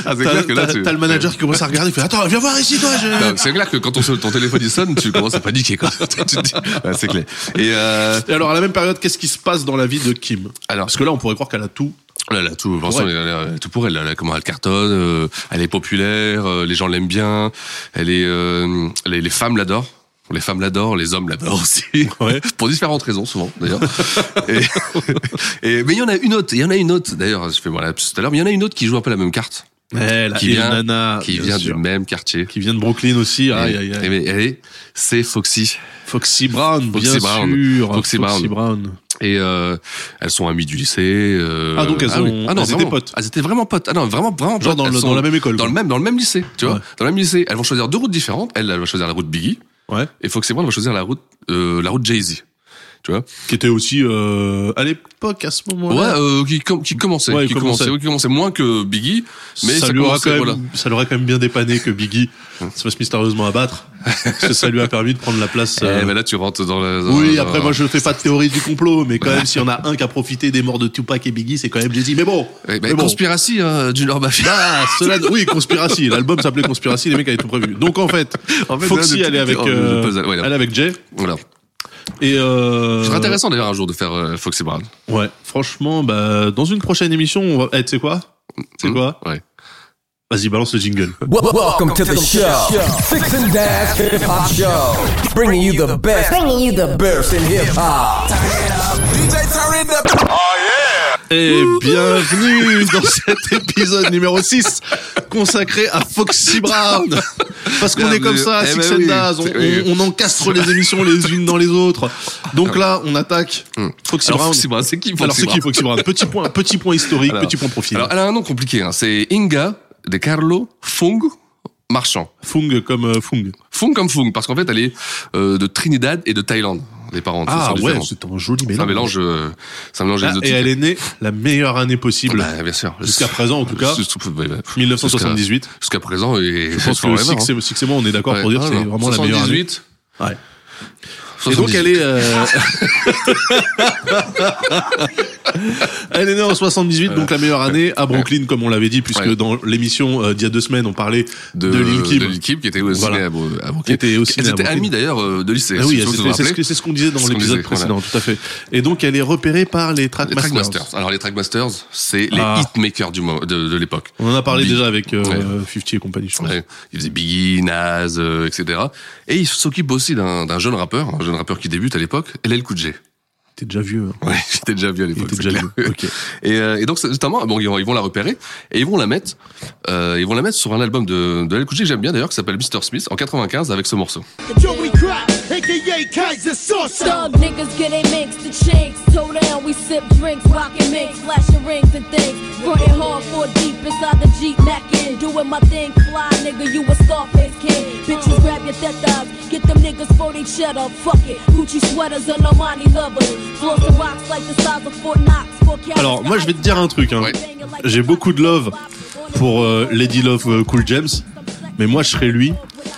Speaker 5: Ah, ». c'est
Speaker 4: T'as
Speaker 5: clair que là,
Speaker 4: t'as-
Speaker 5: tu-
Speaker 4: t'as le manager qui commence à regarder, il fait « Attends, viens voir ici toi j'ai-
Speaker 5: Non, C'est clair que quand ton, ton téléphone il sonne, tu commences à paniquer. Quoi. Tu te dis- Ouais, c'est clair. Et euh,
Speaker 4: Et alors à la même période, qu'est-ce qui se passe dans la vie de Kim
Speaker 5: Alors-
Speaker 4: Parce que là, on pourrait croire qu'elle a tout.
Speaker 5: Oh Là, là, tout, Vincent,
Speaker 4: Ouais.
Speaker 5: elle, elle, elle- tout pour elle. là, là, comment elle cartonne, euh, elle est populaire, euh, les gens l'aiment bien, elle est, euh, les, les femmes l'adorent. Les femmes l'adorent, les hommes l'adorent aussi,
Speaker 4: Ouais.
Speaker 5: pour différentes raisons souvent d'ailleurs. et, et- mais il y en a une autre, il y en a une autre d'ailleurs. Je fais moi la lapsus tout à l'heure, mais il y en a une autre qui joue un peu la même carte,
Speaker 4: Elle
Speaker 5: Qui
Speaker 4: et
Speaker 5: vient-
Speaker 4: Nana,
Speaker 5: qui
Speaker 4: Ah, bien
Speaker 5: vient
Speaker 4: sûr.
Speaker 5: du même quartier.
Speaker 4: qui vient de Brooklyn aussi. Aïe,
Speaker 5: Et-
Speaker 4: aïe, aïe.
Speaker 5: et mais elle est, c'est Foxy.
Speaker 4: Foxy Brown,
Speaker 5: Foxy
Speaker 4: bien
Speaker 5: Brown.
Speaker 4: sûr.
Speaker 5: Foxy Brown. Et euh, elles sont amies du lycéée. euh,
Speaker 4: Ah, donc elles ont-
Speaker 5: oui. Ah non,
Speaker 4: elles étaient
Speaker 5: vraiment.
Speaker 4: potes.
Speaker 5: Elles étaient vraiment potes. Ah non, vraiment, vraiment
Speaker 4: Genre
Speaker 5: potes.
Speaker 4: dans
Speaker 5: Elles
Speaker 4: le- dans la même école,
Speaker 5: Dans
Speaker 4: quoi.
Speaker 5: le même, dans le même lycée, tu
Speaker 4: Ouais.
Speaker 5: vois. Dans le même lycée. Elles vont choisir deux routes différentes. Elle, elle va choisir la route Biggie.
Speaker 4: Ouais.
Speaker 5: Et Foxy Brown va choisir la route, euh, la route Jay-Z. Tu vois
Speaker 4: Qui était aussi euh, à l'époque, à ce moment-là.
Speaker 5: Ouais, euh, qui, com- qui commençait.
Speaker 4: Ouais, il
Speaker 5: qui
Speaker 4: commençait.
Speaker 5: commençait. oui, qui commençait moins que Biggie. Mais ça,
Speaker 4: ça, lui aura
Speaker 5: commençait,
Speaker 4: quand même,
Speaker 5: voilà.
Speaker 4: ça l'aurait quand même bien dépanné que Biggie se fasse mystérieusement abattre. parce que ça lui a permis de prendre la place. euh,
Speaker 5: Eh ben là, tu rentres dans la. dans-
Speaker 4: oui,
Speaker 5: dans-
Speaker 4: après, moi, je fais pas de théorie du complot, mais quand même, s'il y en a un qui a profité des morts de Tupac et Biggie, c'est quand même Jay-Z. Mais bon.
Speaker 5: Eh ben,
Speaker 4: mais bon.
Speaker 5: Conspiracy hein, du Nord Mafia.
Speaker 4: Ah, cela- oui, Conspiracy. L'album s'appelait Conspiracy, les mecs avaient tout prévu. Donc, en fait,
Speaker 5: En fait,
Speaker 4: Foxy,
Speaker 5: là,
Speaker 4: elle est avec,
Speaker 5: oh, le
Speaker 4: euh,
Speaker 5: puzzle, ouais, là.
Speaker 4: elle est avec Jay.
Speaker 5: Voilà.
Speaker 4: Et, euh,
Speaker 5: Ce serait intéressant d'ailleurs un jour de faire euh, Foxy Brown.
Speaker 4: Ouais, franchement, bah, dans une prochaine émission, on va. Eh, tu sais quoi C'est
Speaker 5: Hmm
Speaker 4: quoi
Speaker 5: Ouais.
Speaker 4: Vas-y, balance le jingle.
Speaker 1: Wel- Welcome to the show. Six and Dash Hip Hop Show. Bringing you the best. Bringing you the best in hip hop.
Speaker 3: DJ turn it up. Oh yeah.
Speaker 4: Et bienvenue dans cet épisode numéro 6 consacré à Foxy Brown. Parce qu'on est comme ça, à
Speaker 5: Eh
Speaker 4: Six
Speaker 5: ben
Speaker 4: and
Speaker 5: oui.
Speaker 4: Daz, on,
Speaker 5: Oui.
Speaker 4: on- on encastre les émissions les unes dans les autres. Donc là, on attaque Foxy
Speaker 5: Alors,
Speaker 4: Brown.
Speaker 5: Foxy Brown, c'est qui Foxy
Speaker 4: Alors c'est qui
Speaker 5: Brown
Speaker 4: Foxy Brown Petit point, petit point historique,
Speaker 5: Alors,
Speaker 4: petit point profil.
Speaker 5: Alors, elle a un nom compliqué. Hein. C'est Inga de Carlo Fung Marchand.
Speaker 4: Fung comme euh, Fung.
Speaker 5: Fung comme Fung, parce qu'en fait, elle est euh, de Trinidad et de Thaïlande. Les parents ce
Speaker 4: Ah
Speaker 5: sont
Speaker 4: ouais,
Speaker 5: différents.
Speaker 4: c'est un joli
Speaker 5: c'est un
Speaker 4: mélange.
Speaker 5: mélange, euh, c'est un mélange
Speaker 4: Ah, et
Speaker 5: exotique.
Speaker 4: elle est née la meilleure année possible.
Speaker 5: Bah, bien sûr.
Speaker 4: Jusqu'à présent, en tout cas.
Speaker 5: Jusqu'à- ouais, ouais.
Speaker 4: 1978.
Speaker 5: Jusqu'à- Jusqu'à présent, et
Speaker 4: Je pense que Six, et- Six et moi, on est
Speaker 5: hein.
Speaker 4: d'accord pour dire que c'est vraiment la meilleure année. Ouais. Et donc elle est, euh, elle est née en 78, donc la meilleure année à Brooklyn, comme on l'avait dit, puisque
Speaker 5: Ouais.
Speaker 4: dans l'émission euh, d'il y a deux semaines, on parlait de,
Speaker 5: de,
Speaker 4: Lil Kim.
Speaker 5: de Lil Kim, qui était aussi
Speaker 4: Voilà.
Speaker 5: née à Bro- à Brooklyn.
Speaker 4: Qui était aussi née
Speaker 5: Elles
Speaker 4: à
Speaker 5: étaient
Speaker 4: Brooklyn.
Speaker 5: amies d'ailleurs euh, de lycée.
Speaker 4: Ah oui,
Speaker 5: si vous
Speaker 4: c'est-
Speaker 5: vous
Speaker 4: c'est ce
Speaker 5: rappelez.
Speaker 4: que- c'est ce qu'on disait dans
Speaker 5: C'est ce qu'on
Speaker 4: l'épisode
Speaker 5: disait,
Speaker 4: précédent,
Speaker 5: voilà.
Speaker 4: tout à fait. Et donc elle est repérée par les
Speaker 5: Les Trackmasters.
Speaker 4: Trackmasters.
Speaker 5: Alors les Trackmasters, c'est les
Speaker 4: Ah.
Speaker 5: hitmakers du moment, de, de l'époque.
Speaker 4: On en a parlé
Speaker 5: Big.
Speaker 4: déjà avec euh,
Speaker 5: Ouais.
Speaker 4: 50 et compagnie, je pense.
Speaker 5: Ouais. Ils faisaient Biggie, Nas, euh, etc. Et ils s'occupent aussi d'un d'un jeune rappeur, un jeune rappeur qui débute à l'époque, LL Cool J.
Speaker 4: T'es déjà vieux. hein.
Speaker 5: Ouais, j'étais déjà vu à
Speaker 4: Il
Speaker 5: l'époque.
Speaker 4: était
Speaker 5: c'est
Speaker 4: déjà
Speaker 5: clair.
Speaker 4: vieux. Ok.
Speaker 5: Et, euh, et donc c'est- notamment, bon, ils vont, ils vont la repérer et ils vont la mettre, euh, ils vont la mettre sur un album de, de LL Cool J que j'aime bien d'ailleurs, qui s'appelle Mr Smith en 95 avec ce morceau.
Speaker 10: Joey Crack, aka Kaiser Sosa.
Speaker 11: Thug niggas getting mixed and shakes. Toe down, we sip drinks, rockin' mix, flashing rings and things. Frontin' hard, four deep inside the Jeep, mackin'. Doing my thing, fly nigga, you a Scarface king. Bitches grab your death eyes, get them niggas for they cheddar. Fuck it, Gucci sweaters and Armani lovers. Floss and rocks like the size of Fort Knox. Four carats
Speaker 4: Alors moi, je vais te dire un truc. hein.
Speaker 5: Ouais.
Speaker 4: J'ai beaucoup de love pour euh, Lady Love euh, Cool James, mais moi je serais lui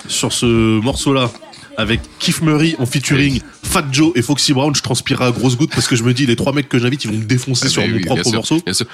Speaker 4: sur ce morceau-là avec Keith Murray en featuring Fat Joe et Foxy Brown. Je transpirerai à grosses gouttes parce que je me dis les trois mecs que j'invite ils vont me défoncer sur
Speaker 5: Ah, mais
Speaker 4: mon
Speaker 5: oui, bien
Speaker 4: propre
Speaker 5: sûr,
Speaker 4: morceau.
Speaker 5: bien sûr.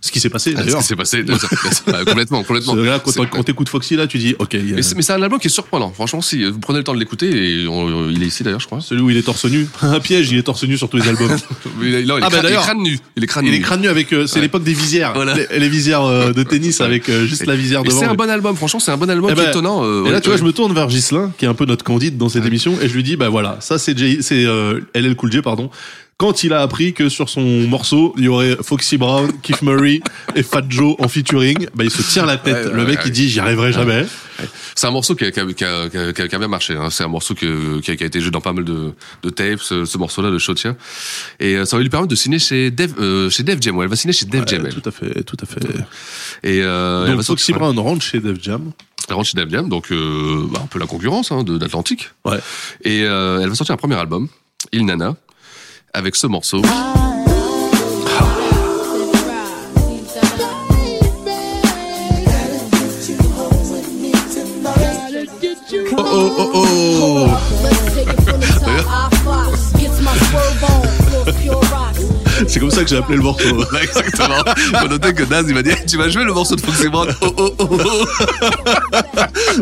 Speaker 4: Ce qui s'est passé
Speaker 5: Ah,
Speaker 4: d'ailleurs.
Speaker 5: ce qui s'est passé, d'ailleurs. Bah, complètement, complètement.
Speaker 4: Là,
Speaker 5: C'est-
Speaker 4: quand, quand t'écoutes Foxy, là, tu dis, ok, il y a-
Speaker 5: Mais c'est mais c'est un album qui est surprenant. Franchement, si vous prenez le temps de l'écouter, et on- il est ici d'ailleurs, je crois.
Speaker 4: celui où il est torse nu. Un piège, il est torse nu sur tous les albums.
Speaker 5: Mais là, il est
Speaker 4: Ah, bah,
Speaker 5: crâne- il est
Speaker 4: d'ailleurs.
Speaker 5: crâne nu. Il est crâne
Speaker 4: Il est
Speaker 5: nu.
Speaker 4: crâne nu avec, euh, c'est
Speaker 5: Ouais.
Speaker 4: l'époque des visières,
Speaker 5: Voilà.
Speaker 4: les, les visières euh, de tennis avec euh, juste la visière
Speaker 5: Mais
Speaker 4: devant.
Speaker 5: c'est un bon album, franchement, c'est un bon album
Speaker 4: Eh
Speaker 5: qui
Speaker 4: ben,
Speaker 5: est étonnant. euh,
Speaker 4: et là,
Speaker 5: ouais,
Speaker 4: tu vois,
Speaker 5: ouais.
Speaker 4: je me tourne vers Ghislain, qui est un peu notre candide dans cette émission, et je lui dis, bah voilà, ça c'est Jay- c'est euh, LL Cool J, pardon. Quand il a appris que sur son morceau, il y aurait Foxy Brown, Keith Murray et Fat Joe en featuring, bah il se tire la tête.
Speaker 5: Ouais,
Speaker 4: le
Speaker 5: ouais,
Speaker 4: mec,
Speaker 5: ouais.
Speaker 4: il dit, j'y arriverai jamais.
Speaker 5: C'est un morceau qui a, qui a- qui a- qui a- qui a- qui a bien marché. hein. C'est un morceau que- qui, a, qui a été joué dans pas mal de, de tapes, ce, ce morceau-là, le Shotia. Et euh, ça va lui permettre de signer chez Dave, euh, chez Def Jam. Ouais, elle va signer chez Def Jam.
Speaker 4: Ouais,
Speaker 5: elle.
Speaker 4: tout à fait, tout à fait.
Speaker 5: Et euh, elle
Speaker 4: Donc
Speaker 5: va
Speaker 4: Foxy
Speaker 5: sortir-
Speaker 4: Brown rentre chez Def Jam.
Speaker 5: Elle rentre chez Def Jam, donc euh, bah, un peu la concurrence hein, de d'Atlantique.
Speaker 4: Ouais.
Speaker 5: Et euh, elle va sortir un premier album, Il Nana, avec ce morceau.
Speaker 4: Oh oh oh oh. C'est comme ça que j'ai appelé le morceau.
Speaker 5: Là, exactement. Faut noter que Daz, il m'a dit Eh, Tu vas jouer le morceau de Foxy Brown Oh, oh, oh, oh.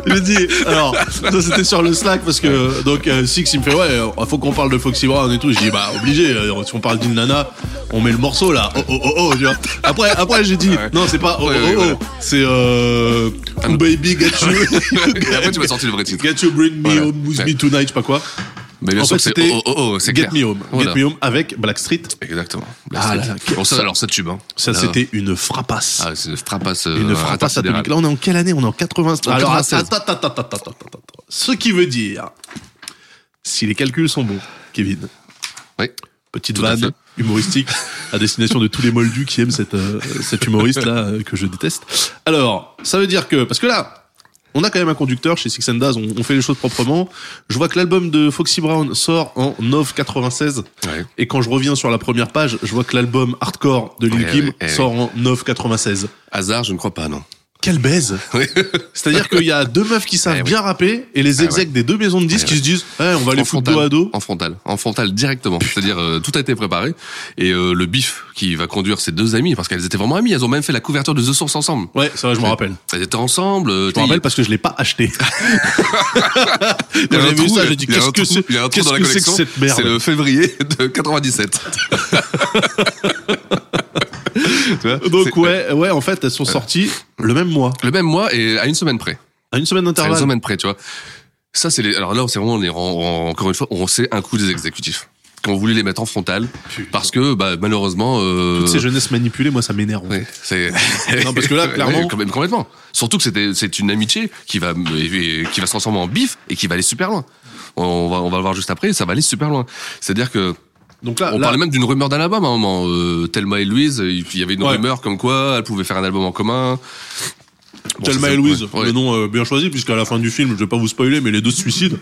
Speaker 4: Il me dit, alors, ça c'était sur le Slack parce que, donc, euh, Six, il me fait, ouais, euh, faut qu'on parle de Foxy Brown et tout. Je dis, bah, obligé, euh, si on parle d'une nana, on met le morceau là. Oh, oh, oh, oh, tu vois. Après, après, j'ai dit, non, c'est pas oh,
Speaker 5: Ouais,
Speaker 4: oh,
Speaker 5: ouais,
Speaker 4: oh,
Speaker 5: voilà.
Speaker 4: c'est euh, Ooh, baby, get
Speaker 5: oh.
Speaker 4: you.
Speaker 5: Et après, tu vas sortir le vrai titre.
Speaker 4: Get you, bring me
Speaker 5: Voilà.
Speaker 4: home with
Speaker 5: Ouais.
Speaker 4: me tonight, je sais pas quoi.
Speaker 5: Mais bien
Speaker 4: en
Speaker 5: sûr
Speaker 4: fait,
Speaker 5: que c'est
Speaker 4: c'était
Speaker 5: oh, oh, oh, c'est
Speaker 4: Get
Speaker 5: clair.
Speaker 4: Me Home.
Speaker 5: Voilà.
Speaker 4: Get Me Home avec Blackstreet.
Speaker 5: Exactement.
Speaker 4: Ah là là, que-
Speaker 5: bon, ça,
Speaker 4: ça-
Speaker 5: alors, ça tue, hein.
Speaker 4: Ça,
Speaker 5: Là,
Speaker 4: c'était une frappasse.
Speaker 5: Ah, c'est une frappasse. euh,
Speaker 4: Une frappasse
Speaker 5: intersidérale.
Speaker 4: atomique. Là, on est en quelle année On est en 93.
Speaker 5: En
Speaker 4: Alors, attends,
Speaker 5: 96.
Speaker 4: attends, attends, attends, attends, attends, attends. Ce qui veut dire, si les calculs sont bons, Kevin,
Speaker 5: Oui.
Speaker 4: petite
Speaker 5: Tout à
Speaker 4: vanne humoristique à destination de tous les moldus qui aiment cette, euh, cet humoriste-là euh, que je déteste. Alors, ça veut dire que, parce que là, on a quand même un conducteur chez Six and Daz, on, on fait les choses proprement. Je vois que l'album de Foxy Brown sort en 9,96.
Speaker 5: Ouais.
Speaker 4: Et quand je reviens sur la première page, je vois que l'album hardcore de Lil
Speaker 5: Ouais,
Speaker 4: Kim
Speaker 5: ouais, ouais,
Speaker 4: sort en 9,96.
Speaker 5: Hasard, je ne crois pas, non.
Speaker 4: Quelle baise
Speaker 5: Oui.
Speaker 4: C'est-à-dire qu'il y a deux meufs qui savent
Speaker 5: Eh oui.
Speaker 4: bien rapper et les
Speaker 5: Ah
Speaker 4: execs des deux maisons de disques
Speaker 5: Eh
Speaker 4: qui
Speaker 5: oui.
Speaker 4: se disent Eh, on va les
Speaker 5: en
Speaker 4: foutre dos à
Speaker 5: frontal,
Speaker 4: dos.
Speaker 5: en frontal, en frontal directement. C'est-à-dire euh, tout a été préparé et euh, le bif qui va conduire ces deux amies parce qu'elles étaient vraiment amies. Elles ont même fait la couverture de The Source ensemble.
Speaker 4: Ouais, c'est vrai, je me rappelle.
Speaker 5: Elles étaient ensemble. euh,
Speaker 4: Je me rappelle parce que je l'ai pas acheté.
Speaker 5: Il y a un
Speaker 4: J'avais vu
Speaker 5: trou,
Speaker 4: ça,
Speaker 5: il y a-
Speaker 4: j'ai dit
Speaker 5: il y a un
Speaker 4: qu'est-ce que
Speaker 5: trou-
Speaker 4: c'est
Speaker 5: Il y a un trou
Speaker 4: qu'est-ce
Speaker 5: dans la
Speaker 4: que c'est que
Speaker 5: collection.
Speaker 4: cette merde
Speaker 5: C'est le février de 97. Tu vois,
Speaker 4: Donc
Speaker 5: c'est-
Speaker 4: ouais, ouais, en fait, elles sont sorties le même mois,
Speaker 5: Le même mois et à une semaine près.
Speaker 4: à une semaine
Speaker 5: À une
Speaker 4: d'intervalle.
Speaker 5: semaine près, tu vois. Ça, c'est les. Alors là, c'est vraiment, on est en- en- encore une fois, on sait un coup des exécutifs. Qu'on voulait les mettre en frontal parce que, bah, malheureusement. euh,
Speaker 4: Toutes ces jeunesses manipulées, moi, ça m'énerve.
Speaker 5: Ouais, c'est
Speaker 4: Non, parce que là,
Speaker 5: Ouais,
Speaker 4: clairement-
Speaker 5: quand même, complètement. Surtout que c'était- c'est une amitié qui va et- et qui va se transformer en bif et qui va aller super loin. On va on va le voir juste après, ça va aller super loin. C'est-à-dire que
Speaker 4: Donc là,
Speaker 5: on
Speaker 4: Ah, là-
Speaker 5: parlait même d'une rumeur d'un album à un moment. Euh, Thelma et Louise, il y avait une
Speaker 4: Ouais.
Speaker 5: rumeur comme quoi elles pouvaient faire un album en commun. Bon,
Speaker 4: Thelma
Speaker 5: ça,
Speaker 4: et
Speaker 5: c'est-
Speaker 4: Louise,
Speaker 5: ouais, ouais.
Speaker 4: le nom euh, bien choisi, puisqu'à la fin du film, je vais pas vous spoiler, mais les deux se suicident.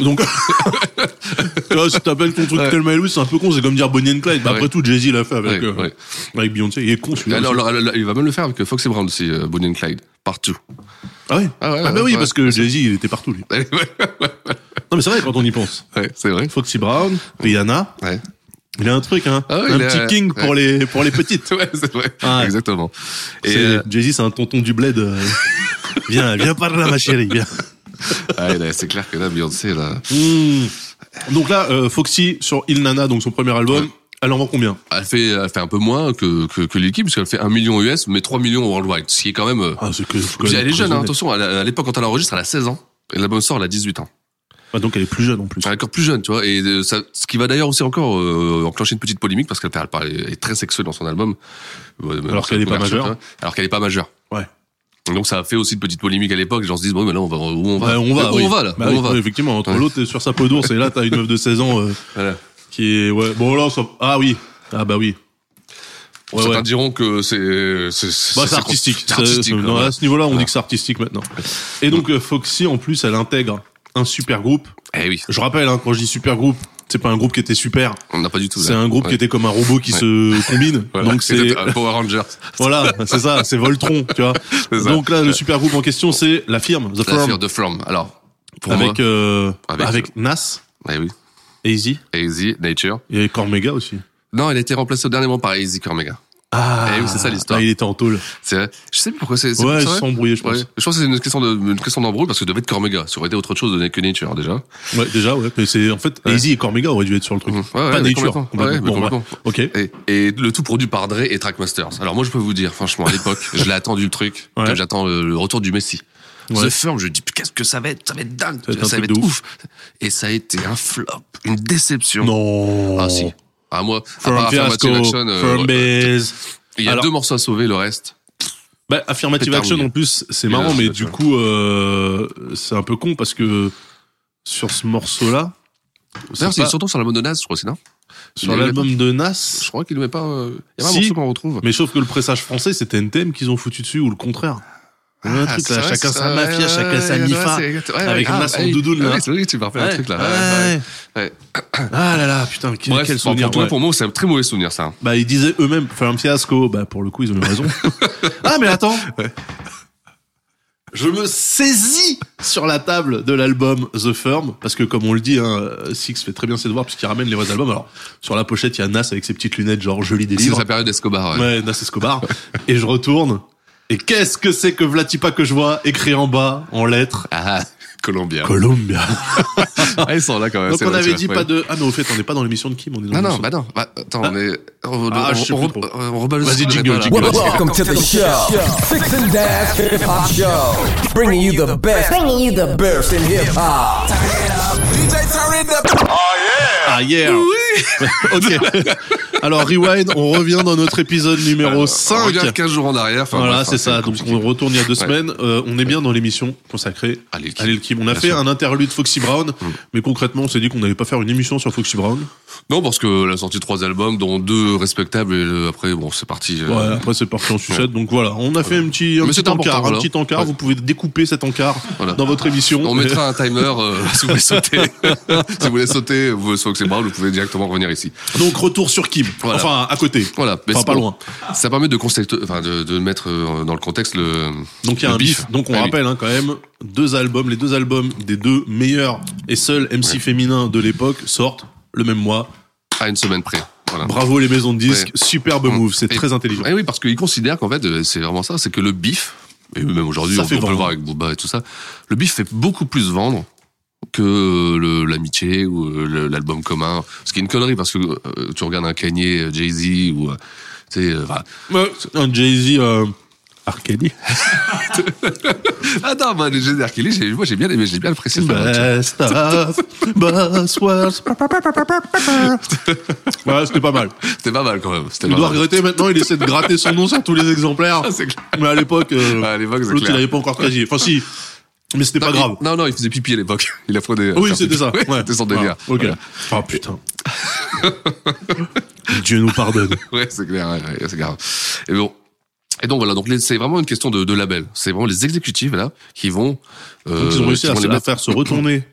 Speaker 4: Donc, tu vois, si t'appelles ton truc
Speaker 5: Ouais.
Speaker 4: Thelma et Louise, c'est un peu con, c'est comme dire Bonnie and Clyde. Bah,
Speaker 5: Ouais.
Speaker 4: après tout, Jay-Z l'a fait avec,
Speaker 5: Ouais,
Speaker 4: euh,
Speaker 5: ouais.
Speaker 4: avec Beyoncé, il est con celui-là.
Speaker 5: Alors,
Speaker 4: aussi.
Speaker 5: alors, alors, il va même le faire avec Fox et Brown aussi, euh, Bonnie and Clyde, partout.
Speaker 4: Ah ouais
Speaker 5: Ah ouais,
Speaker 4: Ah bah
Speaker 5: ouais,
Speaker 4: oui,
Speaker 5: ouais.
Speaker 4: parce que Jay-Z, il était partout, lui.
Speaker 5: Ouais,
Speaker 4: Non, mais c'est vrai, quand on y pense.
Speaker 5: c'est vrai.
Speaker 4: Foxy Brown, Rihanna,
Speaker 5: Ouais,
Speaker 4: il a un truc, hein.
Speaker 5: Ah ouais,
Speaker 4: un
Speaker 5: il a-
Speaker 4: petit king pour, les, pour les petites.
Speaker 5: Ouais, c'est vrai.
Speaker 4: Ah ouais.
Speaker 5: Exactement.
Speaker 4: C'est-
Speaker 5: euh,
Speaker 4: Jay-Z, c'est un tonton du bled. euh, viens, viens par là, ma chérie, viens.
Speaker 5: Ah, là, c'est clair que là, Beyoncé, là,
Speaker 4: Hmm. Donc là, euh, Foxy sur Il Nana, donc son premier album, elle en vend combien
Speaker 5: elle fait, elle fait un peu moins que, que, que l'équipe, puisqu'elle fait 1 million US, mais 3 millions worldwide. Ce qui est quand même. euh,
Speaker 4: Ah, c'est que
Speaker 5: puis elle est jeune, hein, attention, elle a- à l'époque, quand elle enregistre, elle a 16 ans. Et l'album sort, elle a 18 ans.
Speaker 4: Ah, donc elle est plus jeune en plus.
Speaker 5: Bah, Elle est encore plus jeune, tu vois. Et euh, ça, ce qui va d'ailleurs aussi encore euh, enclencher une petite polémique, parce qu'elle parle- parle- elle est très sexuelle dans son album. Ouais, mais
Speaker 4: Alors qu'elle est pas
Speaker 5: commercial,
Speaker 4: majeure.
Speaker 5: tu vois. Alors qu'elle est pas majeure.
Speaker 4: Ouais.
Speaker 5: Donc ça a fait aussi une petite polémique à l'époque. Les gens se disent, bon, mais là, on va, où on va
Speaker 4: Ouais, on va,
Speaker 5: Où
Speaker 4: oui.
Speaker 5: on va, là
Speaker 4: Bah
Speaker 5: Où
Speaker 4: oui,
Speaker 5: on va
Speaker 4: oui, Effectivement, entre
Speaker 5: Ouais.
Speaker 4: l'autre est sur sa peau d'ours et là, t'as une meuf de 16 ans euh,
Speaker 5: Voilà.
Speaker 4: qui est. Ouais. Bon, là, ça- Ah oui. Ah bah oui. Ouais,
Speaker 5: Certains
Speaker 4: ouais.
Speaker 5: diront que c'est. c'est- c'est-
Speaker 4: Bah,
Speaker 5: c'est-
Speaker 4: c'est artistique.
Speaker 5: C'est artistique.
Speaker 4: C'est-
Speaker 5: quoi,
Speaker 4: non,
Speaker 5: voilà.
Speaker 4: À ce niveau-là, on
Speaker 5: Voilà.
Speaker 4: dit que c'est artistique maintenant. Et donc, euh, Foxy, en plus, elle intègre un super groupe.
Speaker 5: Eh oui,
Speaker 4: Je rappelle, hein, quand je dis super groupe, c'est pas un groupe qui était super.
Speaker 5: on n'a pas du tout.
Speaker 4: C'est
Speaker 5: là.
Speaker 4: un groupe
Speaker 5: Ouais.
Speaker 4: qui était comme un robot qui
Speaker 5: Ouais.
Speaker 4: se combine.
Speaker 5: Voilà.
Speaker 4: Donc c'est
Speaker 5: Exactement. Power Rangers.
Speaker 4: voilà, c'est ça, c'est Voltron, tu vois.
Speaker 5: C'est ça.
Speaker 4: Donc là, le super groupe en question, c'est la firme The
Speaker 5: La
Speaker 4: Firm
Speaker 5: de From. Alors, pour moi,
Speaker 4: avec euh,
Speaker 5: Avec-
Speaker 4: avec Nas,
Speaker 5: eh oui,
Speaker 4: Easy
Speaker 5: Easy Nature.
Speaker 4: et Cormega aussi.
Speaker 5: Non, elle a été remplacée au dernier moment par Easy Cormega.
Speaker 4: Ah,
Speaker 5: Eh oui, c'est ça l'histoire.
Speaker 4: Ah, il était en tôle.
Speaker 5: C'est vrai. Je sais plus pourquoi c'est. c'est
Speaker 4: Ouais,
Speaker 5: c'est
Speaker 4: ils se
Speaker 5: vrai
Speaker 4: sont embrouillés, je pense.
Speaker 5: Je pense que c'est une question de une question d'embrouille parce que devait être Cormega. Ça aurait été autre chose de Naked Nature déjà.
Speaker 4: Ouais, déjà, ouais. mais c'est en fait Easy et Cormega auraient dû être sur le truc.
Speaker 5: Ouais,
Speaker 4: Pas
Speaker 5: ouais, mais
Speaker 4: Nature.
Speaker 5: complètement.
Speaker 4: complètement.
Speaker 5: Ouais, mais
Speaker 4: Bon,
Speaker 5: complètement.
Speaker 4: ouais. Ok.
Speaker 5: Et, et le tout produit par Dre et Trackmasters. Alors moi, je peux vous dire, franchement, à l'époque, je l'ai attendu le truc,
Speaker 4: Ouais.
Speaker 5: comme j'attends le, le retour du Messi.
Speaker 4: Ouais.
Speaker 5: The Firm, je dis putain, qu'est-ce que ça va être, ça va être dingue,
Speaker 4: Ça va
Speaker 5: ça,
Speaker 4: être un
Speaker 5: va
Speaker 4: truc
Speaker 5: être
Speaker 4: de
Speaker 5: ouf. Et ça a été un flop, une déception.
Speaker 4: Non.
Speaker 5: Ah si. Ah moi, à
Speaker 4: Firm
Speaker 5: part
Speaker 4: Fiasco,
Speaker 5: Affirmative Action, euh,
Speaker 4: Firm
Speaker 5: ouais.
Speaker 4: Base.
Speaker 5: il y a
Speaker 4: Alors-
Speaker 5: deux morceaux à sauver, le reste.
Speaker 4: Bah, Affirmative
Speaker 5: C'est
Speaker 4: Action
Speaker 5: terminé.
Speaker 4: en plus, c'est
Speaker 5: Et
Speaker 4: marrant,
Speaker 5: là,
Speaker 4: mais
Speaker 5: c'est
Speaker 4: du
Speaker 5: ça.
Speaker 4: coup, euh, c'est un peu con parce que sur ce morceau-là,
Speaker 5: D'ailleurs,
Speaker 4: c'est
Speaker 5: c'est
Speaker 4: pas-
Speaker 5: surtout sur l'album de Nas, je crois, c'est non
Speaker 4: sur
Speaker 5: il y a-
Speaker 4: l'album de Nas,
Speaker 5: Je crois qu'il ne met pas. euh, Il y a pas
Speaker 4: Si.
Speaker 5: un morceau qu'on retrouve.
Speaker 4: mais sauf que le pressage français, c'était NTM qu'ils ont foutu dessus ou le contraire. Il y a un truc,
Speaker 5: Ah, c'est
Speaker 4: là,
Speaker 5: vrai,
Speaker 4: chacun
Speaker 5: c'est
Speaker 4: sa
Speaker 5: vrai,
Speaker 4: mafia,
Speaker 5: ouais,
Speaker 4: chacun
Speaker 5: ouais,
Speaker 4: sa
Speaker 5: ouais,
Speaker 4: mifa.
Speaker 5: ouais, c'est- ouais, ouais,
Speaker 4: avec
Speaker 5: ah,
Speaker 4: Nas en
Speaker 5: ouais,
Speaker 4: doudoune, là.
Speaker 5: ouais, C'est vrai que tu m'as refait un
Speaker 4: Ouais.
Speaker 5: truc là. ouais, ouais.
Speaker 4: Ouais.
Speaker 5: Ouais.
Speaker 4: Ah là là, putain, quel,
Speaker 5: Bref,
Speaker 4: quel
Speaker 5: bon,
Speaker 4: souvenir.
Speaker 5: pour, toi,
Speaker 4: ouais.
Speaker 5: pour moi, c'est un très mauvais souvenir, ça.
Speaker 4: Bah, ils disaient eux-mêmes, faire un fiasco. Bah, pour le coup, ils ont eu raison. ah, mais attends. Je me saisis sur la table de l'album The Firm, parce que comme on le dit, hein, Six fait très bien ses devoirs puisqu'il ramène les vrais albums. Alors, sur la pochette, il y a Nas avec ses petites lunettes, genre joli des
Speaker 5: C'est
Speaker 4: livres.
Speaker 5: la période d'Escobar. ouais.
Speaker 4: Ouais, Nas Escobar. et je retourne. Et qu'est-ce que c'est que Vlatipa que je vois écrit en bas, en lettres
Speaker 5: Ah, Colombien.
Speaker 4: Colombia.
Speaker 5: Ah, ils sont là quand même.
Speaker 4: Donc
Speaker 5: c'est
Speaker 4: on
Speaker 5: vrai,
Speaker 4: avait
Speaker 5: tu
Speaker 4: dit
Speaker 5: vois,
Speaker 4: pas
Speaker 5: ouais.
Speaker 4: de. Ah non, au fait, on n'est pas dans l'émission de Kim, on est dans
Speaker 5: Non, non,
Speaker 4: l'émission-
Speaker 5: bah non. Bah, attends,
Speaker 4: Ah.
Speaker 5: on est. On,
Speaker 4: Ah, je sais
Speaker 5: on,
Speaker 4: plus
Speaker 5: on,
Speaker 4: trop.
Speaker 5: on, on rebalance
Speaker 4: Vas-y,
Speaker 5: le
Speaker 4: jingle,
Speaker 5: débat, là.
Speaker 4: jingle.
Speaker 1: Welcome to the show. Six and Dash Hip Hop Show. Bringing you the best. Bringing you the best in hip hop.
Speaker 3: DJ turn it up. Oh yeah.
Speaker 4: Ah, hier Ok. Alors, rewind, on revient dans notre épisode numéro
Speaker 5: On
Speaker 4: 5.
Speaker 5: regarde 15 jours en arrière. enfin,
Speaker 4: Voilà,
Speaker 5: bref,
Speaker 4: c'est ça. Donc,
Speaker 5: compliqué.
Speaker 4: on retourne il y a deux
Speaker 5: Ouais.
Speaker 4: semaines. Euh, on est bien dans l'émission consacrée à
Speaker 5: À Lil Kim.
Speaker 4: Lil Kim. On a
Speaker 5: Bien
Speaker 4: fait
Speaker 5: sûr. Mm.
Speaker 4: un interlude Foxy Brown, mais concrètement, on s'est dit qu'on n'allait pas faire une émission sur Foxy Brown.
Speaker 5: Non, parce que la sortie de trois albums, dont deux respectables, et le- après, bon, c'est parti. euh,
Speaker 4: Ouais, après, c'est parti en sucette. Donc, voilà, on a fait un petit, un
Speaker 5: Mais
Speaker 4: petit
Speaker 5: c'était
Speaker 4: encart.
Speaker 5: important,
Speaker 4: Un
Speaker 5: voilà.
Speaker 4: petit encart.
Speaker 5: Ouais.
Speaker 4: Vous pouvez découper cet encart
Speaker 5: Voilà.
Speaker 4: dans votre émission.
Speaker 5: On mettra un timer euh, si vous voulez sauter. si vous voulez sauter, vous, soit que c'est brave, vous pouvez directement revenir ici.
Speaker 4: Donc, retour sur Kim.
Speaker 5: Voilà.
Speaker 4: Enfin, à côté.
Speaker 5: Voilà, mais
Speaker 4: Enfin,
Speaker 5: c'est
Speaker 4: pas
Speaker 5: bon.
Speaker 4: loin.
Speaker 5: Ça permet de, concept- enfin, de, de mettre euh, dans le contexte le.
Speaker 4: Donc il y a
Speaker 5: le
Speaker 4: un bif. Donc on
Speaker 5: Ah oui.
Speaker 4: rappelle hein, quand même deux albums, les deux albums des deux meilleurs et seuls MC féminins de l'époque sortent le même mois.
Speaker 5: À une semaine près. Voilà.
Speaker 4: Bravo les maisons de disques,
Speaker 5: Ah. Ouais. Mm.
Speaker 4: superbe move, c'est très intelligent.
Speaker 5: Et oui, parce qu'ils considèrent qu'en fait, euh, c'est vraiment ça, c'est que le bif, et même aujourd'hui,
Speaker 4: Ça
Speaker 5: on,
Speaker 4: fait
Speaker 5: on peut
Speaker 4: vendre.
Speaker 5: le voir avec Booba et tout ça, le bif fait beaucoup plus vendre que euh, le- l'amitié ou euh, le- l'album commun. Ce qui est une connerie, parce que euh, tu regardes un Kanye, euh, Jay-Z ou. euh, Tu sais, euh, enfin,
Speaker 4: Ouais, Un Jay-Z euh, Arcady.
Speaker 5: ah non, bah, les Jay-Z Arkeli, j'ai- moi j'ai bien aimé, j'ai bien apprécié. ça.
Speaker 4: Bah, Best of both worlds. Bah, Ouais, c'était pas mal.
Speaker 5: C'était pas mal quand même. C'était
Speaker 4: Il
Speaker 5: pas
Speaker 4: doit
Speaker 5: mal.
Speaker 4: regretter maintenant, il essaie de gratter son nom sur tous les exemplaires.
Speaker 5: Ah, c'est clair.
Speaker 4: Mais à l'époque, euh,
Speaker 5: Ah, à l'époque, c'est
Speaker 4: l'autre il
Speaker 5: clair.
Speaker 4: avait pas encore quasi. Enfin si, mais c'était pas
Speaker 5: Non,
Speaker 4: grave.
Speaker 5: il- Non, non, il faisait pipi à l'époque. Il apprenait. à
Speaker 4: Oui,
Speaker 5: faire
Speaker 4: c'était
Speaker 5: pipi.
Speaker 4: ça.
Speaker 5: Ouais,
Speaker 4: Ouais.
Speaker 5: C'était son délire.
Speaker 4: Ah, ok.
Speaker 5: Voilà.
Speaker 4: Ah putain. Dieu nous pardonne.
Speaker 5: Ouais, c'est clair, ouais, ouais, c'est grave. Et bon. Et donc voilà, donc les- c'est vraiment une question de, de label. C'est vraiment les exécutifs là qui vont. euh,
Speaker 4: Donc ils ont réussi
Speaker 5: qui
Speaker 4: à,
Speaker 5: vont
Speaker 4: se-
Speaker 5: les
Speaker 4: à
Speaker 5: mettre-
Speaker 4: faire se retourner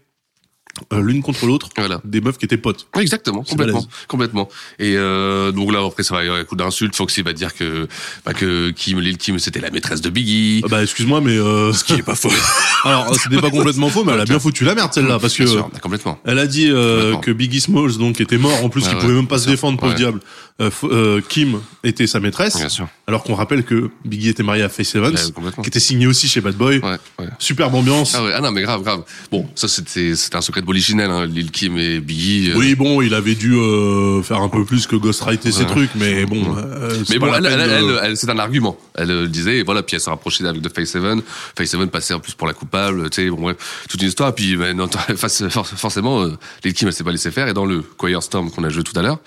Speaker 4: euh, l'une contre l'autre
Speaker 5: Voilà.
Speaker 4: des meufs qui étaient potes.
Speaker 5: Ouais, Exactement, complètement,
Speaker 4: balèze.
Speaker 5: complètement. Et euh, donc là après ça va y avoir un coup d'insulte. Foxy va dire que bah, que Kim, Lil Kim, c'était la maîtresse de Biggie.
Speaker 4: Ah Bah excuse-moi mais euh... ce qui est pas faux. Alors c'était pas complètement faux mais elle a bien foutu la merde celle-là bah, parce que
Speaker 5: Bien sûr, bah, complètement.
Speaker 4: elle a dit euh,
Speaker 5: Complètement.
Speaker 4: que Biggie Smalls donc était mort en plus
Speaker 5: Ouais,
Speaker 4: qu'il
Speaker 5: ouais,
Speaker 4: pouvait même pas se défendre pauvre
Speaker 5: Ouais.
Speaker 4: diable. Euh, f- euh, Kim était sa maîtresse.
Speaker 5: Bien sûr.
Speaker 4: Alors qu'on rappelle que Biggie était marié à Face Evans
Speaker 5: Ouais, complètement.
Speaker 4: qui était signé aussi chez Bad Boy.
Speaker 5: Ouais, ouais.
Speaker 4: Superbe ambiance.
Speaker 5: Ah, ouais, ah non mais grave, grave. Bon, ça c'était c'était un secret de polichinelle. Hein. Lil Kim et Biggie. euh,
Speaker 4: Oui, bon, il avait dû euh, faire un peu plus que ghostwriter ses
Speaker 5: Ouais.
Speaker 4: trucs, mais bon. euh, c'est
Speaker 5: Mais
Speaker 4: pas
Speaker 5: bon,
Speaker 4: la
Speaker 5: elle,
Speaker 4: peine
Speaker 5: elle-
Speaker 4: de-
Speaker 5: elle- elle- c'est un argument. Elle euh, disait, voilà, puis elle s'est rapprochée avec The Face Seven. Face Seven passait en plus pour la coupable, tu sais, bon, bref, toute une histoire. Puis, ben, non, face- for- forcément, euh, Lil Kim, elle s'est pas laissée faire. Et dans le Choir Storm qu'on a joué tout à l'heure,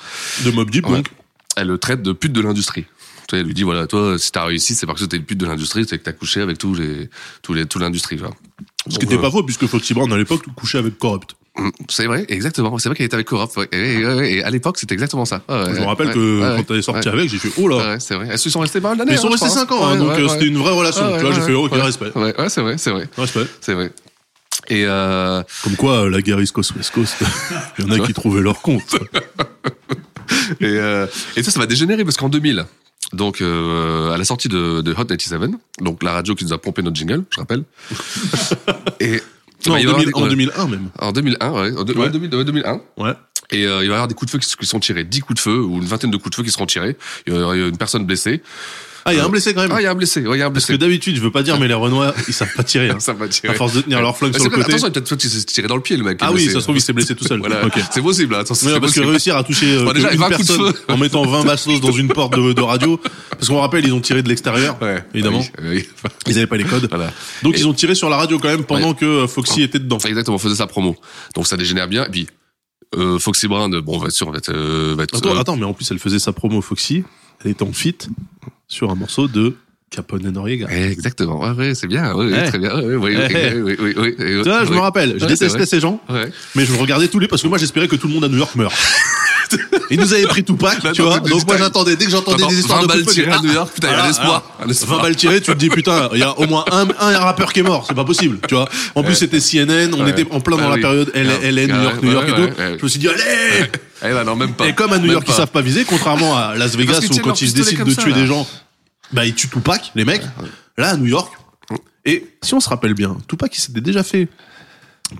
Speaker 4: de Mob Deep,
Speaker 5: ouais,
Speaker 4: donc.
Speaker 5: elle le traite de pute de l'industrie. Tu vois, elle lui dit, voilà, toi, si t'as réussi, c'est parce que t'es une pute de l'industrie, c'est que t'as couché avec tous les, tous les, tout l'industrie, tu vois.
Speaker 4: Ce
Speaker 5: Donc,
Speaker 4: qui n'était
Speaker 5: euh,
Speaker 4: pas faux, puisque Foxy Brown, à l'époque, couchait avec Corrupt.
Speaker 5: Mm, C'est vrai, exactement. C'est vrai qu'elle était avec Corrupt. ouais. Et, et- et- et à l'époque, c'était exactement ça. Ouais,
Speaker 4: Je
Speaker 5: ouais,
Speaker 4: me rappelle
Speaker 5: ouais,
Speaker 4: que
Speaker 5: ouais,
Speaker 4: quand elle est sortie
Speaker 5: ouais.
Speaker 4: avec, j'ai fait « Oh là
Speaker 5: Ouais, c'est vrai. Elles se sont restées pas mal d'années.
Speaker 4: Mais ils sont
Speaker 5: hein, je
Speaker 4: restés
Speaker 5: crois,
Speaker 4: 5 ans,
Speaker 5: hein.
Speaker 4: hein,
Speaker 5: Ouais,
Speaker 4: donc
Speaker 5: ouais,
Speaker 4: euh,
Speaker 5: ouais.
Speaker 4: c'était une vraie relation.
Speaker 5: Ah, Ouais,
Speaker 4: tu vois,
Speaker 5: ouais,
Speaker 4: j'ai fait « Ok,
Speaker 5: ouais.
Speaker 4: respect.
Speaker 5: Ouais, ouais, c'est vrai, c'est vrai.
Speaker 4: Respect.
Speaker 5: C'est vrai. Et euh,
Speaker 4: Comme quoi, euh, la guerre East Coast, West Coast, il y en a qui trouvaient leur compte.
Speaker 5: et, euh, et ça, ça va dégénérer parce qu'en 2000, donc euh, à la sortie de, de Hot 97, donc la radio qui nous a pompé notre jingle, je rappelle. et
Speaker 4: Non,
Speaker 5: bah,
Speaker 4: en,
Speaker 5: il va
Speaker 4: 2000
Speaker 5: y avoir des-
Speaker 4: en
Speaker 5: ouais.
Speaker 4: 2001 même.
Speaker 5: En 2001, ouais, en deux- ouais,
Speaker 4: Ouais.
Speaker 5: 2000, ouais, 2001.
Speaker 4: Ouais.
Speaker 5: Et euh, il va y avoir des coups de feu qui, qui sont tirés, 10 coups de feu ou une vingtaine de coups de feu qui seront tirés. Il y aura une personne blessée.
Speaker 4: Ah, il y a un blessé quand même.
Speaker 5: Ah, il y a un blessé. ouais, il y a un
Speaker 4: Parce
Speaker 5: blessé.
Speaker 4: que d'habitude, je veux pas dire, mais les Renois, ils savent pas tirer. hein.
Speaker 5: ça va tirer.
Speaker 4: À force de tenir leur flingue
Speaker 5: Mais
Speaker 4: sur
Speaker 5: c'est
Speaker 4: le
Speaker 5: peut-être-
Speaker 4: côté.
Speaker 5: Attention, il y a peut-être toi qui s'est tiré dans le pied, le mec.
Speaker 4: Ah
Speaker 5: le
Speaker 4: oui,
Speaker 5: blessé.
Speaker 4: ça se trouve, il s'est blessé tout seul.
Speaker 5: Voilà.
Speaker 4: Ok.
Speaker 5: C'est possible, hein, attention.
Speaker 4: Ouais,
Speaker 5: c'est
Speaker 4: parce que
Speaker 5: possible.
Speaker 4: réussir à toucher euh,
Speaker 5: Bon, déjà,
Speaker 4: que
Speaker 5: il
Speaker 4: une
Speaker 5: va un coup de
Speaker 4: personne
Speaker 5: feu.
Speaker 4: en mettant 20 bastos dans une porte de, de radio, parce qu'on rappelle, ils ont tiré de l'extérieur, évidemment.
Speaker 5: Ah oui, ah oui.
Speaker 4: Ils n'avaient pas les codes. Donc
Speaker 5: Et- Ah.
Speaker 4: ils ont tiré sur la radio quand même pendant que euh, Foxy était dedans.
Speaker 5: Exactement, on faisait sa promo. Donc ça dégénère bien. Et puis, euh, Foxy Brown, euh, bon, on va être sûr, on va être. euh, va être
Speaker 4: Attends,
Speaker 5: euh,
Speaker 4: attends, mais en plus elle faisait sa promo Foxy, elle était en fit sur un morceau de Capone et Noriega.
Speaker 5: ouais, Exactement, ouais, ouais, c'est bien, ouais, ouais,
Speaker 4: Ouais.
Speaker 5: très bien. Ouais, ouais, ouais,
Speaker 4: Ouais.
Speaker 5: ouais, ouais, ouais, ouais,
Speaker 4: Tu vois, je
Speaker 5: Euh, ouais.
Speaker 4: me rappelle, je
Speaker 5: Ouais, c'est
Speaker 4: détestais
Speaker 5: vrai.
Speaker 4: ces gens,
Speaker 5: Ouais.
Speaker 4: mais je regardais tous les parce que moi j'espérais que tout le monde à New York meure. Ils nous avaient pris Tupac, tu vois.
Speaker 5: mais
Speaker 4: Donc moi
Speaker 5: putain,
Speaker 4: j'attendais dès que j'entendais
Speaker 5: attends,
Speaker 4: des histoires
Speaker 5: 20
Speaker 4: de
Speaker 5: balles
Speaker 4: Tupac,
Speaker 5: tirées
Speaker 4: je dis,
Speaker 5: à New York, putain, il y a
Speaker 4: ah,
Speaker 5: un espoir,
Speaker 4: ah,
Speaker 5: un espoir.
Speaker 4: 20 balles tirées, tu te dis putain, il y a au moins un, un rappeur qui est mort, c'est pas possible, tu vois. En plus c'était CNN, on
Speaker 5: Ouais.
Speaker 4: était en plein dans
Speaker 5: Ouais,
Speaker 4: la
Speaker 5: oui.
Speaker 4: période L-
Speaker 5: Ouais,
Speaker 4: LN, New York,
Speaker 5: ouais,
Speaker 4: New York et
Speaker 5: ouais,
Speaker 4: tout.
Speaker 5: ouais.
Speaker 4: Je me suis dit allez,
Speaker 5: Eh ben non, même pas.
Speaker 4: et comme à New
Speaker 5: Même
Speaker 4: York, ils
Speaker 5: pas.
Speaker 4: savent pas viser, contrairement à Las Vegas
Speaker 5: qu'ils
Speaker 4: où
Speaker 5: tirent
Speaker 4: quand
Speaker 5: leur
Speaker 4: ils
Speaker 5: pistolet
Speaker 4: décident
Speaker 5: comme
Speaker 4: de
Speaker 5: ça,
Speaker 4: tuer
Speaker 5: là.
Speaker 4: des gens, bah ils tuent Tupac, les mecs. Là, à New York. Et si on se rappelle bien, Tupac il s'était déjà fait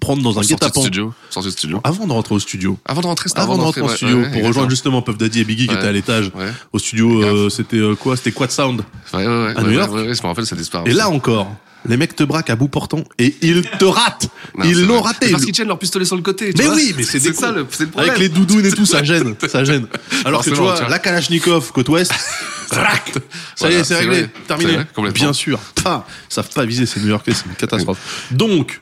Speaker 4: prendre dans un
Speaker 5: Sorti de
Speaker 4: guet-apens
Speaker 5: studio, sorti de studio.
Speaker 4: avant de rentrer au studio.
Speaker 5: Avant de rentrer, c'était
Speaker 4: Ah. Avant de rentrer au
Speaker 5: ouais,
Speaker 4: studio
Speaker 5: ouais,
Speaker 4: pour
Speaker 5: exactement.
Speaker 4: rejoindre justement Puff Daddy et Biggie qui
Speaker 5: Ouais.
Speaker 4: étaient à l'étage.
Speaker 5: Ouais. Ah,
Speaker 4: Au studio, euh, c'était euh, quoi C'était Quad Sound.
Speaker 5: Ouais, ouais, ouais,
Speaker 4: À
Speaker 5: ouais,
Speaker 4: New
Speaker 5: ouais,
Speaker 4: York.
Speaker 5: ouais, ouais, je me rappelle, ça disparaît.
Speaker 4: Et là encore, les mecs te braquent à bout portant et ils te ratent.
Speaker 5: Non, c'est
Speaker 4: ils l'ont
Speaker 5: vrai.
Speaker 4: raté.
Speaker 5: C'est Parce qu'ils tiennent leur pistolet sur le côté. tu
Speaker 4: Mais
Speaker 5: vois.
Speaker 4: oui, mais c'est des
Speaker 5: c'est
Speaker 4: cons.
Speaker 5: ça le, c'est le problème.
Speaker 4: Avec les doudounes et tout, ça gêne, ça gêne. Alors que tu
Speaker 5: Forcément,
Speaker 4: vois,
Speaker 5: tiens.
Speaker 4: la Kalachnikov côte ouest, rac, ça y
Speaker 5: Voilà,
Speaker 4: est, c'est
Speaker 5: c'est
Speaker 4: réglé,
Speaker 5: vrai. C'est
Speaker 4: terminé.
Speaker 5: vrai, complètement.
Speaker 4: Bien sûr, pas, ils savent pas viser ces New-Yorkais, c'est une catastrophe. Donc,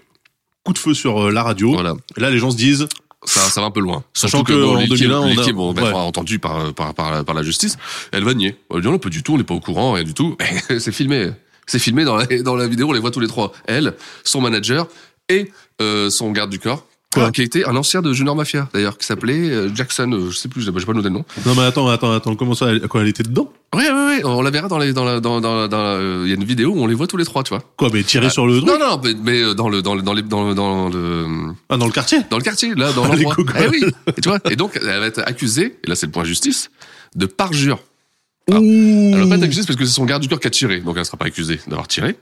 Speaker 4: coup de feu sur euh, la radio.
Speaker 5: Voilà.
Speaker 4: Et là, les gens se disent,
Speaker 5: Ça, ça va un peu loin.
Speaker 4: Sachant
Speaker 5: Surtout
Speaker 4: que
Speaker 5: bon,
Speaker 4: en
Speaker 5: Lil Kim-
Speaker 4: 2001, on
Speaker 5: Lil
Speaker 4: a-
Speaker 5: Kim, bon,
Speaker 4: ouais.
Speaker 5: bah, entendu par, par, par, la- par la justice, elle va nier. Elle dit, non, pas du tout, on n'est pas au courant, rien du tout. C'est filmé. C'est filmé dans la, dans la vidéo, on les voit tous les trois. Elle, son manager et euh, son garde du corps.
Speaker 4: Quoi
Speaker 5: qui était un ancien de Junior Mafia, d'ailleurs, qui s'appelait euh, Jackson, euh, je sais plus, j'ai pas j'ai pas noté le nom.
Speaker 4: non mais attends, attends, attends, comment ça, elle, quoi, elle était dedans
Speaker 5: Ouais, ouais, ouais, on la verra dans les, dans la, dans, dans, dans la- euh, il y a une vidéo où on les voit tous les trois, tu vois.
Speaker 4: Quoi, mais tirer sur le
Speaker 5: Bah, Non,
Speaker 4: dos
Speaker 5: non, mais, mais, euh, dans le, dans le, dans les, dans le, dans le,
Speaker 4: Ah, dans le quartier
Speaker 5: dans le quartier, là, dans
Speaker 4: Les
Speaker 5: l'endroit.
Speaker 4: cocottes.
Speaker 5: Eh oui. Et tu vois. Et donc, elle va être accusée, et là, c'est le point justice, de parjure. Ah, Elle va pas être accusée parce que c'est son garde du corps qui a tiré. Donc, elle sera pas accusée d'avoir tiré.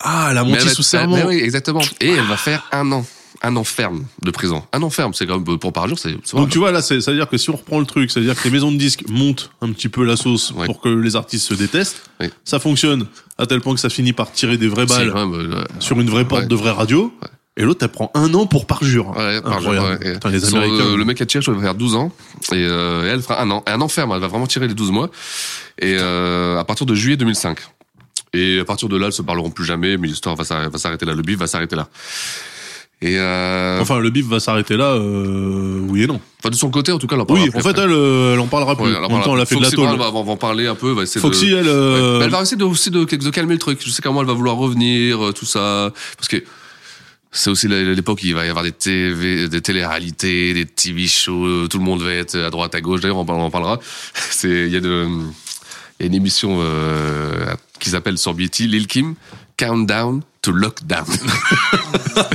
Speaker 4: Ah, elle a
Speaker 5: Mais elle
Speaker 4: menti
Speaker 5: va être-
Speaker 4: sous serment.
Speaker 5: Mais oui, exactement. Et elle va faire un an. Un an ferme de prison. Un an ferme, c'est quand même, pour parjure, c'est, c'est
Speaker 4: Donc
Speaker 5: pas
Speaker 4: tu vois là, c'est- ça veut dire que si on reprend le truc, ça veut dire que les maisons de disques montent un petit peu la sauce
Speaker 5: Ouais.
Speaker 4: pour que les artistes se détestent.
Speaker 5: Oui.
Speaker 4: Ça fonctionne à tel point que ça finit par tirer des vraies
Speaker 5: grave. C'est
Speaker 4: balles
Speaker 5: quand même, euh,
Speaker 4: sur une vraie porte
Speaker 5: Ouais.
Speaker 4: de vraie radio. Et l'autre, elle prend un an pour parjure.
Speaker 5: Ouais, par jour,
Speaker 4: Ah, Incroyable.
Speaker 5: ouais.
Speaker 4: Putain, les
Speaker 5: Son-
Speaker 4: Américains.
Speaker 5: euh, le mec à Tchèche va faire 12 ans et, euh, et elle fera un an. Un an ferme, elle va vraiment tirer les 12 mois. Et euh, à partir de juillet 2005. Et à partir de là, elles se parleront plus jamais, mais l'histoire va s'arr- va s'arrêter là, le bif va s'arrêter là. Et euh, enfin,
Speaker 4: Enfin, le bif va s'arrêter là, euh, oui et non.
Speaker 5: de son côté, en tout cas, elle en parlera
Speaker 4: Oui,
Speaker 5: plus
Speaker 4: en fait,
Speaker 5: après.
Speaker 4: elle, euh, elle en parlera plus.
Speaker 5: Ouais, elle en
Speaker 4: en même
Speaker 5: parlera
Speaker 4: temps, elle a
Speaker 5: plus.
Speaker 4: fait de la
Speaker 5: Foxy Brown
Speaker 4: tôle.
Speaker 5: va, va- va en parler un peu, va essayer de...
Speaker 4: Foxy, elle,
Speaker 5: Ouais.
Speaker 4: euh,
Speaker 5: Mais Elle va essayer de, aussi de, de calmer le truc. Je sais qu'à un moment, elle va vouloir revenir, euh, tout ça. Parce que c'est aussi la- l'époque où il va y avoir des, TV, des télé-réalités, des TV shows. euh, Tout le monde va être à droite, à gauche. D'ailleurs, on, en parle- on en parlera. C'est- Il y, a de- il y a une émission euh, qui s'appelle sur BT, Lil Kim, Countdown to Lockdown.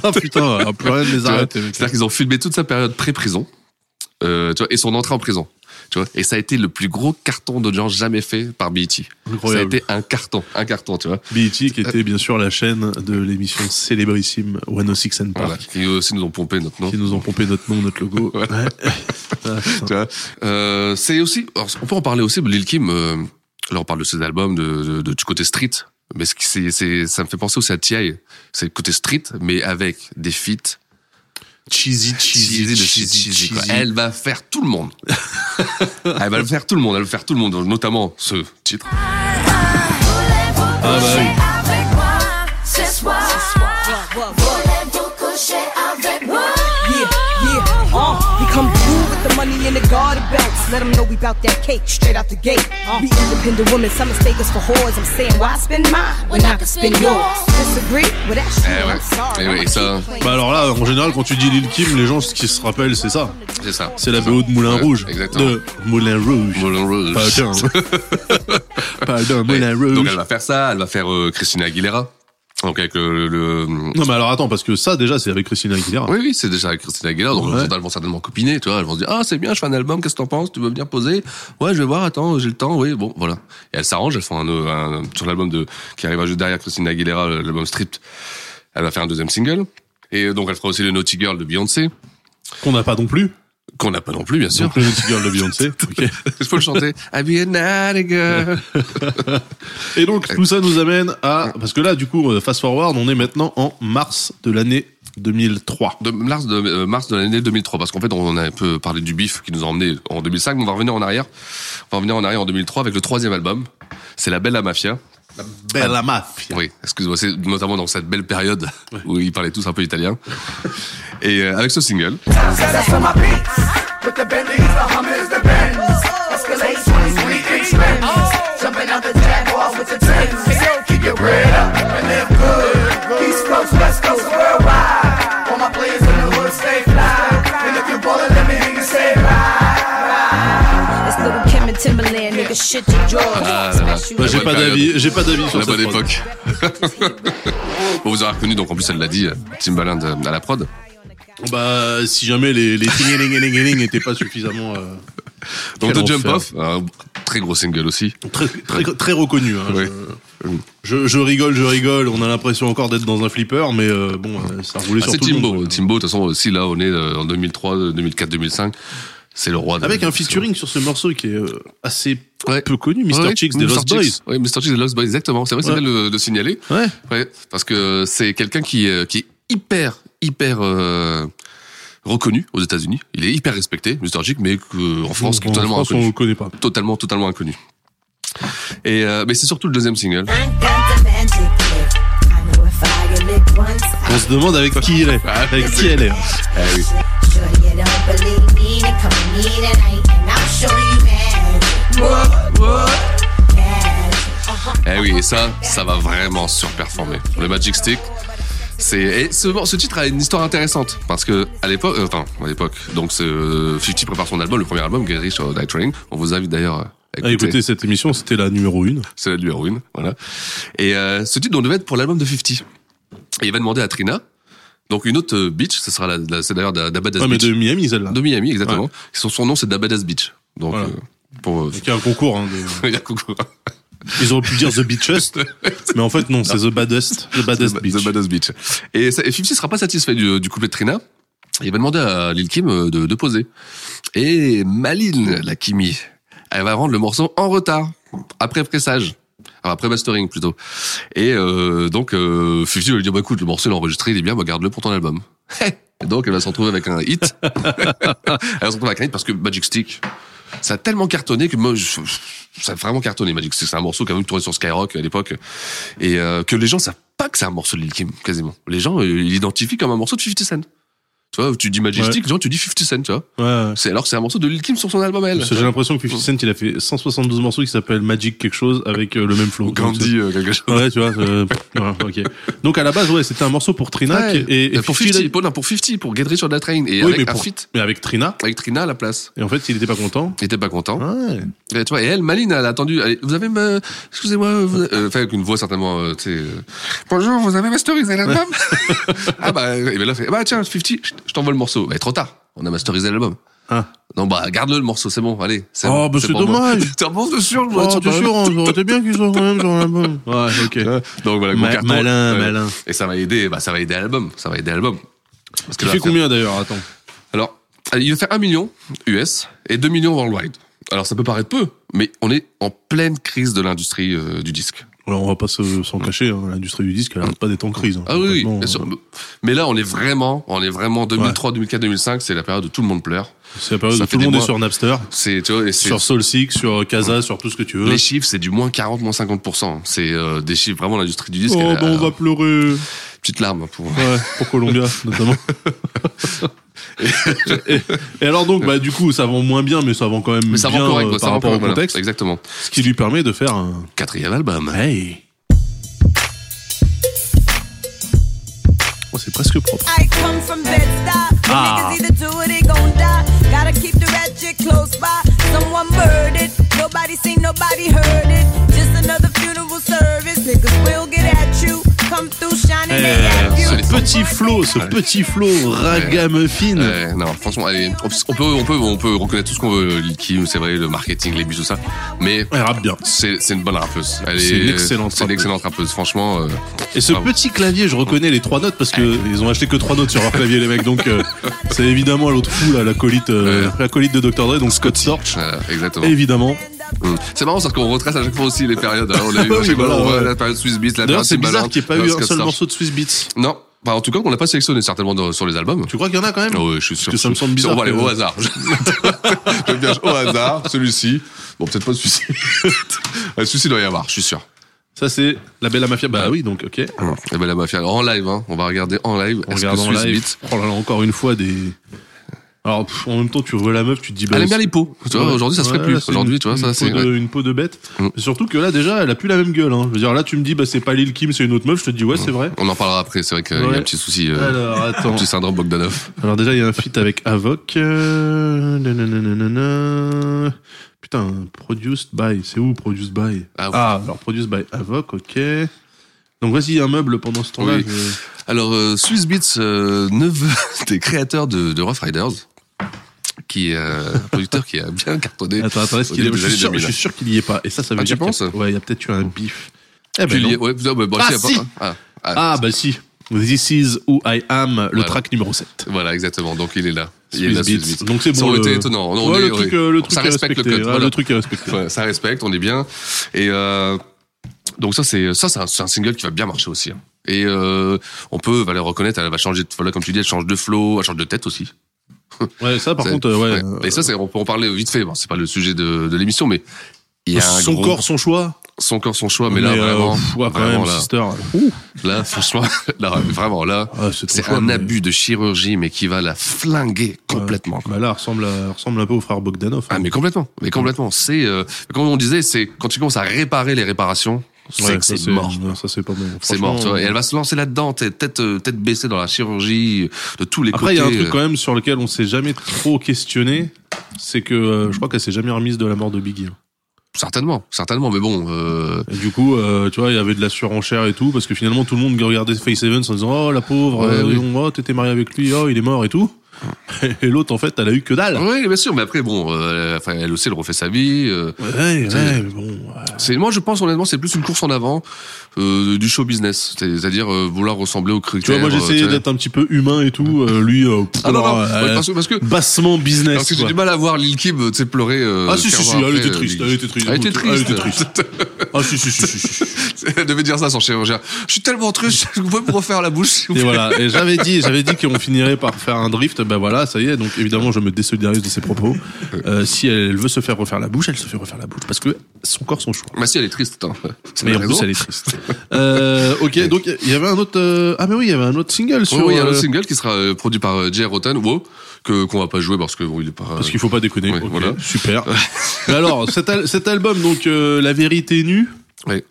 Speaker 4: Ah, putain, elle a plus rien de les
Speaker 5: Tu vois,
Speaker 4: arrêter. mec.
Speaker 5: C'est-à-dire qu'ils ont filmé toute sa période pré-prison, euh, tu vois, et son entrée en prison. Tu vois, et ça a été le plus gros carton d'audience jamais fait par BET. Ça a
Speaker 4: Incroyable.
Speaker 5: été un carton, un carton, tu vois.
Speaker 4: BET, qui était bien sûr la chaîne de l'émission célébrissime 106 and Park,
Speaker 5: Voilà. Qui euh, aussi nous ont pompé notre nom.
Speaker 4: qui nous ont pompé notre nom, notre logo.
Speaker 5: Ouais.
Speaker 4: Ouais. Ah, putain.
Speaker 5: Tu vois. Euh, c'est aussi, alors, on peut en parler aussi, mais Lil Kim, euh, là on parle de ses albums, de, de- de- du côté street, mais ce qui- c'est, c'est- ça me fait penser aussi à T.I. C'est le côté street, mais avec des feats
Speaker 4: cheesy,
Speaker 5: cheesy, de chez cheesy, quoi. Elle va faire tout le monde. elle va le faire tout le monde, elle va le faire tout le monde, notamment ce titre.
Speaker 4: Ah bah oui.
Speaker 2: Yeah, yeah, uh, we come through with the money in the garter bags. Let them know we bout that cake straight out the gate. We independent women, some mistake us for whores. I'm saying, why spend mine when I can spend yours? Disagree? Well, that's you.
Speaker 5: Eh ouais.
Speaker 2: I'm sorry.
Speaker 5: Eh ouais, et ça,
Speaker 4: Bah alors là, en général, quand tu dis Lil Kim, les gens, ce qui se rappellent, c'est ça.
Speaker 5: c'est ça.
Speaker 4: C'est la BO de Moulin
Speaker 5: Ouais,
Speaker 4: Rouge.
Speaker 5: exactement.
Speaker 4: De Moulin Rouge.
Speaker 5: Moulin Rouge.
Speaker 4: Pardon. Pardon,
Speaker 5: Ouais.
Speaker 4: hein. Moulin Rouge.
Speaker 5: Donc elle va faire ça, elle va faire euh, Christina Aguilera. Donc avec euh, le, le-
Speaker 4: Non mais alors attends, parce que ça déjà, c'est avec Christina Aguilera.
Speaker 5: Oui, oui, c'est déjà avec Christina Aguilera, donc
Speaker 4: Ouais.
Speaker 5: elles vont certainement copiner, tu vois. Elles vont se dire, ah, c'est bien, je fais un album, qu'est-ce que t'en penses Tu veux venir poser Ouais, je vais voir, attends, j'ai le temps, oui, bon, voilà. Et elles s'arrangent, elles font un, euh, un- sur l'album de, qui arrive juste derrière Christina Aguilera, l'album Stripped, euh, elle va faire un deuxième single. Et donc, elle fera aussi le Naughty Girl de Beyoncé,
Speaker 4: Qu'on n'a pas non plus.
Speaker 5: Qu'on n'a pas non plus, bien sûr.
Speaker 4: Donc, le Naughty Girl de Beyoncé. Ok.
Speaker 5: Il faut le chanter. I be a naughty girl.
Speaker 4: Et donc, tout ça nous amène à. Parce que là, du coup, euh, fast forward, on est maintenant en mars de l'année 2003.
Speaker 5: De mars de, euh, mars de l'année 2003, parce qu'en fait, on a un peu parlé du bif qui nous a emmené en 2005, mais on va revenir en arrière. On va revenir en arrière en 2003 avec le troisième album. C'est La Belle la Mafia.
Speaker 4: La
Speaker 5: Ah.
Speaker 4: Bella Mafia.
Speaker 5: Oui, excuse-moi, c'est notamment dans cette belle période où ils parlaient tous un peu italien. Et euh, avec ce single.
Speaker 4: Ah là là. Bah, j'ai
Speaker 5: Bonne
Speaker 4: pas
Speaker 5: période.
Speaker 4: d'avis, j'ai pas d'avis sur
Speaker 5: La bonne
Speaker 4: cette prod.
Speaker 5: époque. bon, vous aurez reconnu, donc en plus, elle l'a dit, Timbaland euh, à la prod.
Speaker 4: Bah, si jamais les, les tingelingelingeling n'étaient pas suffisamment. euh,
Speaker 5: Donc,
Speaker 4: Quel
Speaker 5: The Jump
Speaker 4: enfer.
Speaker 5: Off, un très gros single aussi. Ah,
Speaker 4: très, très, très reconnu. hein.
Speaker 5: Oui.
Speaker 4: Je, je rigole, je rigole, on a l'impression encore d'être dans un flipper, mais euh, bon, euh, ça roulait
Speaker 5: Ah,
Speaker 4: sur
Speaker 5: c'est
Speaker 4: tout le monde.
Speaker 5: Timbo. Timbo, de toute façon, aussi, là, on est euh, en 2003, 2004, 2005. C'est le roi de-
Speaker 4: Avec un featuring sur ce morceau qui est euh, assez peu connu,
Speaker 5: Ouais,
Speaker 4: Mr.
Speaker 5: ouais,
Speaker 4: Chicks des
Speaker 5: Mr.
Speaker 4: Lost
Speaker 5: Chicks.
Speaker 4: Boys.
Speaker 5: Oui, Mr. Chicks des Lost Boys, exactement. C'est vrai, c'est
Speaker 4: Ouais.
Speaker 5: bien de le signaler.
Speaker 4: Ouais.
Speaker 5: Ouais, parce que c'est quelqu'un qui, euh, qui est hyper, hyper euh, reconnu aux États-Unis. Il est hyper respecté, Mr. Jig, mais que, en France, qui est
Speaker 4: En
Speaker 5: totalement
Speaker 4: France, on
Speaker 5: inconnu.
Speaker 4: le connaît pas.
Speaker 5: Totalement, totalement inconnu. Et euh, mais c'est surtout le deuxième single.
Speaker 4: On se demande avec qui il est. Avec qui elle est.
Speaker 5: Ah oui. Eh oui, et ça, ça va vraiment surperformer. Le Magic Stick, c'est et ce, ce titre a une histoire intéressante parce que à l'époque, euh, enfin à l'époque, donc ce, euh, 50 prépare son album, le premier album, Get Rich or Die Trying. On vous invite d'ailleurs à
Speaker 4: Ah,
Speaker 5: écouter.
Speaker 4: écoutez, cette émission, c'était la numéro 1.
Speaker 5: c'est la numéro une, voilà. Et euh, ce titre, on devait être pour l'album de 50. Et il va demander à Trina, donc une autre euh, bitch, ce sera la, la- c'est d'ailleurs Da- Dabada's
Speaker 4: Ouais, Ah, mais
Speaker 5: Beach.
Speaker 4: de Miami, celle-là.
Speaker 5: De Miami, exactement. Son, son nom, c'est Dabada's Beach. Donc,
Speaker 4: Voilà.
Speaker 5: euh, pour, euh,
Speaker 4: Qui est un concours. hein, de-
Speaker 5: il y a coucou.
Speaker 4: Ils auraient pu dire The Bitchest, mais en fait, non, c'est The Baddest. The Baddest Bitch.
Speaker 5: The Badass Beach. Et, ça- et 50 sera pas satisfait du, du couplet de Trina. Il va demander à Lil Kim euh, de, de poser. Et Maline, la Kimi, elle va rendre le morceau en retard, après pressage. Enfin, après mastering plutôt. Et euh, donc, euh, 50 va lui dire, bah écoute, le morceau il est enregistré, il est bien, bah garde-le pour ton album. Et donc, elle va se retrouver avec un hit. elle va se retrouver avec un hit parce que Magic Stick, ça a tellement cartonné que moi, je- ça a vraiment cartonné Magic Stick. C'est un morceau quand même tourné sur Skyrock à l'époque et euh, que les gens savent pas que c'est un morceau de Lil Kim quasiment. Les gens euh, ils l'identifient comme un morceau de 50 Cent. Tu vois, tu dis Magic
Speaker 4: Ouais.
Speaker 5: Stick, les gens tu dis 50 Cent, tu vois.
Speaker 4: Ouais, ouais.
Speaker 5: C'est alors que c'est un morceau de Lil Kim sur son album à elle.
Speaker 4: Parce que j'ai l'impression que 50 Cent, il a fait 172 morceaux qui s'appellent Magic quelque chose avec euh, le même flow.
Speaker 5: Ou Gandhi euh, quelque chose.
Speaker 4: Ouais, tu vois. euh, ouais, ok. Donc à la base, ouais, c'était un morceau pour Trina
Speaker 5: Ouais. Bah,
Speaker 4: qui- et, et
Speaker 5: pour 50,
Speaker 4: 50, il a-
Speaker 5: pour, non, pour 50, pour Get Rich or Die Train et
Speaker 4: oui, mais,
Speaker 5: avec un
Speaker 4: pour-
Speaker 5: feat
Speaker 4: mais avec Trina.
Speaker 5: avec Trina à la place.
Speaker 4: Et en fait, il était pas content.
Speaker 5: Il était pas content.
Speaker 4: Ouais.
Speaker 5: Et, tu vois, et elle, Maline, elle a attendu. elle- vous avez, me- excusez-moi, vous- euh, enfin avec une voix certainement, euh, tu sais. euh, Bonjour, vous avez masterisé l'album Ah bah, euh, et ben là, fait, bah tiens, 50, je je t'envoie le morceau. Mais trop tard, on a masterisé l'album.
Speaker 4: Ah.
Speaker 5: Non bah garde-le le morceau, c'est bon, allez.
Speaker 4: Oh,
Speaker 5: bon,
Speaker 4: bah, c'est
Speaker 5: pour moi.
Speaker 4: dommage.
Speaker 5: T'en penses de sûr,
Speaker 4: Oh,
Speaker 5: moi, tu
Speaker 4: t'es
Speaker 5: vois.
Speaker 4: sûr, on aurait été bien qu'ils soient quand même sur l'album. Ouais, ok.
Speaker 5: Donc voilà, mon
Speaker 4: Ma-
Speaker 5: carton.
Speaker 4: malin,
Speaker 5: Ouais.
Speaker 4: malin.
Speaker 5: Et ça va aider, bah ça va aider à l'album, ça va aider à l'album. Parce
Speaker 4: Il
Speaker 5: là,
Speaker 4: fait
Speaker 5: après-
Speaker 4: combien d'ailleurs Attends.
Speaker 5: alors, il va faire 1 million US et 2 millions worldwide. Alors ça peut paraître peu, mais on est en pleine crise de l'industrie euh, du disque.
Speaker 4: Alors, on va pas se- s'en cacher, hein, l'industrie du disque, elle arrête pas d'être en crise. hein,
Speaker 5: Ah oui, oui,
Speaker 4: complètement,
Speaker 5: bien
Speaker 4: euh,
Speaker 5: sûr. Mais là, on est vraiment, on est vraiment 2003, 2004, 2005, c'est la période où tout le monde pleure.
Speaker 4: euh, C'est la période
Speaker 5: Ça
Speaker 4: où
Speaker 5: fait
Speaker 4: tout le
Speaker 5: des
Speaker 4: monde est
Speaker 5: mois.
Speaker 4: sur Napster,
Speaker 5: C'est, tu vois, et c'est-
Speaker 4: sur Soul Six, sur euh, Casa, sur tout ce que tu veux.
Speaker 5: les chiffres, c'est du moins 40, moins 50%. C'est euh, des chiffres, vraiment, l'industrie du disque.
Speaker 4: Oh,
Speaker 5: elle a-
Speaker 4: bah, on va pleurer.
Speaker 5: Petite larme pour.
Speaker 4: Ouais, pour Columbia, notamment. et, et alors donc, bah du coup, ça vend moins bien, mais ça vend quand même
Speaker 5: Mais ça
Speaker 4: bien
Speaker 5: va correct,
Speaker 4: euh,
Speaker 5: quoi, ça
Speaker 4: par
Speaker 5: va
Speaker 4: rapport
Speaker 5: correct,
Speaker 4: au
Speaker 5: voilà,
Speaker 4: contexte,
Speaker 5: Exactement.
Speaker 4: ce qui lui permet de faire un...
Speaker 5: Quatrième album.
Speaker 4: Hey Oh, c'est presque propre.
Speaker 2: I come from bed stop.
Speaker 4: Ah.
Speaker 2: Niggas either do or they gon' die. Gotta keep the ratchet close by. Someone murdered. Nobody seen, nobody heard it. Just another funeral service. Niggas will get at you. Come through shining
Speaker 4: Eh,
Speaker 2: they at you.
Speaker 4: ce petit petit flow, ce petit flow ragamuffin.
Speaker 5: Ouais, non, franchement, allez, on peut, on peut, on peut reconnaître tout ce qu'on veut, qui, c'est vrai, le marketing, les bus, tout ça. Mais
Speaker 4: elle rappe bien.
Speaker 5: C'est, c'est une bonne rappeuse. Elle
Speaker 4: C'est
Speaker 5: est-
Speaker 4: une excellente
Speaker 5: c'est une
Speaker 4: rappeuse.
Speaker 5: excellente rappeuse, franchement. euh,
Speaker 4: Et ce
Speaker 5: bravo.
Speaker 4: petit clavier, je reconnais les trois notes parce que ils ont acheté que trois notes sur leur clavier, les mecs. Donc euh, c'est évidemment l'autre fou là, l'acolyte, euh, l'acolyte de Dr Dre, donc Scott Storch,
Speaker 5: Voilà, euh, exactement.
Speaker 4: évidemment.
Speaker 5: Mm. C'est marrant, c'est qu'on retrace à chaque fois aussi les périodes. hein. On a eu
Speaker 4: Oui,
Speaker 5: à chaque fois,
Speaker 4: voilà,
Speaker 5: on voit
Speaker 4: ouais.
Speaker 5: la période Swiss Beats, la
Speaker 4: D'ailleurs,
Speaker 5: période
Speaker 4: c'est bizarre
Speaker 5: Timbaland,
Speaker 4: qu'il n'y ait pas
Speaker 5: la
Speaker 4: eu un
Speaker 5: période
Speaker 4: seul
Speaker 5: Scar-
Speaker 4: morceau de Swiss Beats.
Speaker 5: Non. Bah, en tout cas, qu'on n'a pas sélectionné certainement dans- sur les albums.
Speaker 4: Tu crois qu'il y en a quand même
Speaker 5: Ouais, je suis sûr.
Speaker 4: Parce que ça me semble
Speaker 5: On
Speaker 4: bizarre
Speaker 5: va aller
Speaker 4: que-
Speaker 5: au hasard. J'aime bien au hasard, celui-ci. Bon, peut-être pas celui-ci. Euh, celui-ci doit y avoir, je suis sûr.
Speaker 4: Ça c'est la Bella Mafia. Bah oui, donc ok.
Speaker 5: Eh ben, la mafia. Alors, en live, hein. On va regarder en live.
Speaker 4: On
Speaker 5: Est-ce que
Speaker 4: regarde en
Speaker 5: Swiss
Speaker 4: live.
Speaker 5: Beats-
Speaker 4: Oh là là, encore une fois des. Alors pff, en même temps, tu vois la meuf, tu te dis. Bah,
Speaker 5: Elle aime bien
Speaker 4: c'est-
Speaker 5: les pots. Tu vois,
Speaker 4: Ouais.
Speaker 5: aujourd'hui, ça se fait
Speaker 4: Ouais,
Speaker 5: plus.
Speaker 4: là, c'est
Speaker 5: Aujourd'hui,
Speaker 4: une-
Speaker 5: tu vois,
Speaker 4: une
Speaker 5: ça,
Speaker 4: peau
Speaker 5: c'est.
Speaker 4: de- Une peau de bête.
Speaker 5: Mm.
Speaker 4: Mais Surtout que là, déjà, elle a plus la même gueule. Hein. Je veux dire, là, tu me dis, bah, c'est pas Lil Kim, c'est une autre meuf. Je te dis, ouais, c'est vrai.
Speaker 5: On en parlera après. C'est vrai qu'il y
Speaker 4: Ouais.
Speaker 5: a un petit souci. Mm. euh,
Speaker 4: Alors, attends.
Speaker 5: Un petit syndrome Bogdanov.
Speaker 4: Alors déjà, il y a un feat avec Avoc. Euh, nananana. Putain, produced by. C'est où produced by
Speaker 5: Ah oui.
Speaker 4: alors produced by Avoc, ok. Donc vas-y, un meuble pendant ce temps-là.
Speaker 5: Oui.
Speaker 4: je-
Speaker 5: Alors, euh, Swiss Beats, euh, neveu des créateurs de, de Rough Riders, qui est euh, un producteur qui a bien cartonné.
Speaker 4: Attends, attends, est-ce
Speaker 5: au
Speaker 4: qu'il est...
Speaker 5: début
Speaker 4: Je
Speaker 5: des
Speaker 4: suis
Speaker 5: années
Speaker 4: sûr, je
Speaker 5: 2000.
Speaker 4: suis sûr qu'il y est pas. Et ça, ça veut
Speaker 5: Ah,
Speaker 4: dire.
Speaker 5: tu penses Oh.
Speaker 4: qu'il y a- Ouais, il y a peut-être eu un bif. Eh ben
Speaker 5: Tu
Speaker 4: non.
Speaker 5: l'y- ouais, putain, bah, bah,
Speaker 4: Ah,
Speaker 5: si,
Speaker 4: si.
Speaker 5: ah, ah,
Speaker 4: Ah bah si. This is who I am, le
Speaker 5: Voilà.
Speaker 4: track numéro 7.
Speaker 5: Voilà, exactement. Donc, il est là. Il est
Speaker 4: Swiss
Speaker 5: là, Swiss
Speaker 4: Beats.
Speaker 5: Beats.
Speaker 4: Donc c'est bon.
Speaker 5: Ça aurait
Speaker 4: le-
Speaker 5: été étonnant. Non, on
Speaker 4: Ouais,
Speaker 5: est-
Speaker 4: le truc,
Speaker 5: ouais.
Speaker 4: euh, le
Speaker 5: ça
Speaker 4: truc est
Speaker 5: respecte le
Speaker 4: respecté.
Speaker 5: code.
Speaker 4: Ouais,
Speaker 5: voilà.
Speaker 4: Le truc est respecté.
Speaker 5: Enfin, ça respecte, on est bien. Et euh, donc ça, c'est ça, c'est un, c'est un single qui va bien marcher aussi. hein. Et euh, on peut va le reconnaître, elle va changer. de- Voilà, comme tu dis, elle change de flow, elle change de tête aussi.
Speaker 4: Ouais, ça par
Speaker 5: C'est-
Speaker 4: contre, euh, ouais.
Speaker 5: ouais. Et ça, c'est on peut en parler vite fait. Bon, c'est pas le sujet de, de l'émission, mais il y a un
Speaker 4: Son
Speaker 5: gros-
Speaker 4: corps, son choix.
Speaker 5: son corps, son choix. Mais, là,
Speaker 4: euh,
Speaker 5: vraiment,
Speaker 4: pff, ouais, quand
Speaker 5: vraiment,
Speaker 4: même,
Speaker 5: là,
Speaker 4: sister.
Speaker 5: là, franchement, là, vraiment, là,
Speaker 4: Ah, c'est ton
Speaker 5: c'est
Speaker 4: choix,
Speaker 5: un
Speaker 4: mais-
Speaker 5: abus de chirurgie, mais qui va la flinguer complètement.
Speaker 4: Bah là, elle ressemble, à- elle ressemble un peu au frère Bogdanov. hein.
Speaker 5: Ah mais complètement, mais complètement. C'est euh, comme on disait, c'est quand tu commences à réparer les réparations, c'est
Speaker 4: Ouais,
Speaker 5: que
Speaker 4: ça,
Speaker 5: c'est mort.
Speaker 4: non, ça, c'est pas bon.
Speaker 5: C'est
Speaker 4: Franchement,
Speaker 5: mort, tu vois. Et elle va se lancer là-dedans, tête, tête, euh, tête baissée dans la chirurgie, de tous les
Speaker 4: euh, Après, il
Speaker 5: côtés.
Speaker 4: y a un truc quand même sur lequel on s'est jamais trop questionné. C'est que euh, je crois qu'elle s'est jamais remise de la mort de Biggie. hein.
Speaker 5: euh, Certainement, certainement, mais bon, euh,
Speaker 4: Et du coup, euh, tu vois, il y avait de la surenchère et tout, parce que finalement, tout le monde regardait Face Evans en disant Oh, la pauvre,
Speaker 5: Ouais,
Speaker 4: euh,
Speaker 5: oui.
Speaker 4: oh, t'étais marié avec lui, oh, il est mort et tout. Et l'autre, en fait, elle a eu que dalle.
Speaker 5: oui, bien sûr, mais après, bon, euh, enfin, elle aussi, elle refait sa vie. euh,
Speaker 4: Ouais, ouais, mais bon. ouais.
Speaker 5: C'est moi, je pense honnêtement, c'est plus une course en avant euh, du show business, c'est-à-dire euh, vouloir ressembler aux
Speaker 4: Tu
Speaker 5: critères.
Speaker 4: vois, moi,
Speaker 5: euh, tu
Speaker 4: j'essayais
Speaker 5: sais.
Speaker 4: d'être un petit peu humain et tout. euh, lui, euh, pff,
Speaker 5: Ah non, non,
Speaker 4: alors,
Speaker 5: ouais,
Speaker 4: euh,
Speaker 5: parce que, parce que
Speaker 4: bassement business.
Speaker 5: Parce que j'ai
Speaker 4: quoi.
Speaker 5: du mal à voir Lil Kim, tu sais, pleurer. euh,
Speaker 4: Ah si si
Speaker 5: 15
Speaker 4: si,
Speaker 5: ans
Speaker 4: elle
Speaker 5: après,
Speaker 4: était
Speaker 5: euh,
Speaker 4: triste, elle était triste,
Speaker 5: Elle était
Speaker 4: écoute,
Speaker 5: triste.
Speaker 4: Ah si si si si. si, si.
Speaker 5: elle devait dire ça sans chirurgien. Je suis tellement triste, vous pouvez me refaire la bouche. s'il vous
Speaker 4: Et
Speaker 5: plaît
Speaker 4: voilà, et j'avais dit, j'avais dit qu'on finirait par faire un drift. Ben voilà, ça y est. Donc évidemment, je me désolidarise de ses propos. Euh, si elle veut se faire refaire la bouche, elle se fait refaire la bouche parce que son corps, son choix.
Speaker 5: Bah si, elle est triste. Hein. C'est
Speaker 4: Mais
Speaker 5: la
Speaker 4: en
Speaker 5: raison.
Speaker 4: plus, elle est triste. Euh, ok, donc il y avait un autre. euh, Ah mais oui, il y avait un autre single
Speaker 5: Oui,
Speaker 4: sur.
Speaker 5: Oh, oui, il y a un autre
Speaker 4: euh,
Speaker 5: single qui sera euh, produit par euh, J.R. Rotten, wow, que qu'on va pas jouer parce que bon, il est pas.
Speaker 4: Parce qu'il faut pas déconner.
Speaker 5: Ouais,
Speaker 4: Ok,
Speaker 5: voilà.
Speaker 4: Super. Mais alors, cet, al- cet album, donc euh, la vérité nue.
Speaker 5: Ouais.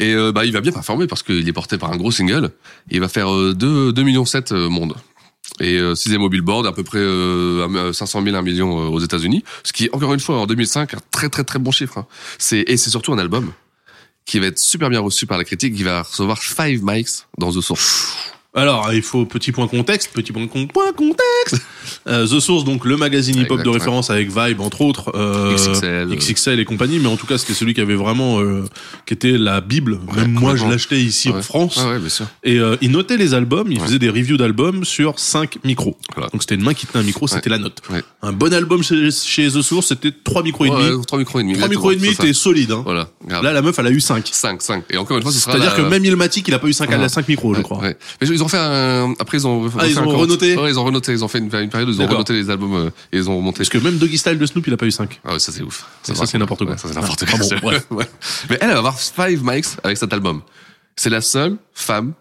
Speaker 5: Et euh, bah il va bien performer parce qu'il est porté par un gros single. Il va faire euh, 2 2 millions 7 monde. Et euh, sixième au Billboard, à peu près euh, un- euh, 500 000, 1 million euh, aux États-Unis, ce qui encore une fois en 2005 un très très très bon chiffre. hein. C'est et c'est surtout un album qui va être super bien reçu par la critique, qui va recevoir 5 mics dans The Source.
Speaker 4: Alors, il faut petit point contexte, petit point, con- point contexte. Euh, The Source, donc le magazine hip-hop de
Speaker 5: Exactement.
Speaker 4: référence avec Vibe, entre autres, euh,
Speaker 5: XXL.
Speaker 4: XXL et compagnie, mais en tout cas, c'était celui qui avait vraiment, euh, qui était la Bible. Même moi, je
Speaker 5: complètement.
Speaker 4: l'achetais ici en
Speaker 5: Ouais.
Speaker 4: France.
Speaker 5: Ah ouais, bien sûr.
Speaker 4: Et euh, il notait les albums, il
Speaker 5: Ouais.
Speaker 4: faisait des reviews d'albums sur 5 micros.
Speaker 5: Voilà.
Speaker 4: Donc c'était une main qui tenait un micro, c'était la note.
Speaker 5: Ouais.
Speaker 4: Un bon album chez, chez The Source, c'était 3 micros et demi.
Speaker 5: Ouais, trois micros et demi.
Speaker 4: 3
Speaker 5: exactement,
Speaker 4: micros et demi,
Speaker 5: c'est ça.
Speaker 4: t'es solide. hein.
Speaker 5: Voilà. grave.
Speaker 4: Là, la meuf, elle a eu 5.
Speaker 5: 5, 5. Et encore une fois, ce sera.
Speaker 4: C'est-à-dire
Speaker 5: la-
Speaker 4: que même Ilmatic, il a pas eu 5, elle a 5 micros, je
Speaker 5: Ouais,
Speaker 4: crois.
Speaker 5: ouais. Mais ils ont fait un. Après, ils ont.
Speaker 4: Ah,
Speaker 5: refait
Speaker 4: ils
Speaker 5: un
Speaker 4: ont
Speaker 5: compte.
Speaker 4: renoté
Speaker 5: Ouais, ils ont renoté. Ils ont fait une, une période où ils ont
Speaker 4: D'accord.
Speaker 5: renoté les albums euh, et ils ont remonté.
Speaker 4: Parce que même Doggy Style de Snoop, il a pas eu 5.
Speaker 5: Ah ouais, ça c'est ouf.
Speaker 4: Ça,
Speaker 5: va.
Speaker 4: c'est n'importe quoi.
Speaker 5: Ouais, ça c'est n'importe
Speaker 4: Ah,
Speaker 5: quoi.
Speaker 4: bon,
Speaker 5: c'est-
Speaker 4: bref.
Speaker 5: ouais. Mais elle, elle va avoir 5 mics avec cet album. C'est la seule femme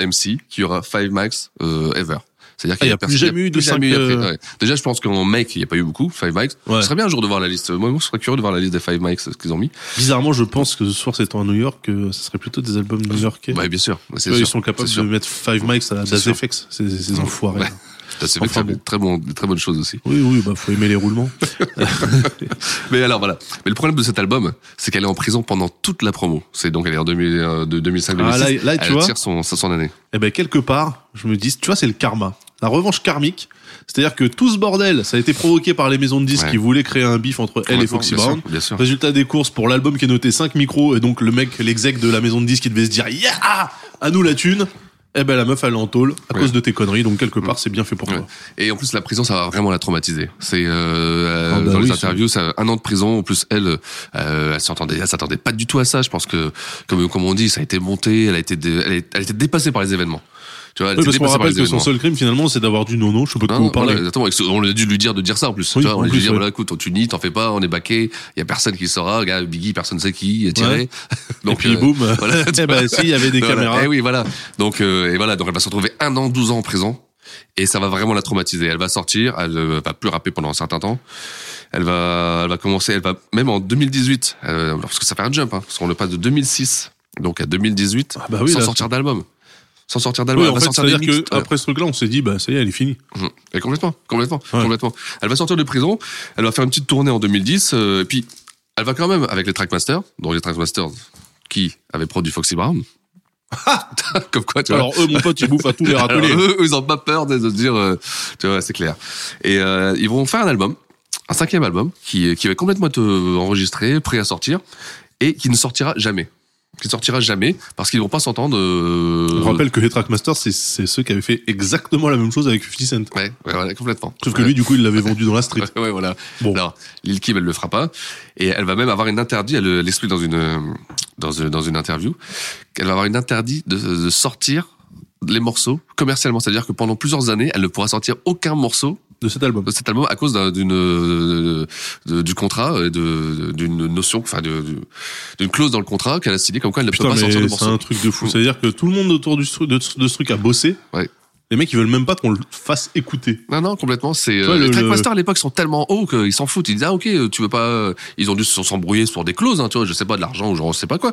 Speaker 5: MC qui aura 5 mics euh, ever. C'est-à-dire qu'il
Speaker 4: Ah,
Speaker 5: y
Speaker 4: y a plus
Speaker 5: personne-
Speaker 4: jamais
Speaker 5: il y a
Speaker 4: eu de
Speaker 5: plus jamais
Speaker 4: cinq,
Speaker 5: eu
Speaker 4: euh,
Speaker 5: après, ouais. Déjà, je pense qu'en mec, il n'y a pas eu beaucoup, 5 mics.
Speaker 4: Ouais.
Speaker 5: Ce serait bien un jour de voir la liste. Moi, moi, je serais curieux de voir la liste des 5 mics, ce qu'ils ont mis.
Speaker 4: Bizarrement, je pense que ce soir, c'est en New York, que ce serait plutôt des albums new-yorkais.
Speaker 5: Ouais, bien sûr. Bah, C'est
Speaker 4: Eux,
Speaker 5: sûr.
Speaker 4: ils sont capables
Speaker 5: C'est
Speaker 4: de
Speaker 5: sûr.
Speaker 4: mettre 5 mics à la
Speaker 5: C'est
Speaker 4: Das
Speaker 5: sûr.
Speaker 4: FX, ces, ces enfoirés.
Speaker 5: Ouais. C'est vrai que c'est
Speaker 4: Enfin,
Speaker 5: des très, bon, des très bonnes choses aussi.
Speaker 4: Oui, oui, bah faut aimer les roulements.
Speaker 5: Mais alors voilà. Mais le problème de cet album, c'est qu'elle est en prison pendant toute la promo. C'est donc elle est en 2000, euh, de 2005
Speaker 4: Ah,
Speaker 5: 2006.
Speaker 4: là- là, tu
Speaker 5: elle
Speaker 4: vois.
Speaker 5: tire son, son son année.
Speaker 4: Eh ben quelque part, je me dis, tu vois, c'est le karma, la revanche karmique. C'est-à-dire que tout ce bordel, ça a été provoqué par les maisons de disques
Speaker 5: Ouais.
Speaker 4: qui voulaient créer un bif entre elle et
Speaker 5: Complètement,
Speaker 4: Foxy
Speaker 5: bien
Speaker 4: Brown.
Speaker 5: sûr, bien sûr.
Speaker 4: Résultat des courses pour l'album qui est noté 5 micros et donc le mec, l'exec de la maison de disques, il devait se dire, yeah, à nous la thune. Eh ben la meuf, elle est en tôle à
Speaker 5: Ouais. Mm.
Speaker 4: cause de tes conneries, donc quelque part, c'est bien fait pour toi.
Speaker 5: Et en plus, la prison, ça va vraiment la traumatiser. C'est euh, euh,
Speaker 4: Ah bah
Speaker 5: dans les
Speaker 4: oui,
Speaker 5: interviews, ça, un an de prison. En plus, elle, euh, elle s'entendait, elle s'attendait pas du tout à ça. Je pense que, comme comme on dit, ça a été monté. Elle a été, dé- elle, est- elle a été dépassée par les événements. Tu vois, elle
Speaker 4: Oui,
Speaker 5: était
Speaker 4: parce qu'on
Speaker 5: dépassée par
Speaker 4: rappelle
Speaker 5: les
Speaker 4: que son
Speaker 5: événements.
Speaker 4: seul crime finalement c'est d'avoir du nono, je sais pas de
Speaker 5: Non,
Speaker 4: quoi vous
Speaker 5: non,
Speaker 4: parlez.
Speaker 5: voilà, exactement. Et que- on a dû lui dire de dire ça en plus.
Speaker 4: Oui,
Speaker 5: Tu vois, on
Speaker 4: en
Speaker 5: a dû
Speaker 4: plus,
Speaker 5: lui dire
Speaker 4: ouais.
Speaker 5: voilà, écoute, tu nies, t'en fais pas, on est baqué, il y a personne qui saura, regarde, Biggie, personne sait qui est tiré. euh,
Speaker 4: Ouais. Et puis, boum. Eh
Speaker 5: tu
Speaker 4: ben,
Speaker 5: vois.
Speaker 4: si, il y avait des
Speaker 5: Voilà.
Speaker 4: caméras.
Speaker 5: Eh oui, voilà. Donc euh, et voilà, donc elle va se retrouver un an, 12 ans en prison. Et ça va vraiment la traumatiser. Elle va sortir, elle euh, va plus rapper pendant un certain temps. Elle va, elle va commencer, elle va même en 2018, euh, parce que ça fait un jump, hein, parce qu'on le passe de 2006 donc à 2018
Speaker 4: bah oui,
Speaker 5: sans
Speaker 4: là,
Speaker 5: sortir d'album, sans sortir d'album.
Speaker 4: Oui,
Speaker 5: elle
Speaker 4: en
Speaker 5: va
Speaker 4: fait,
Speaker 5: sortir des
Speaker 4: c'est-à-dire que
Speaker 5: mixtes.
Speaker 4: après ce truc-là, on s'est dit, bah ça y est, elle est finie.
Speaker 5: Mhm. Et complètement, complètement, complètement. Elle va sortir de prison, elle va faire une petite tournée en 2010, euh, et puis elle va quand même avec les Trackmasters, donc les Trackmasters qui avaient produit Foxy Brown. Comme quoi, tu vois.
Speaker 4: Ah Alors, eux, mon pote, ils bouffent à tous les
Speaker 5: Alors,
Speaker 4: râteliers.
Speaker 5: eux, eux, ils ont pas peur de, de se dire, euh, tu vois, c'est clair. Et euh, ils vont faire un album, un cinquième album, qui, qui va complètement être euh, enregistré, prêt à sortir, et qui ne sortira jamais. Qui ne sortira jamais, parce qu'ils vont pas s'entendre. euh,
Speaker 4: Je rappelle que les Trackmasters, c'est- c'est ceux qui avaient fait exactement la même chose avec 50 Cent.
Speaker 5: Ouais, ouais, ouais, complètement.
Speaker 4: Sauf que lui, du coup, il l'avait vendu dans la street.
Speaker 5: Ouais, ouais, voilà. Alors, Lil Kim, elle le fera pas. Et elle va même avoir une interdit, elle euh, l'explique dans une, euh, dans une, dans une interview, qu'elle va avoir une interdit de, de sortir les morceaux commercialement. C'est-à-dire que pendant plusieurs années, elle ne pourra sortir aucun morceau
Speaker 4: de cet album.
Speaker 5: De cet album à cause d'un- d'une, euh, de- du contrat, et de- d'une notion, enfin, de- de- d'une clause dans le contrat qu'elle a signée comme quoi elle ne peut
Speaker 4: Putain,
Speaker 5: pas sortir de
Speaker 4: mais c'est
Speaker 5: morceaux.
Speaker 4: un truc de fou. C'est-à-dire que tout le monde autour du stru- de, de ce truc a bossé. Les mecs, ils veulent même pas qu'on le fasse écouter.
Speaker 5: Non, non, complètement. C'est
Speaker 4: Tu vois,
Speaker 5: euh,
Speaker 4: le-
Speaker 5: les
Speaker 4: le-
Speaker 5: Trackmasters à l'époque sont tellement hauts qu'ils s'en foutent. Ils disent ah ok, euh, tu veux pas. euh, Ils ont dû s- s'embrouiller sur des clauses, hein, tu vois, je sais pas de l'argent ou genre je sais pas quoi.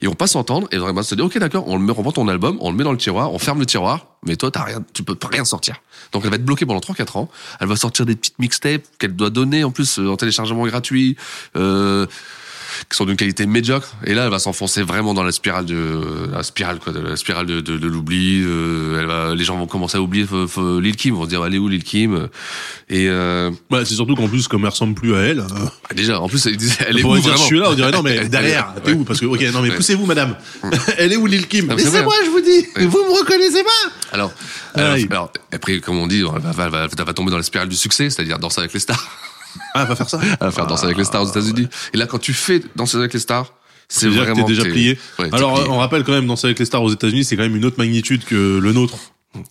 Speaker 5: Ils vont pas s'entendre et vraiment se dire ok d'accord, on le met, on vend ton album, on le met dans le tiroir, on ferme le tiroir, mais toi t'as rien, tu peux pas rien sortir. Donc elle va être bloquée pendant 3-4 ans. Elle va sortir des petites mixtapes qu'elle doit donner en plus euh, en téléchargement gratuit. Euh, qui sont d'une qualité médiocre. Et là, elle va s'enfoncer vraiment dans la spirale de la spirale quoi, de la spirale de, de- de l'oubli. euh, elle va, les gens vont commencer à oublier f- f- Lil Kim, vont se dire elle est où Lil Kim Et euh,
Speaker 4: Bah, c'est surtout qu'en plus, comme elle ressemble plus à elle. euh,
Speaker 5: déjà, en plus, elle, disait, elle est
Speaker 4: on
Speaker 5: où
Speaker 4: pourrait dire,
Speaker 5: vraiment
Speaker 4: je suis là, on dirait, non, mais derrière, t'es où? Parce que, ok, non, mais
Speaker 5: Ouais.
Speaker 4: poussez-vous, madame. Elle est où, Lil Kim?
Speaker 5: Ah, mais c'est
Speaker 4: Laissez-moi,
Speaker 5: vrai,
Speaker 4: je vous dis!
Speaker 5: Ouais.
Speaker 4: Vous me reconnaissez pas?
Speaker 5: Alors,
Speaker 4: Ah
Speaker 5: alors, alors, après, comme on dit, elle va, elle va- elle va tomber dans la spirale du succès, c'est-à-dire danser avec les stars.
Speaker 4: Ah, elle va faire ça.
Speaker 5: Elle va faire danser avec les stars aux États-Unis. Et là, quand tu fais danser avec les stars, c'est
Speaker 4: C'est-à-dire que
Speaker 5: vraiment
Speaker 4: t'es déjà
Speaker 5: t'es-
Speaker 4: plié.
Speaker 5: ouais, t'es
Speaker 4: Alors,
Speaker 5: plié.
Speaker 4: on rappelle quand même, danser avec les stars aux États-Unis, c'est quand même une autre magnitude que le nôtre.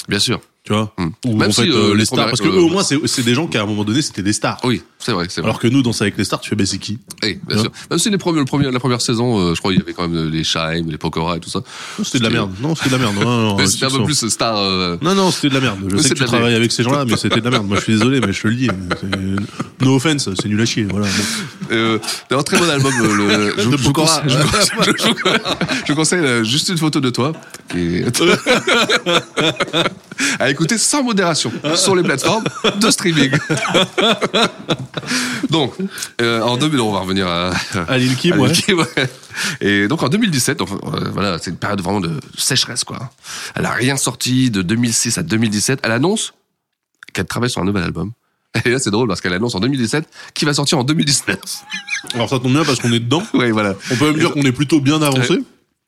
Speaker 5: Bien sûr.
Speaker 4: Tu vois Ou
Speaker 5: Même
Speaker 4: en fait,
Speaker 5: si, euh,
Speaker 4: euh, les
Speaker 5: les
Speaker 4: stars.
Speaker 5: premières-
Speaker 4: Parce que
Speaker 5: euh,
Speaker 4: eux, au moins, c'est c'est des gens qui, à un moment donné, c'était des stars.
Speaker 5: Oui, c'est vrai, c'est vrai.
Speaker 4: Alors que nous, danser avec les stars, tu fais, bah, c'est qui
Speaker 5: Eh, bien sûr.
Speaker 4: Hein
Speaker 5: Même si les premiers, le premier, la première saison, euh, je crois, il y avait quand même les Shaim, les Pokora et tout ça.
Speaker 4: C'était de la merde. Non, c'était de la merde. Non, non, non,
Speaker 5: Mais c'était un peu
Speaker 4: fiction.
Speaker 5: plus star. euh,
Speaker 4: Non, non, c'était de la merde. Je
Speaker 5: Mais
Speaker 4: sais
Speaker 5: c'est
Speaker 4: que tu
Speaker 5: de la merde.
Speaker 4: travailles avec ces gens-là, mais c'était de la merde. Moi, je suis désolé, mais je te le dis. mais c'est- No offense, c'est nul à chier. Voilà.
Speaker 5: Euh, D'ailleurs, très bon album. euh, le, je,
Speaker 4: De
Speaker 5: je
Speaker 4: Pokora.
Speaker 5: conseille, je conseille- je conseille- je conseille, euh, juste une photo de toi. qui est- à écouter sans modération sur les plateformes de streaming. donc, euh, en 2000, on va revenir à,
Speaker 4: à Lil Kim, ouais.
Speaker 5: ouais. Et donc en 2017, donc, euh, voilà, c'est une période vraiment de sécheresse, quoi. Elle a rien sorti de 2006 à 2017. Elle annonce qu'elle travaille sur un nouvel album. Et là, c'est drôle parce qu'elle annonce en 2017 qui va sortir en 2019.
Speaker 4: Alors, ça tombe bien parce qu'on est dedans.
Speaker 5: Oui, voilà.
Speaker 4: On peut même dire qu'on est plutôt bien avancé.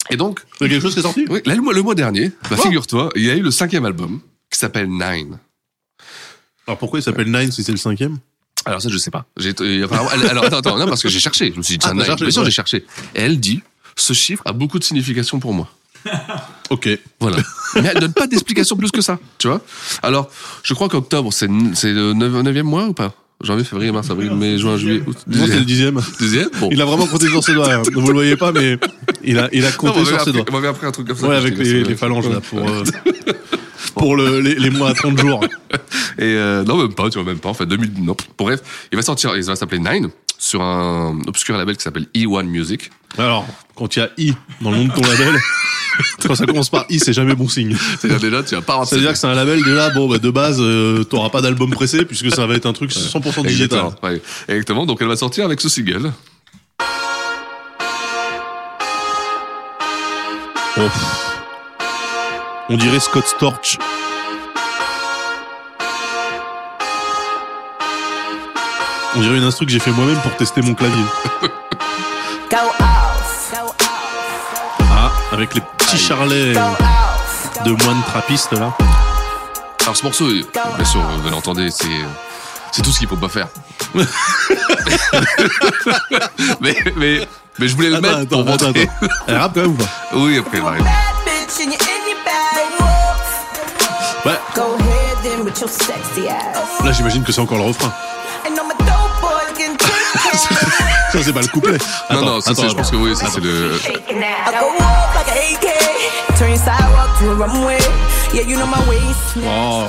Speaker 5: Et donc,
Speaker 4: il y a quelque chose qui est sorti
Speaker 5: Oui, là, le, mois, le mois dernier,
Speaker 4: Oh.
Speaker 5: bah, figure-toi, il y a eu le cinquième album qui s'appelle Nine.
Speaker 4: Alors, pourquoi il s'appelle Nine si c'est le cinquième
Speaker 5: Alors ça, je sais pas. J'ai- euh, apparemment- elle- alors attends, attends, non, parce que j'ai cherché. Je me suis dit,
Speaker 4: Ah,
Speaker 5: tiens,
Speaker 4: t'as
Speaker 5: Nine.
Speaker 4: cherché,
Speaker 5: bien sûr,
Speaker 4: ouais.
Speaker 5: j'ai cherché. Et elle dit, ce chiffre a beaucoup de signification pour moi.
Speaker 4: Ok.
Speaker 5: Voilà. Mais elle donne pas d'explication plus que ça, tu vois. Alors, je crois qu'octobre, c'est c'est le 9 mois ou pas Janvier, février, mars, avril, mai, juin, juillet, août.
Speaker 4: Moi, c'est le dixième.
Speaker 5: Dixième Bon.
Speaker 4: Il a vraiment compté sur ses doigts. hein. Vous le voyez pas, mais il a, il a
Speaker 5: Non,
Speaker 4: compté
Speaker 5: on va
Speaker 4: sur
Speaker 5: après-
Speaker 4: ses doigts.
Speaker 5: On va faire après un truc comme ça.
Speaker 4: Ouais,
Speaker 5: je
Speaker 4: avec
Speaker 5: te laisse,
Speaker 4: les,
Speaker 5: euh,
Speaker 4: les phalanges, là, pour, euh, pour le, les, les mois à 30 jours.
Speaker 5: Et euh, non, même pas, tu vois, même pas. Enfin, 2000, non. Bon, bref, il va sortir, il va s'appeler Nine. sur un obscur label qui s'appelle E1 Music.
Speaker 4: Alors, quand il y a I dans le nom de ton label, quand ça commence par I, c'est jamais bon signe.
Speaker 5: C'est-à-dire déjà, tu vas pas
Speaker 4: C'est-à-dire que c'est un label déjà, bon, bah, de base, euh, t'auras pas d'album pressé puisque ça va être un truc 100% digital.
Speaker 5: Exactement, ouais. Exactement, donc elle va sortir avec ce single.
Speaker 4: Bon. On dirait Scott Storch. On dirait une instru que j'ai fait moi-même pour tester mon clavier. Ah, avec les petits charlets de moines trappistes là.
Speaker 5: Alors ce morceau, euh, bien sûr, vous l'entendez, c'est euh, c'est tout ce qu'il faut pas faire. mais, mais, mais je voulais le mettre
Speaker 4: attends,
Speaker 5: pour
Speaker 4: attends,
Speaker 5: montrer.
Speaker 4: attends. Elle rappe quand même ou pas
Speaker 5: Oui, après, il arrive.
Speaker 4: Ouais,
Speaker 2: Go ahead then with your sexy ass.
Speaker 4: là j'imagine que c'est encore le refrain.
Speaker 2: And all my dope boys can take it.
Speaker 4: Ça c'est pas le couplet.
Speaker 5: Non,
Speaker 4: Attends,
Speaker 5: non, ça, c'est,
Speaker 4: attends,
Speaker 5: je pense que oui, ça, c'est le.
Speaker 2: I go up like an AK. Turn your sidewalk to a runway. Yeah, you know my waist.
Speaker 4: Oh.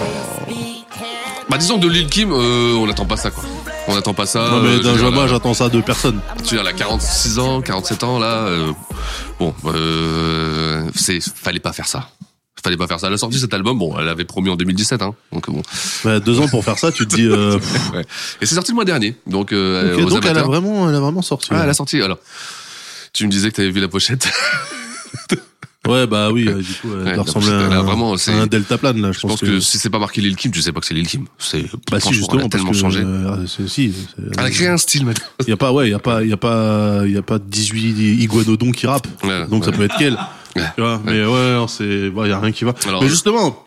Speaker 5: Bah, disons que de Lil Kim, euh, on n'attend pas ça, quoi. On n'attend pas ça.
Speaker 4: Non mais
Speaker 5: euh, je veux
Speaker 4: d'un
Speaker 5: dire,
Speaker 4: jamais
Speaker 5: là,
Speaker 4: j'attends ça de personne.
Speaker 5: Tu veux dire, elle a 46 ans, 47 ans, là. euh, bon, euh, c'est, fallait pas faire ça. Fallait pas faire ça. Elle a sorti cet album, bon, elle avait promis en 2017, hein. Donc, bon.
Speaker 4: Bah, deux ans pour faire ça, tu te dis. euh, pff,
Speaker 5: Ouais. Et c'est sorti le mois dernier. Donc, euh,
Speaker 4: ok,
Speaker 5: aux
Speaker 4: donc elle a
Speaker 5: amateurs.
Speaker 4: vraiment, elle a vraiment sorti.
Speaker 5: Ah, elle a sorti. Alors, tu me disais que t'avais vu la pochette.
Speaker 4: Ouais bah oui, euh, du coup elle
Speaker 5: Ouais,
Speaker 4: doit
Speaker 5: la
Speaker 4: ressembler à
Speaker 5: pochette, elle a
Speaker 4: un,
Speaker 5: vraiment, c'est-
Speaker 4: à un delta plane là. Je,
Speaker 5: Je pense que, si c'est pas marqué Lil Kim, tu sais pas que c'est Lil Kim. C'est
Speaker 4: bah
Speaker 5: franchement,
Speaker 4: si justement
Speaker 5: elle a
Speaker 4: parce
Speaker 5: tellement
Speaker 4: que,
Speaker 5: changé. Ah,
Speaker 4: euh, c'est- si, c'est-
Speaker 5: Elle a créé un style maintenant.
Speaker 4: Il y a pas ouais, il y a pas il y a pas il y a pas 18 iguanodons qui rappent.
Speaker 5: Ouais,
Speaker 4: donc ça
Speaker 5: ouais.
Speaker 4: peut être qu'elle.
Speaker 5: Ouais.
Speaker 4: Tu vois, mais ouais, non, c'est bon, il y a rien qui va.
Speaker 5: Alors,
Speaker 4: mais
Speaker 5: euh,
Speaker 4: justement,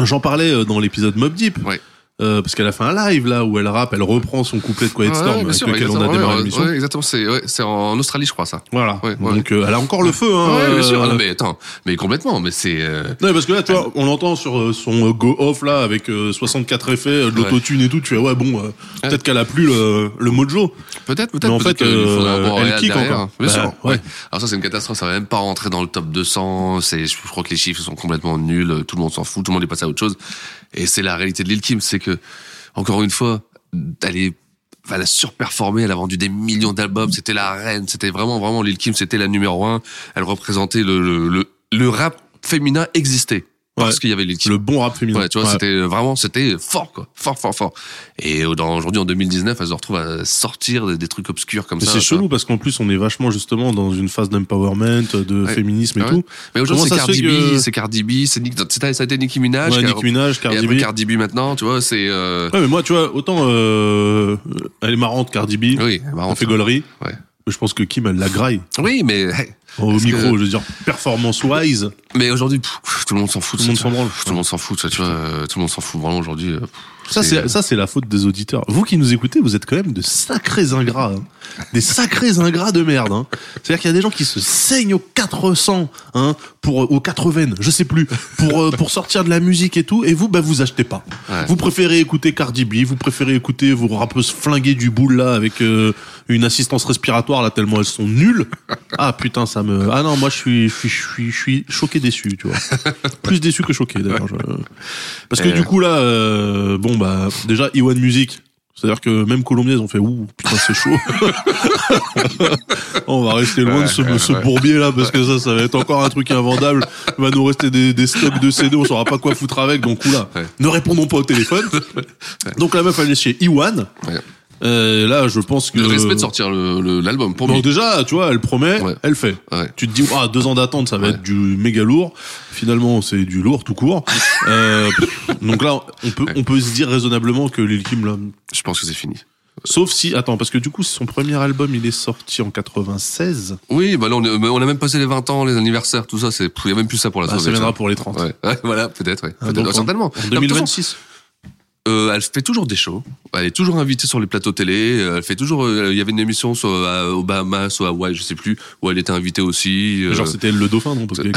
Speaker 4: j'en parlais euh, dans l'épisode Mob Deep.
Speaker 5: Ouais.
Speaker 4: euh, parce qu'elle a fait un live là où elle rappe, elle reprend son couplet de Quiet
Speaker 5: Ouais,
Speaker 4: Storm euh,
Speaker 5: bien
Speaker 4: avec
Speaker 5: sûr,
Speaker 4: lequel on a
Speaker 5: exactement,
Speaker 4: démarré
Speaker 5: ouais,
Speaker 4: l'émission.
Speaker 5: ouais, exactement, c'est ouais, c'est en Australie, je crois, ça.
Speaker 4: Voilà.
Speaker 5: Ouais, ouais.
Speaker 4: Donc euh, elle a encore le feu. Hein,
Speaker 5: Ouais, bien sûr.
Speaker 4: euh,
Speaker 5: Ah non, mais attends, mais complètement, mais c'est. euh,
Speaker 4: Non, parce que là, toi, on l'entend sur euh, son euh, go off là avec euh, 64 effets, euh, de l'autotune et tout. Tu fais ouais, bon, euh, peut-être qu'elle a plus le, le mojo.
Speaker 5: Peut-être, peut-être.
Speaker 4: Mais en
Speaker 5: peut-être
Speaker 4: fait,
Speaker 5: qu'il faudra
Speaker 4: euh,
Speaker 5: voir
Speaker 4: elle
Speaker 5: Real
Speaker 4: kick
Speaker 5: derrière.
Speaker 4: encore.
Speaker 5: Bien
Speaker 4: Bah,
Speaker 5: sûr.
Speaker 4: ouais.
Speaker 5: ouais. Alors ça, c'est une catastrophe. Ça va même pas rentrer dans le top 200. C'est, je crois que les chiffres sont complètement nuls. Tout le monde s'en fout. Tout le monde est passé à autre chose. Et c'est la réalité de Lil Kim, c'est que encore une fois, elle est enfin, elle a surperformé, elle a vendu des millions d'albums, c'était la reine, c'était vraiment, vraiment, Lil Kim, c'était la numéro un, elle représentait le, le, le, le rap féminin existait, parce
Speaker 4: Ouais.
Speaker 5: qu'il y avait Lil Kim.
Speaker 4: Le bon rap féminin.
Speaker 5: Ouais, tu vois, c'était euh, vraiment, c'était fort, quoi. Fort, fort, fort. Et euh, dans- aujourd'hui, en 2019, elle se retrouve à sortir des, des trucs obscurs comme
Speaker 4: Mais
Speaker 5: ça.
Speaker 4: c'est
Speaker 5: tu
Speaker 4: chelou parce qu'en plus on est vachement justement dans une phase d'empowerment, de
Speaker 5: Ouais. Ah
Speaker 4: féminisme et
Speaker 5: Ouais.
Speaker 4: tout.
Speaker 5: Mais aujourd'hui,
Speaker 4: Comment
Speaker 5: c'est
Speaker 4: ça se
Speaker 5: Cardi,
Speaker 4: fait que-
Speaker 5: B, c'est Cardi B, c'est Nick, c'est- ça a été Nicki Minaj.
Speaker 4: Ouais,
Speaker 5: qui a-
Speaker 4: Nicki Minaj, Cardi
Speaker 5: et après
Speaker 4: B.
Speaker 5: Ah, Cardi B maintenant, tu vois, c'est, euh,
Speaker 4: Ouais, mais moi, tu vois, autant euh, elle est marrante, Cardi B,
Speaker 5: oui,
Speaker 4: on
Speaker 5: marrant.
Speaker 4: fait gaulerie.
Speaker 5: Ouais.
Speaker 4: Mais je pense que Kim, elle la graille
Speaker 5: Oui, mais, hey,
Speaker 4: au
Speaker 5: Parce que-
Speaker 4: micro. Je veux dire, performance wise,
Speaker 5: mais aujourd'hui, pff, tout le monde s'en fout.
Speaker 4: tout
Speaker 5: de
Speaker 4: le monde
Speaker 5: ça.
Speaker 4: s'en branle.
Speaker 5: Tout le monde s'en fout, tu vois, euh, tout le monde s'en fout vraiment aujourd'hui. euh, pff,
Speaker 4: Ça c'est ça c'est la faute des auditeurs. Vous qui nous écoutez, vous êtes quand même de sacrés ingrats, hein. des sacrés ingrats de merde. hein. C'est-à-dire qu'il y a des gens qui se saignent aux 400, hein, pour aux 80, je sais plus, pour euh, pour sortir de la musique et tout. Et vous, bah vous achetez pas.
Speaker 5: Ouais.
Speaker 4: Vous préférez écouter Cardi B, vous préférez écouter vos rappeuses flinguées du boule là avec euh, une assistance respiratoire là tellement elles sont nulles. Ah putain, ça me ah non moi je suis je suis je suis, je suis choqué déçu, tu vois. Plus déçu que choqué d'ailleurs. je- parce que
Speaker 5: Euh.
Speaker 4: du coup là, euh, bon bah déjà E1 Music, c'est-à-dire que même colombiennes ont fait ouh putain c'est chaud. On va rester loin de ce, ce bourbier là parce que ça ça va être encore un truc invendable. Il va nous rester des, des stocks de CD, on saura pas quoi foutre avec donc oula.
Speaker 5: Ouais.
Speaker 4: Ne répondons pas au téléphone. Donc la meuf elle est chez E1.
Speaker 5: Ouais.
Speaker 4: Euh, là je pense que
Speaker 5: Le respect de sortir le- le- l'album, pour
Speaker 4: donc
Speaker 5: moi.
Speaker 4: déjà, tu vois, elle promet,
Speaker 5: Ouais.
Speaker 4: elle fait.
Speaker 5: Ouais.
Speaker 4: Tu te dis, ah, deux ans d'attente, ça va
Speaker 5: Ouais.
Speaker 4: être du méga lourd. Finalement, c'est du lourd tout court. Euh, donc là, on peut, on peut se dire raisonnablement que Lil Kim, là,
Speaker 5: Je pense que c'est fini.
Speaker 4: sauf si, attends, parce que du coup, son premier album, il est sorti en hein, 96.
Speaker 5: Oui, bah là, on, est- mais on a même passé les 20 ans, les anniversaires, tout ça, c'est, il y a même plus ça pour la
Speaker 4: Bah, ça
Speaker 5: sauver,
Speaker 4: viendra
Speaker 5: ça.
Speaker 4: pour les 30.
Speaker 5: Ouais, Ouais, voilà, peut-être, ouais.
Speaker 4: Hein,
Speaker 5: Peut-être,
Speaker 4: donc, en-
Speaker 5: ouais, Ah, certainement.
Speaker 4: En
Speaker 5: Mais de toute façon,
Speaker 4: 2026.
Speaker 5: Euh, elle fait toujours des shows. Elle est toujours invitée sur les plateaux télé. euh, Elle fait toujours. euh, Il y avait une émission soit à Obama, soit à Hawaii, je sais plus, où elle était invitée aussi. euh.
Speaker 4: Genre, c'était le dauphin, non parce que-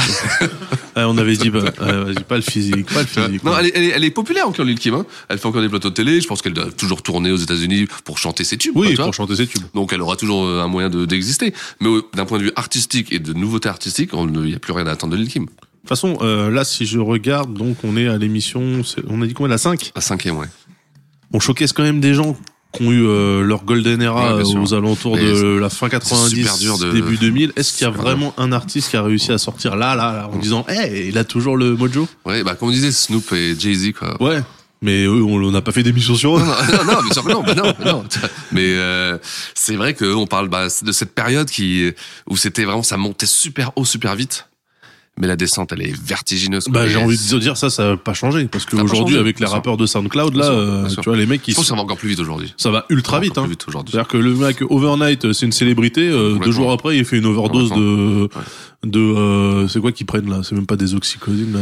Speaker 4: Ah, On avait dit, bah, euh, vas-y, pas le physique, pas le physique.
Speaker 5: non, elle est, elle, est, elle est populaire encore Lil Kim. hein. Elle fait encore des plateaux télé. Je pense qu'elle doit toujours tourner aux États-Unis pour chanter ses tubes. quoi,
Speaker 4: Oui,
Speaker 5: tu vois.
Speaker 4: pour chanter ses tubes.
Speaker 5: Donc elle aura toujours euh, un moyen de- d'exister. Mais euh, d'un point de vue artistique et de nouveauté artistique, on ne- il n'y a plus rien à attendre de Lil Kim.
Speaker 4: De toute façon, euh, là, si je regarde, donc, on est à l'émission, c'est- on a dit combien, la 5?
Speaker 5: La cinquième, ouais.
Speaker 4: on showcase quand même des gens qui ont eu euh, leur golden era euh,
Speaker 5: Ouais, bien sûr.
Speaker 4: aux alentours
Speaker 5: Mais
Speaker 4: de
Speaker 5: c'est-
Speaker 4: la fin 90,
Speaker 5: super dur de-
Speaker 4: début 2000. Est-ce qu'il y a
Speaker 5: super dur.
Speaker 4: vraiment un artiste qui a réussi à sortir là, là, là, en disant, eh, il a toujours le mojo
Speaker 5: Ouais, bah, comme on disait, Snoop et Jay-Z, quoi.
Speaker 4: Ouais, mais eux, on n'a pas fait d'émission sur eux.
Speaker 5: Non, non, non, non, bien sûr que non, mais non, mais non. Mais euh, c'est vrai qu'on parle bah, de cette période qui, où c'était vraiment, ça montait super haut, super vite. Mais la descente, elle est vertigineuse. quoi.
Speaker 4: Bah,
Speaker 5: Et
Speaker 4: j'ai envie de dire ça, ça n'a pas changé. Parce
Speaker 5: Ça a pas
Speaker 4: qu'aujourd'hui,
Speaker 5: changé,
Speaker 4: avec les
Speaker 5: bien sûr.
Speaker 4: rappeurs de SoundCloud, là,
Speaker 5: Bien sûr,
Speaker 4: euh,
Speaker 5: bien sûr.
Speaker 4: tu vois, les mecs,
Speaker 5: Je
Speaker 4: qui
Speaker 5: trouve que ça va encore plus vite aujourd'hui.
Speaker 4: ça va ultra vite.
Speaker 5: Encore
Speaker 4: Hein.
Speaker 5: plus vite aujourd'hui.
Speaker 4: C'est-à-dire que le mec overnight, euh, c'est une célébrité. euh, deux
Speaker 5: Complètement.
Speaker 4: jours après, il fait une overdose de de euh, c'est quoi qu'ils prennent là C'est même pas des oxycodines,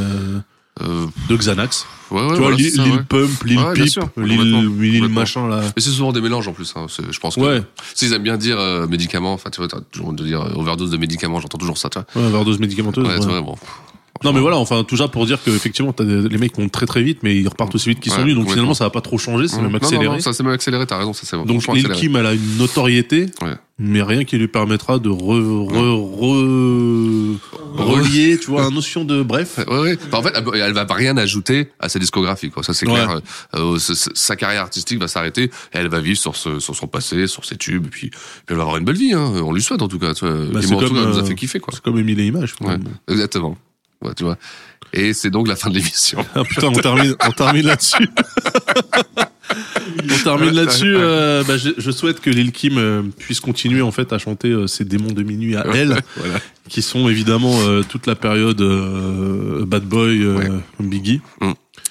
Speaker 4: euh, de Xanax.
Speaker 5: Ouais, ouais,
Speaker 4: tu vois,
Speaker 5: voilà,
Speaker 4: Lil,
Speaker 5: c'est ça,
Speaker 4: Lil
Speaker 5: ouais.
Speaker 4: Pump, Lil
Speaker 5: Ouais, bien
Speaker 4: Peep,
Speaker 5: sûr, complètement,
Speaker 4: Lil, Lil
Speaker 5: complètement.
Speaker 4: machin là.
Speaker 5: Mais c'est souvent des mélanges en plus. Hein. C'est- Je pense que
Speaker 4: Ouais.
Speaker 5: s'ils aiment bien dire euh, médicaments, enfin tu vois, t'as toujours de dire euh, overdose de médicaments, j'entends toujours ça, tu vois.
Speaker 4: Ouais, overdose médicamenteuse.
Speaker 5: Ouais,
Speaker 4: ouais.
Speaker 5: c'est vrai, bon.
Speaker 4: Non mais voilà, enfin tout ça pour dire que effectivement, t'as des- les mecs vont très très vite, mais ils repartent aussi vite qu'ils sont
Speaker 5: Ouais,
Speaker 4: venus. Donc
Speaker 5: complètement.
Speaker 4: finalement, ça va pas trop changer, c'est
Speaker 5: Mmh.
Speaker 4: même
Speaker 5: Non, non,
Speaker 4: accéléré.
Speaker 5: non, ça c'est même accéléré, t'as raison, ça c'est
Speaker 4: Donc
Speaker 5: franchement
Speaker 4: Lil
Speaker 5: accéléré.
Speaker 4: Kim, elle a une notoriété, mais rien qui lui permettra de re, re- re- relier, tu vois, un notion de bref.
Speaker 5: Ouais, ouais. Enfin, en fait, elle- elle va rien ajouter à sa discographie, quoi. Ça, c'est
Speaker 4: Ouais.
Speaker 5: clair. Euh, euh, ce- ce- sa carrière artistique va s'arrêter. et Elle va vivre sur, ce- sur son passé, sur ses tubes, et puis, puis elle va avoir une belle vie. Hein. On lui souhaite en tout cas. Tu vois.
Speaker 4: Bah,
Speaker 5: Et
Speaker 4: c'est
Speaker 5: moi, en tout
Speaker 4: comme,
Speaker 5: cas, elle nous a
Speaker 4: euh,
Speaker 5: fait kiffer, quoi.
Speaker 4: C'est comme euh, Émile et Images.
Speaker 5: Ouais, exactement. Ouais, tu vois. Et c'est donc la fin de l'émission.
Speaker 4: Ah putain, on termine, on termine là-dessus. on termine là-dessus. euh, bah, je, je souhaite que Lil Kim euh, puisse continuer en fait à chanter euh, ses démons de minuit à elle,
Speaker 5: Voilà.
Speaker 4: qui sont évidemment euh, toute la période euh, Bad Boy, euh, Biggie.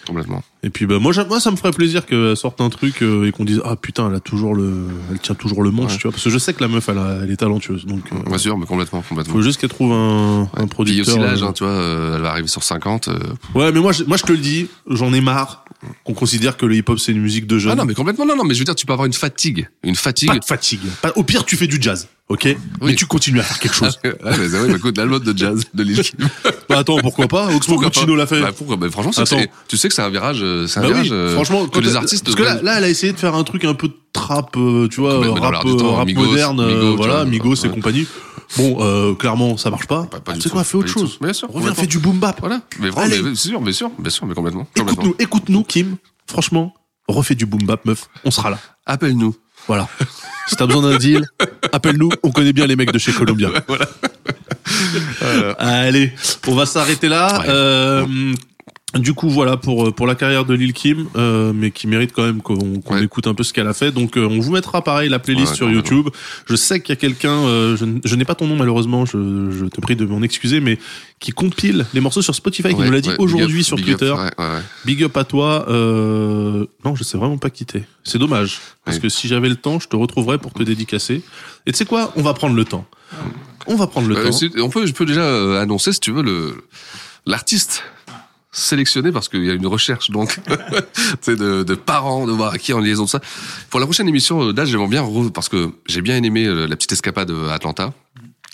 Speaker 5: Complètement.
Speaker 4: Et puis bah moi, j'a- moi ça me ferait plaisir qu'elle sorte un truc euh, et qu'on dise ah putain elle a toujours le elle tient toujours le manche
Speaker 5: Ouais.
Speaker 4: tu vois parce que je sais que la meuf elle, a- elle est talentueuse donc euh,
Speaker 5: Bien sûr, mais complètement, complètement.
Speaker 4: faut juste qu'elle trouve un, un
Speaker 5: Puis
Speaker 4: producteur
Speaker 5: aussi l'âge,
Speaker 4: euh,
Speaker 5: hein, tu vois, euh, elle va arriver sur 50. euh,
Speaker 4: ouais mais moi je, moi je te le dis j'en ai marre qu'on considère que le hip hop c'est une musique de jeune
Speaker 5: Ah non, mais complètement, non, non, mais je veux dire, tu peux avoir une fatigue. Une fatigue.
Speaker 4: pas de fatigue Pas- au pire tu fais du jazz ok mais tu continues à faire quelque chose
Speaker 5: ah, mais c'est vrai, bah, écoute, l'album de jazz de Lil Kim.
Speaker 4: bah attends pourquoi pas Oxmo
Speaker 5: Pourquoi
Speaker 4: Puccino
Speaker 5: pas
Speaker 4: l'a fait
Speaker 5: Bah, pourquoi Bah, Franchement, c'est-
Speaker 4: Attends.
Speaker 5: c'est- tu sais que c'est un virage, euh, c'est un
Speaker 4: Bah oui,
Speaker 5: virage, euh,
Speaker 4: franchement,
Speaker 5: que
Speaker 4: quand
Speaker 5: les
Speaker 4: elle-
Speaker 5: artistes.
Speaker 4: Parce que là, là, elle a essayé de faire un truc un peu de trap, euh, tu vois,
Speaker 5: Complètement dans
Speaker 4: rap,
Speaker 5: l'air du temps,
Speaker 4: rap
Speaker 5: Migos,
Speaker 4: moderne, euh,
Speaker 5: Migos, tu
Speaker 4: voilà,
Speaker 5: vois,
Speaker 4: Migos et
Speaker 5: ouais.
Speaker 4: compagnie. Bon, euh, clairement, ça marche pas.
Speaker 5: pas du
Speaker 4: tu sais
Speaker 5: tout,
Speaker 4: quoi, fais autre
Speaker 5: pas du
Speaker 4: chose.
Speaker 5: tout. Bien sûr,
Speaker 4: Reviens,
Speaker 5: complètement.
Speaker 4: fais du boom bap.
Speaker 5: Voilà. Mais vraiment,
Speaker 4: Allez.
Speaker 5: mais, bien sûr, bien sûr, bien sûr, mais complètement. complètement.
Speaker 4: Écoute-nous, écoute-nous, Kim. Franchement, refais du boom bap, meuf. On sera là.
Speaker 5: Appelle-nous.
Speaker 4: Voilà. si t'as besoin d'un deal, appelle-nous. On connaît bien les mecs de chez Columbia. Allez, on va s'arrêter là. Euh, Du coup, voilà pour pour la carrière de Lil Kim, euh, mais qui mérite quand même qu'on qu'on
Speaker 5: Ouais.
Speaker 4: écoute un peu ce qu'elle a fait. Donc, euh, on vous mettra pareil la playlist
Speaker 5: Ouais,
Speaker 4: sur
Speaker 5: carrément.
Speaker 4: YouTube. Je sais qu'il y a quelqu'un, euh, je, n- je n'ai pas ton nom malheureusement, je, je te prie de m'en excuser, mais qui compile les morceaux sur Spotify, qui
Speaker 5: Ouais,
Speaker 4: nous l'a dit
Speaker 5: ouais, big
Speaker 4: aujourd'hui
Speaker 5: up,
Speaker 4: sur
Speaker 5: big up,
Speaker 4: Twitter.
Speaker 5: ouais, ouais, ouais.
Speaker 4: Big up à toi. Euh... Non, je sais vraiment pas quitter. C'est dommage. Parce
Speaker 5: Oui.
Speaker 4: que si j'avais le temps, je te retrouverais pour te dédicacer. Et tu sais quoi On va prendre le temps. On va prendre le
Speaker 5: Euh,
Speaker 4: temps.
Speaker 5: c'est- on peut, je peux déjà euh, annoncer, si tu veux, le l'artiste sélectionné parce qu'il y a une recherche donc tu sais, de, de parents de voir à qui en liaison de ça pour la prochaine émission euh, là j'aimerais bien re- parce que j'ai bien aimé euh, la petite escapade à Atlanta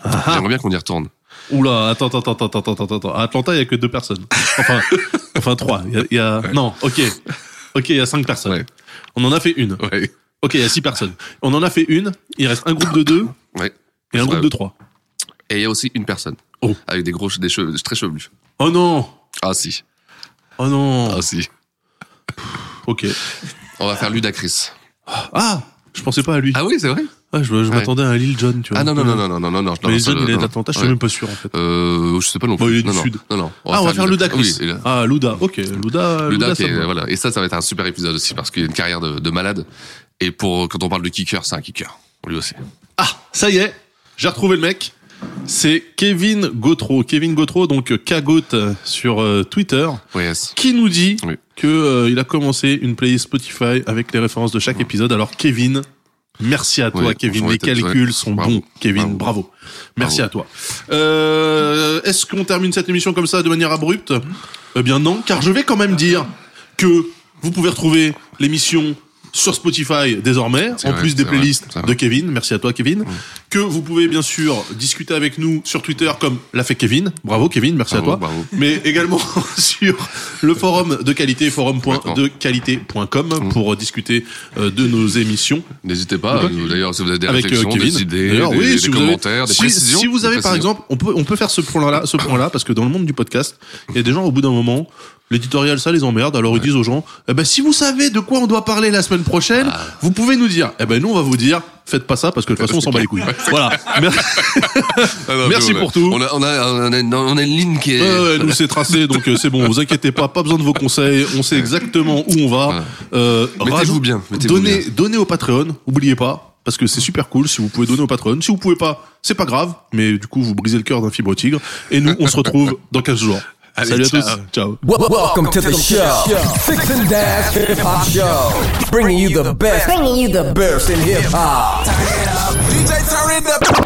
Speaker 4: Ah
Speaker 5: j'aimerais bien qu'on y retourne
Speaker 4: Oula, attends, attends, attends, attends, attends, attends, attends. À Atlanta, il y a que deux personnes. Enfin, enfin trois. Il y a, il y a- Non, ok. Ok, il y a cinq personnes.
Speaker 5: Ouais.
Speaker 4: On en a fait une.
Speaker 5: ouais
Speaker 4: Ok, il y a six personnes. On en a fait une. Il reste un groupe de deux
Speaker 5: ouais
Speaker 4: et un
Speaker 5: Ouais.
Speaker 4: groupe de trois.
Speaker 5: et il y a aussi une personne
Speaker 4: Oh.
Speaker 5: avec des gros che- des cheveux très chevelus
Speaker 4: Oh non
Speaker 5: ah si
Speaker 4: Oh non
Speaker 5: ah si
Speaker 4: Ok.
Speaker 5: on va faire Ludacris
Speaker 4: Ah Je pensais pas à lui.
Speaker 5: ah oui c'est vrai
Speaker 4: Ah, je je m'attendais à Lil John, tu vois.
Speaker 5: ah non non non non non non non non
Speaker 4: Mais
Speaker 5: non,
Speaker 4: Lil
Speaker 5: ça,
Speaker 4: John, il est
Speaker 5: non, non.
Speaker 4: d'Atlanta, je suis
Speaker 5: Ouais.
Speaker 4: même pas sûr en fait.
Speaker 5: Euh, je sais pas non plus.
Speaker 4: Bon, il est du
Speaker 5: non, non,
Speaker 4: sud.
Speaker 5: Non, non.
Speaker 4: ah, on va faire Luda Chris.
Speaker 5: Oui, et là-
Speaker 4: Ah, Luda, ok. Luda,
Speaker 5: Luda,
Speaker 4: Luda,
Speaker 5: qui
Speaker 4: ça
Speaker 5: est-
Speaker 4: me va.
Speaker 5: voilà. Et ça, ça va être un super épisode aussi parce qu'il y a une carrière de, de malade. Et pour quand on parle de kicker, c'est un kicker. Lui aussi.
Speaker 4: Ah, ça y est, j'ai retrouvé le mec. C'est Kevin Gautreau. Kevin Gautreau, donc euh, Kagot euh, sur euh, Twitter,
Speaker 5: Oui, yes.
Speaker 4: qui nous dit
Speaker 5: Oui.
Speaker 4: que euh, il a commencé une playlist Spotify avec les références de chaque épisode. Alors Kevin, merci à toi
Speaker 5: Oui,
Speaker 4: Kevin.
Speaker 5: franchement,
Speaker 4: Les
Speaker 5: t'es- ouais.
Speaker 4: calculs sont
Speaker 5: Bravo.
Speaker 4: bons, Kevin. Bravo.
Speaker 5: Bravo.
Speaker 4: Merci
Speaker 5: Bravo.
Speaker 4: à toi. Euh, Est-ce qu'on termine cette émission comme ça de manière abrupte Eh bien non, car je vais quand même dire que vous pouvez retrouver l'émission sur Spotify désormais,
Speaker 5: C'est
Speaker 4: en
Speaker 5: vrai,
Speaker 4: plus des
Speaker 5: c'est vrai,
Speaker 4: playlists
Speaker 5: c'est vrai.
Speaker 4: de Kevin. Merci à toi Kevin. que vous pouvez bien sûr discuter avec nous sur Twitter comme l'a fait Kevin. Bravo Kevin, merci
Speaker 5: Bravo,
Speaker 4: à toi.
Speaker 5: bravo.
Speaker 4: Mais également sur le forum de qualité,
Speaker 5: Mmh.
Speaker 4: forum.dequalité.com pour discuter euh, de nos émissions.
Speaker 5: N'hésitez pas,
Speaker 4: D'accord.
Speaker 5: euh, d'ailleurs, si vous avez des
Speaker 4: avec euh,
Speaker 5: réflexions,
Speaker 4: Kevin.
Speaker 5: des idées,
Speaker 4: D'ailleurs,
Speaker 5: des,
Speaker 4: oui,
Speaker 5: des
Speaker 4: si vous avez-
Speaker 5: commentaires, des
Speaker 4: si-
Speaker 5: précisions.
Speaker 4: Si vous
Speaker 5: des
Speaker 4: avez par
Speaker 5: précisions.
Speaker 4: exemple, on peut, on peut faire ce point-là, ce point-là, parce que dans le monde du podcast, il y a des gens au bout d'un moment. L'éditorial, ça les emmerde. Alors ils disent aux gens, eh ben, si vous savez de quoi on doit parler la semaine prochaine,
Speaker 5: Ah.
Speaker 4: vous pouvez nous dire. Eh ben nous, on va vous dire, faites pas ça parce que de toute façon, on s'en bat les couilles. voilà. Merci.
Speaker 5: Ah non,
Speaker 4: Merci
Speaker 5: mais
Speaker 4: pour tout.
Speaker 5: On a, on, a, on, a, une- on a une ligne qui est.
Speaker 4: Ouais, ouais, nous c'est tracé, donc euh, c'est bon. Vous inquiétez pas, pas besoin de vos conseils. On sait exactement où on va. Euh,
Speaker 5: Mettez-vous
Speaker 4: rajoute-
Speaker 5: bien, mettez-vous
Speaker 4: Donnez,
Speaker 5: bien.
Speaker 4: donnez au Patreon. Oubliez pas, parce que c'est super cool. Si vous pouvez donner au Patreon, si vous pouvez pas, c'est pas grave. Mais du coup, vous brisez le cœur d'un fibre tigre. Et nous, on se retrouve dans 15 jours.
Speaker 1: Allez,
Speaker 4: Salut à
Speaker 1: ciao.
Speaker 4: tous. Ciao.
Speaker 1: Wel- Welcome to the show. Six and Dash Hip Hop Show. Bringing you the best. Bringing you the best in hip hop.
Speaker 3: DJ, turn it up.